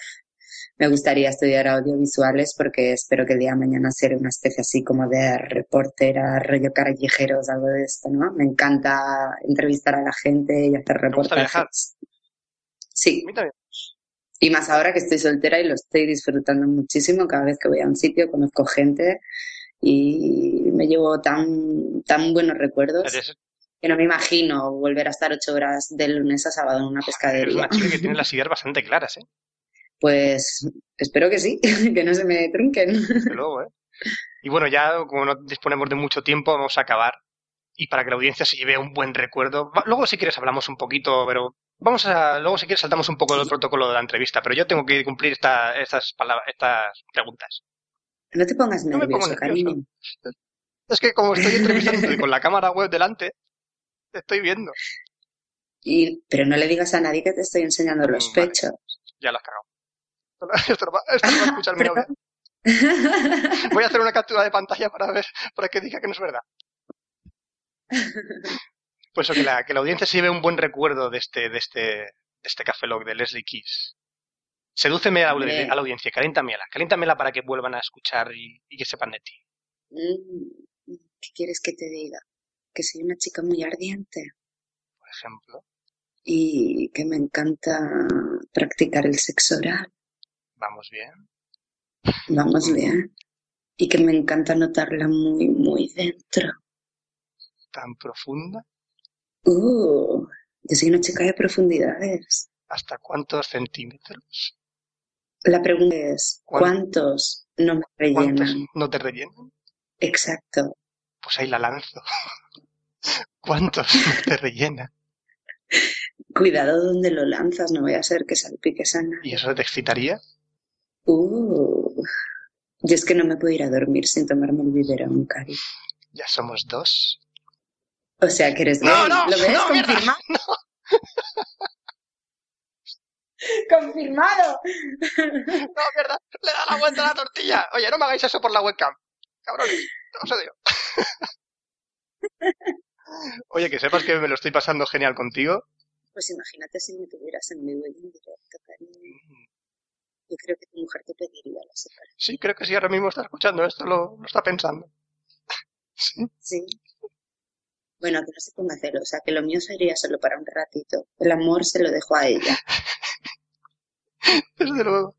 [SPEAKER 8] me gustaría estudiar audiovisuales porque espero que el día de mañana ser una especie así como de reportera, rollo callejeros, algo de esto, ¿no? Me encanta entrevistar a la gente y hacer
[SPEAKER 7] ¿Te gusta viajar?
[SPEAKER 8] reportajes. Sí,
[SPEAKER 7] A mí también.
[SPEAKER 8] y más ahora que estoy soltera y lo estoy disfrutando muchísimo. Cada vez que voy a un sitio conozco gente y me llevo tan, tan buenos recuerdos
[SPEAKER 7] Eres,
[SPEAKER 8] que no me imagino volver a estar ocho horas de lunes a sábado en una
[SPEAKER 7] eres
[SPEAKER 8] pescadería.
[SPEAKER 7] una chica que tiene las ideas bastante claras, ¿eh?
[SPEAKER 8] Pues espero que sí, *laughs* que no se me trunquen. *laughs*
[SPEAKER 7] Desde luego, ¿eh? Y bueno, ya como no disponemos de mucho tiempo, vamos a acabar. Y para que la audiencia se lleve un buen recuerdo. va- luego, si quieres, hablamos un poquito, pero. Vamos a. Luego, si quieres, saltamos un poco del protocolo de la entrevista, pero yo tengo que cumplir esta- estas, palabras, estas preguntas.
[SPEAKER 8] No te pongas
[SPEAKER 7] No me pongo
[SPEAKER 8] nervioso,
[SPEAKER 7] nervioso.
[SPEAKER 8] cariño.
[SPEAKER 7] Es que como *laughs* estoy entrevistando con la cámara web delante, te estoy viendo.
[SPEAKER 8] Y, pero no le digas a nadie que te estoy enseñando los
[SPEAKER 7] Mm, vale.
[SPEAKER 8] pechos.
[SPEAKER 7] Ya lo has cagado. *laughs* Esto lo va, esto lo va a escuchar mi
[SPEAKER 8] *laughs* perdón.
[SPEAKER 7] novia.
[SPEAKER 8] *laughs*
[SPEAKER 7] Voy a hacer una captura de pantalla para ver, para que diga que no es verdad. Pues eso, que la, que la audiencia se lleve un buen recuerdo de este, de este, de este Café Lock de Leslie Keys. Sedúceme a la,
[SPEAKER 8] Hombre.
[SPEAKER 7] audi- a la audiencia, caléntamela, caléntamela para que vuelvan a escuchar y, y que sepan de ti.
[SPEAKER 8] Mm, ¿Qué quieres que te diga? Que soy una chica muy ardiente
[SPEAKER 7] por ejemplo.
[SPEAKER 8] y que me encanta practicar el sexo oral.
[SPEAKER 7] Vamos bien. Mm.
[SPEAKER 8] Vamos bien. Y que me encanta notarla muy, muy dentro.
[SPEAKER 7] Tan profunda.
[SPEAKER 8] Uh, yo soy una chica de profundidades.
[SPEAKER 7] ¿Hasta cuántos centímetros?
[SPEAKER 8] La pregunta es, ¿cuántos no me
[SPEAKER 7] ¿Cuántos
[SPEAKER 8] rellenan?
[SPEAKER 7] no te rellenan?
[SPEAKER 8] Exacto.
[SPEAKER 7] Pues ahí la lanzo. *laughs* ¿Cuántos no te rellenan?
[SPEAKER 8] Cuidado donde lo lanzas, no vaya a ser que salpiques a nadie.
[SPEAKER 7] ¿Y eso te excitaría?
[SPEAKER 8] Uh, yo es que no me puedo ir a dormir sin tomarme el biberón, Cari.
[SPEAKER 7] Ya somos dos.
[SPEAKER 8] O sea que eres gay.
[SPEAKER 7] No, no,
[SPEAKER 8] ¿Lo ves?
[SPEAKER 7] no, mierda, *laughs*
[SPEAKER 8] Confirmado. Confirmado.
[SPEAKER 7] No, mierda. Le da la vuelta a la tortilla. Oye, no me hagáis eso por la webcam. Cabrones. Os odio. *laughs* Oye, que sepas que me lo estoy pasando genial contigo.
[SPEAKER 8] Pues imagínate si me tuvieras en vivo y en directo, cariño. Yo creo que tu mujer te pediría la separación.
[SPEAKER 7] Sí, creo que sí, ahora mismo está escuchando esto, lo, lo está pensando. Sí.
[SPEAKER 8] Sí. Bueno, que no se ponga celosa, que lo mío sería solo para un ratito. El amor se lo dejo a ella.
[SPEAKER 7] *laughs* Desde luego.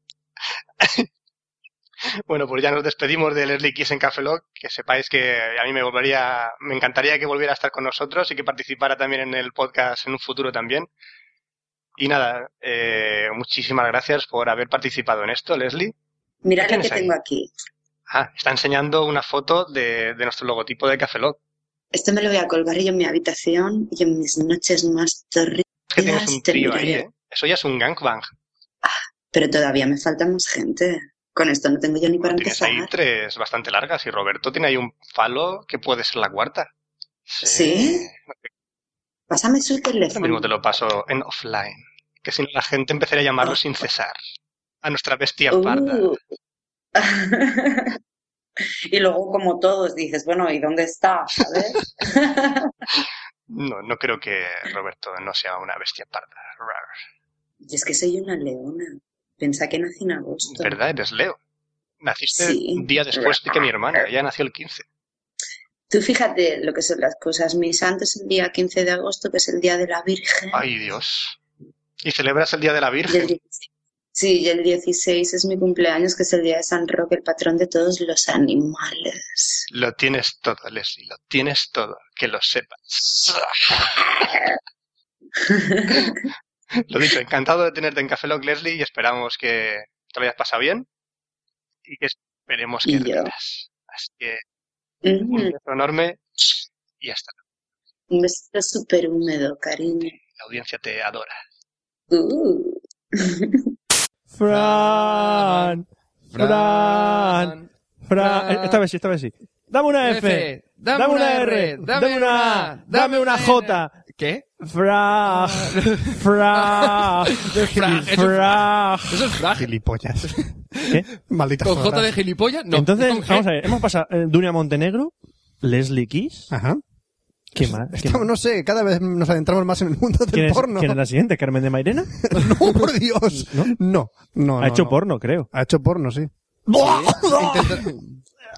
[SPEAKER 7] Bueno, pues ya nos despedimos de Leslie Kiss en Café Lock. Que sepáis que a mí me volvería, me encantaría que volviera a estar con nosotros y que participara también en el podcast en un futuro también. Y nada, eh, muchísimas gracias por haber participado en esto, Leslie.
[SPEAKER 8] Mira
[SPEAKER 7] ¿Qué
[SPEAKER 8] lo que
[SPEAKER 7] tienes ahí?
[SPEAKER 8] tengo aquí.
[SPEAKER 7] Ah, está enseñando una foto de, de nuestro logotipo de Café Lock.
[SPEAKER 8] Esto me lo voy a colgar yo en mi habitación y en mis noches más torridas.
[SPEAKER 7] Es que tienes un
[SPEAKER 8] te
[SPEAKER 7] trío ahí,
[SPEAKER 8] miraré.
[SPEAKER 7] ¿eh? Eso ya es un gangbang.
[SPEAKER 8] Pero todavía me falta más gente. Con esto no tengo yo ni para
[SPEAKER 7] Tienes
[SPEAKER 8] empezar.
[SPEAKER 7] ahí tres bastante largas y Roberto tiene ahí un falo que puede ser la cuarta.
[SPEAKER 8] ¿Sí? Pásame su
[SPEAKER 7] Ahora mismo
[SPEAKER 8] teléfono.
[SPEAKER 7] te lo paso en offline. Que si no, la gente empezaría a llamarlo sin cesar. A nuestra bestia parda.
[SPEAKER 8] Uh. *laughs* y luego, como todos, dices, bueno, ¿y dónde está? ¿Sabes? *laughs*
[SPEAKER 7] No, no creo que Roberto no sea una bestia parda. Rar.
[SPEAKER 8] y es que soy una leona. Piensa que nací en agosto.
[SPEAKER 7] ¿Verdad? Eres Leo. Naciste
[SPEAKER 8] Sí.
[SPEAKER 7] un día después de que mi hermana. Ella nació el 15.
[SPEAKER 8] Tú fíjate lo que son las cosas. Mi santo es el día 15 de agosto, que es el día de la Virgen.
[SPEAKER 7] Ay, Dios. Y celebras el Día de la
[SPEAKER 8] Y el
[SPEAKER 7] Virgen.
[SPEAKER 8] 16 Sí, y el 16 es mi cumpleaños, que es el día de San Roque, el patrón de todos los
[SPEAKER 7] *laughs*
[SPEAKER 8] animales.
[SPEAKER 7] Lo tienes todo, Leslie. Lo tienes todo. Que lo sepas. Lo dicho, encantado de tenerte en Café Lock, Leslie, y esperamos que te lo hayas pasado bien y que esperemos que
[SPEAKER 8] Y yo.
[SPEAKER 7] repitas. Así que un
[SPEAKER 8] Mm,
[SPEAKER 7] beso enorme y hasta
[SPEAKER 8] un besito súper húmedo, cariño.
[SPEAKER 7] la audiencia te adora.
[SPEAKER 8] Uh.
[SPEAKER 2] Fran. Fran. Fran.
[SPEAKER 5] Fran.
[SPEAKER 2] Esta vez sí, esta vez sí. Dame una F.
[SPEAKER 5] F, dame una R,
[SPEAKER 2] Dame una A. Dame una
[SPEAKER 5] N.
[SPEAKER 2] J.
[SPEAKER 5] ¿Qué?
[SPEAKER 2] Fra.
[SPEAKER 4] *laughs*
[SPEAKER 2] Fra.
[SPEAKER 4] Ah,
[SPEAKER 5] Fra- eso es
[SPEAKER 2] Fra.
[SPEAKER 5] Eso es
[SPEAKER 2] *laughs*
[SPEAKER 5] frágil.
[SPEAKER 4] Gilipollas.
[SPEAKER 2] ¿Qué?
[SPEAKER 4] Maldita
[SPEAKER 5] ¿Con J
[SPEAKER 4] zorra.
[SPEAKER 5] de gilipollas? No. ¿con
[SPEAKER 2] Entonces,
[SPEAKER 5] G?
[SPEAKER 2] vamos a ver. Hemos pasado eh, Dunia Montenegro, Leslie Kiss.
[SPEAKER 4] Ajá.
[SPEAKER 2] ¿Qué más? ¿Qué
[SPEAKER 4] Estamos,
[SPEAKER 2] más?
[SPEAKER 4] no sé, cada vez nos adentramos más en el mundo del
[SPEAKER 2] ¿Quién es,
[SPEAKER 4] porno.
[SPEAKER 2] quién es la siguiente? ¿Carmen de Mairena?
[SPEAKER 4] *laughs* No, por Dios.
[SPEAKER 2] ¿No?
[SPEAKER 4] No, no, no.
[SPEAKER 2] ha hecho
[SPEAKER 4] no.
[SPEAKER 2] porno, creo.
[SPEAKER 4] Ha hecho porno, sí.
[SPEAKER 2] *laughs*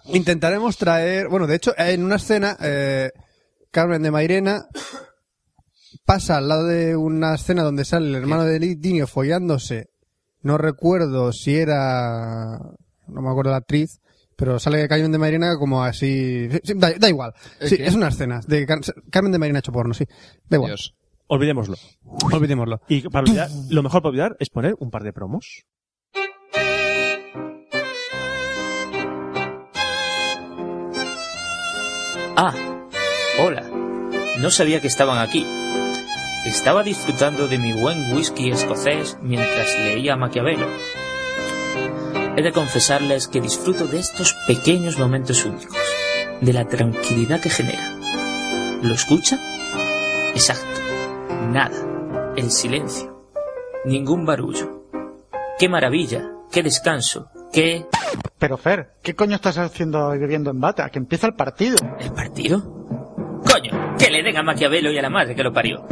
[SPEAKER 4] Intentaremos traer, bueno, de hecho, en una escena, eh, Carmen de Mairena pasa al lado de una escena donde sale el hermano de Dinio follándose. No recuerdo si era, no me acuerdo la actriz, pero sale Carmen de Mairena como así, sí, sí, da, da igual.
[SPEAKER 5] ¿El
[SPEAKER 4] Sí,
[SPEAKER 5] qué?
[SPEAKER 4] es una escena de Car- Carmen de Mairena hecho porno, sí. Da igual.
[SPEAKER 5] Dios.
[SPEAKER 2] Olvidémoslo.
[SPEAKER 4] Olvidémoslo.
[SPEAKER 2] Y para olvidar, lo mejor para olvidar es poner un par de promos.
[SPEAKER 9] Ah, hola. No sabía que estaban aquí. Estaba disfrutando de mi buen whisky escocés mientras leía a Maquiavelo. He de confesarles que disfruto de estos pequeños momentos únicos, de la tranquilidad que genera. ¿Lo escucha? Exacto. Nada. El silencio. Ningún barullo. ¡Qué maravilla! ¡Qué descanso! ¡Qué...
[SPEAKER 10] Pero Fer, ¿qué coño estás haciendo viviendo en bata? Que empieza el partido.
[SPEAKER 9] ¿El partido? Coño, que le den a Maquiavelo y a la madre que lo parió.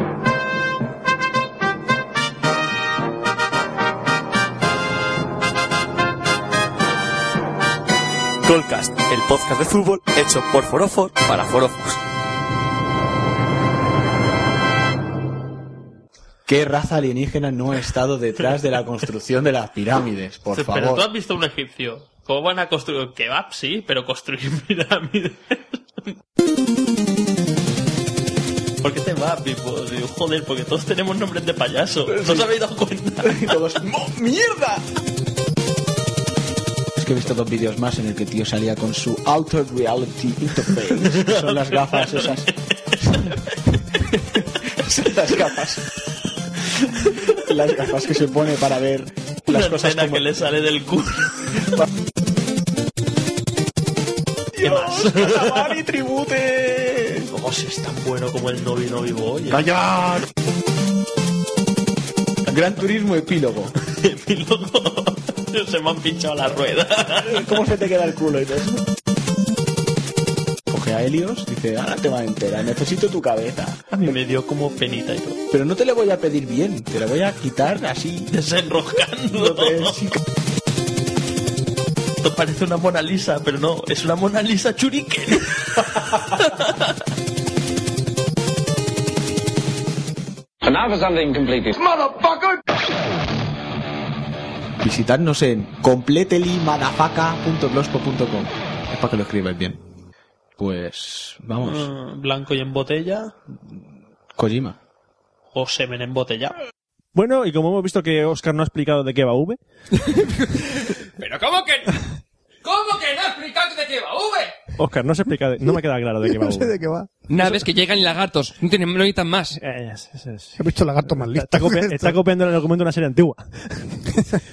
[SPEAKER 9] Colcast, el podcast de fútbol hecho por forofos para forofos.
[SPEAKER 11] ¿Qué raza alienígena no ha estado detrás de la construcción de las pirámides? Por
[SPEAKER 12] Sí,
[SPEAKER 11] favor.
[SPEAKER 12] Pero tú has visto un egipcio. ¿Cómo van a construir? Kebab, sí, pero construir *laughs* pirámides. ¿Por qué te va, Pipo? Digo, joder, porque todos tenemos nombres de payaso. ¿No os habéis dado cuenta?
[SPEAKER 11] ¡Mierda! Es que he visto dos vídeos más en el que el tío salía con su Altered Reality Interface. que Son las gafas esas. Son las gafas. Las gafas que se pone para ver las
[SPEAKER 12] Una
[SPEAKER 11] cosas
[SPEAKER 12] escena
[SPEAKER 11] como...
[SPEAKER 12] que le sale del
[SPEAKER 11] *laughs*
[SPEAKER 12] culo. ¿Qué más?
[SPEAKER 11] ¡Cavani, tribute!
[SPEAKER 12] ¿Cómo se es tan bueno como el Novi Novi Boy?
[SPEAKER 11] ¡Callar! Gran Turismo epílogo.
[SPEAKER 12] *laughs* Se me han pinchado la rueda.
[SPEAKER 11] ¿Cómo se te queda el culo y todo eso? Coge a Helios, dice, ahora te va entera, necesito tu cabeza.
[SPEAKER 12] A mí me dio como penita y todo.
[SPEAKER 11] Pero no te la voy a pedir bien, te la voy a quitar así.
[SPEAKER 12] Desenroscando. Esto parece una Mona Lisa, pero no, es una Mona Lisa churiken.
[SPEAKER 13] And now for something completely. Motherfucker!
[SPEAKER 11] Visitadnos en completelymadafaka.blogspot.com. Es para que lo escribas bien. Pues vamos,
[SPEAKER 12] Mm, Blanco y en botella,
[SPEAKER 11] Kojima.
[SPEAKER 12] o semen en botella.
[SPEAKER 2] Bueno, y como hemos visto que Oscar no ha explicado de qué va V,
[SPEAKER 1] *laughs* ¿Pero cómo que ¿Cómo que no explicado de qué va, V?
[SPEAKER 2] Oscar, no se explica, de- no me queda claro de qué va
[SPEAKER 4] *laughs* No sé
[SPEAKER 2] V.
[SPEAKER 4] de qué va.
[SPEAKER 5] Naves que llegan y lagartos. No tienen, no necesitan más.
[SPEAKER 2] Eh, es- es- es-
[SPEAKER 4] He visto lagarto más listo.
[SPEAKER 2] Está,
[SPEAKER 4] *laughs*
[SPEAKER 2] copi- está copiando en el documento una serie antigua.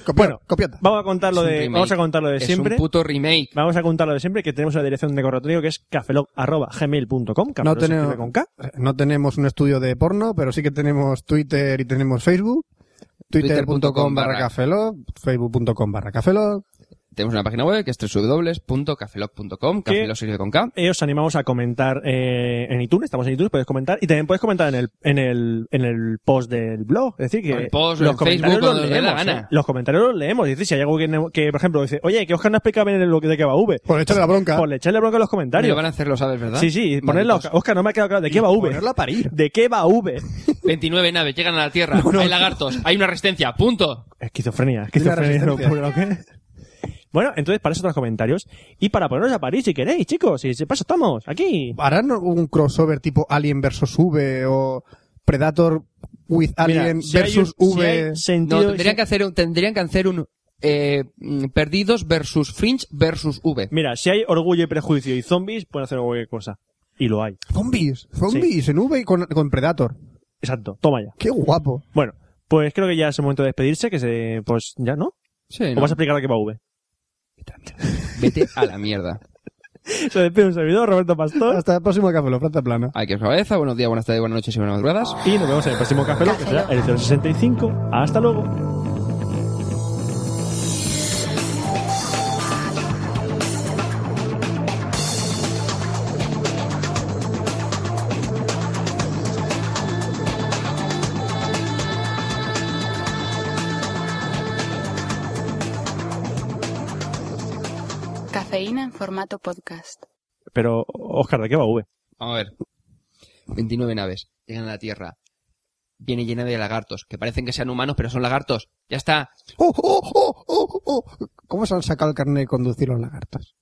[SPEAKER 4] Copiado, copiado.
[SPEAKER 2] Vamos a contar lo
[SPEAKER 5] Es un
[SPEAKER 2] de,
[SPEAKER 5] remake.
[SPEAKER 2] vamos a contar lo de
[SPEAKER 5] Es
[SPEAKER 2] siempre.
[SPEAKER 5] un puto remake.
[SPEAKER 2] Vamos a contar lo de siempre, que tenemos la dirección de correo electrónico que es cafelog.gmail.com.
[SPEAKER 4] No
[SPEAKER 2] cafelog se
[SPEAKER 4] tenemos,
[SPEAKER 2] escribe con K.
[SPEAKER 4] no tenemos un estudio de porno, pero sí que tenemos Twitter y tenemos Facebook.
[SPEAKER 5] Twitter.com
[SPEAKER 4] Twitter.com barra
[SPEAKER 5] barra
[SPEAKER 4] cafelog, facebook.com barra cafelog.
[SPEAKER 5] Tenemos una página web que es www.cafelog.com,
[SPEAKER 2] ¿Qué?
[SPEAKER 5] cafelog sirve con *laughs* K.
[SPEAKER 2] Eh, os animamos a comentar eh, en iTunes, estamos en iTunes, podéis comentar y también podéis comentar en el en el en el post del blog, es decir que
[SPEAKER 5] El post, en Facebook, cuando os dé la gana.
[SPEAKER 2] eh, los comentarios los leemos, es decir, si hay algo que, ne- que, por ejemplo dice, "Oye, que Oscar no explica bien lo que de qué va V."
[SPEAKER 4] Por echarle la bronca.
[SPEAKER 2] Pues le echarle bronca en los
[SPEAKER 5] Lo
[SPEAKER 2] comentarios.
[SPEAKER 5] van a hacer, lo sabes, ¿verdad?
[SPEAKER 2] Sí, sí, ponerla
[SPEAKER 5] Malditos.
[SPEAKER 2] Oscar, no me ha quedado claro de qué va V.
[SPEAKER 4] Ponerlo a parir.
[SPEAKER 2] ¿De qué va V?
[SPEAKER 5] 29 naves llegan a la Tierra. Hay lagartos. Hay una resistencia. Punto.
[SPEAKER 2] Esquizofrenia, esquizofrenia, no
[SPEAKER 4] resistencia.
[SPEAKER 2] puedo lo que es. Bueno, entonces para eso los comentarios y para poneros a París si queréis, chicos, y si pasa estamos aquí.
[SPEAKER 4] ¿Harán un crossover tipo Alien versus V o Predator with
[SPEAKER 2] Mira,
[SPEAKER 4] Alien
[SPEAKER 2] si hay
[SPEAKER 4] versus
[SPEAKER 2] un- si
[SPEAKER 4] V?
[SPEAKER 2] hay
[SPEAKER 5] No,
[SPEAKER 2] sentido-
[SPEAKER 5] tendrían que hacer un, tendrían que hacer un, eh, mm, perdidos versus Fringe versus V.
[SPEAKER 2] Mira, si hay orgullo y prejuicio y zombies, pueden hacer cualquier cosa. Y lo hay.
[SPEAKER 4] Zombies, zombies en V y con, con Predator.
[SPEAKER 2] Exacto, toma ya.
[SPEAKER 4] Qué guapo.
[SPEAKER 2] Bueno, pues creo que ya es el momento de despedirse, que se, pues ya, ¿no?
[SPEAKER 5] Sí,
[SPEAKER 2] O
[SPEAKER 5] ¿no?
[SPEAKER 2] vas a explicar de qué va V.
[SPEAKER 5] Vete a la mierda.
[SPEAKER 2] Se despide un servidor, Roberto Pastor,
[SPEAKER 4] Hasta el próximo Café Lo Plata Plana.
[SPEAKER 5] Hay que os cabeza. Buenos días, buenas tardes, buenas noches y buenas madrugadas.
[SPEAKER 2] y nos vemos en el próximo café, Lock, que será el 065. Hasta luego.
[SPEAKER 3] Cafeína en formato podcast.
[SPEAKER 2] Pero, Oscar, ¿de qué va V?
[SPEAKER 5] Vamos a ver. 29 naves llegan a la Tierra. Viene llena de lagartos, que parecen que sean humanos, pero son lagartos. Ya está.
[SPEAKER 4] ¡Oh, oh, oh, oh, oh! ¿Cómo se han sacado el carnet de conducir los lagartos?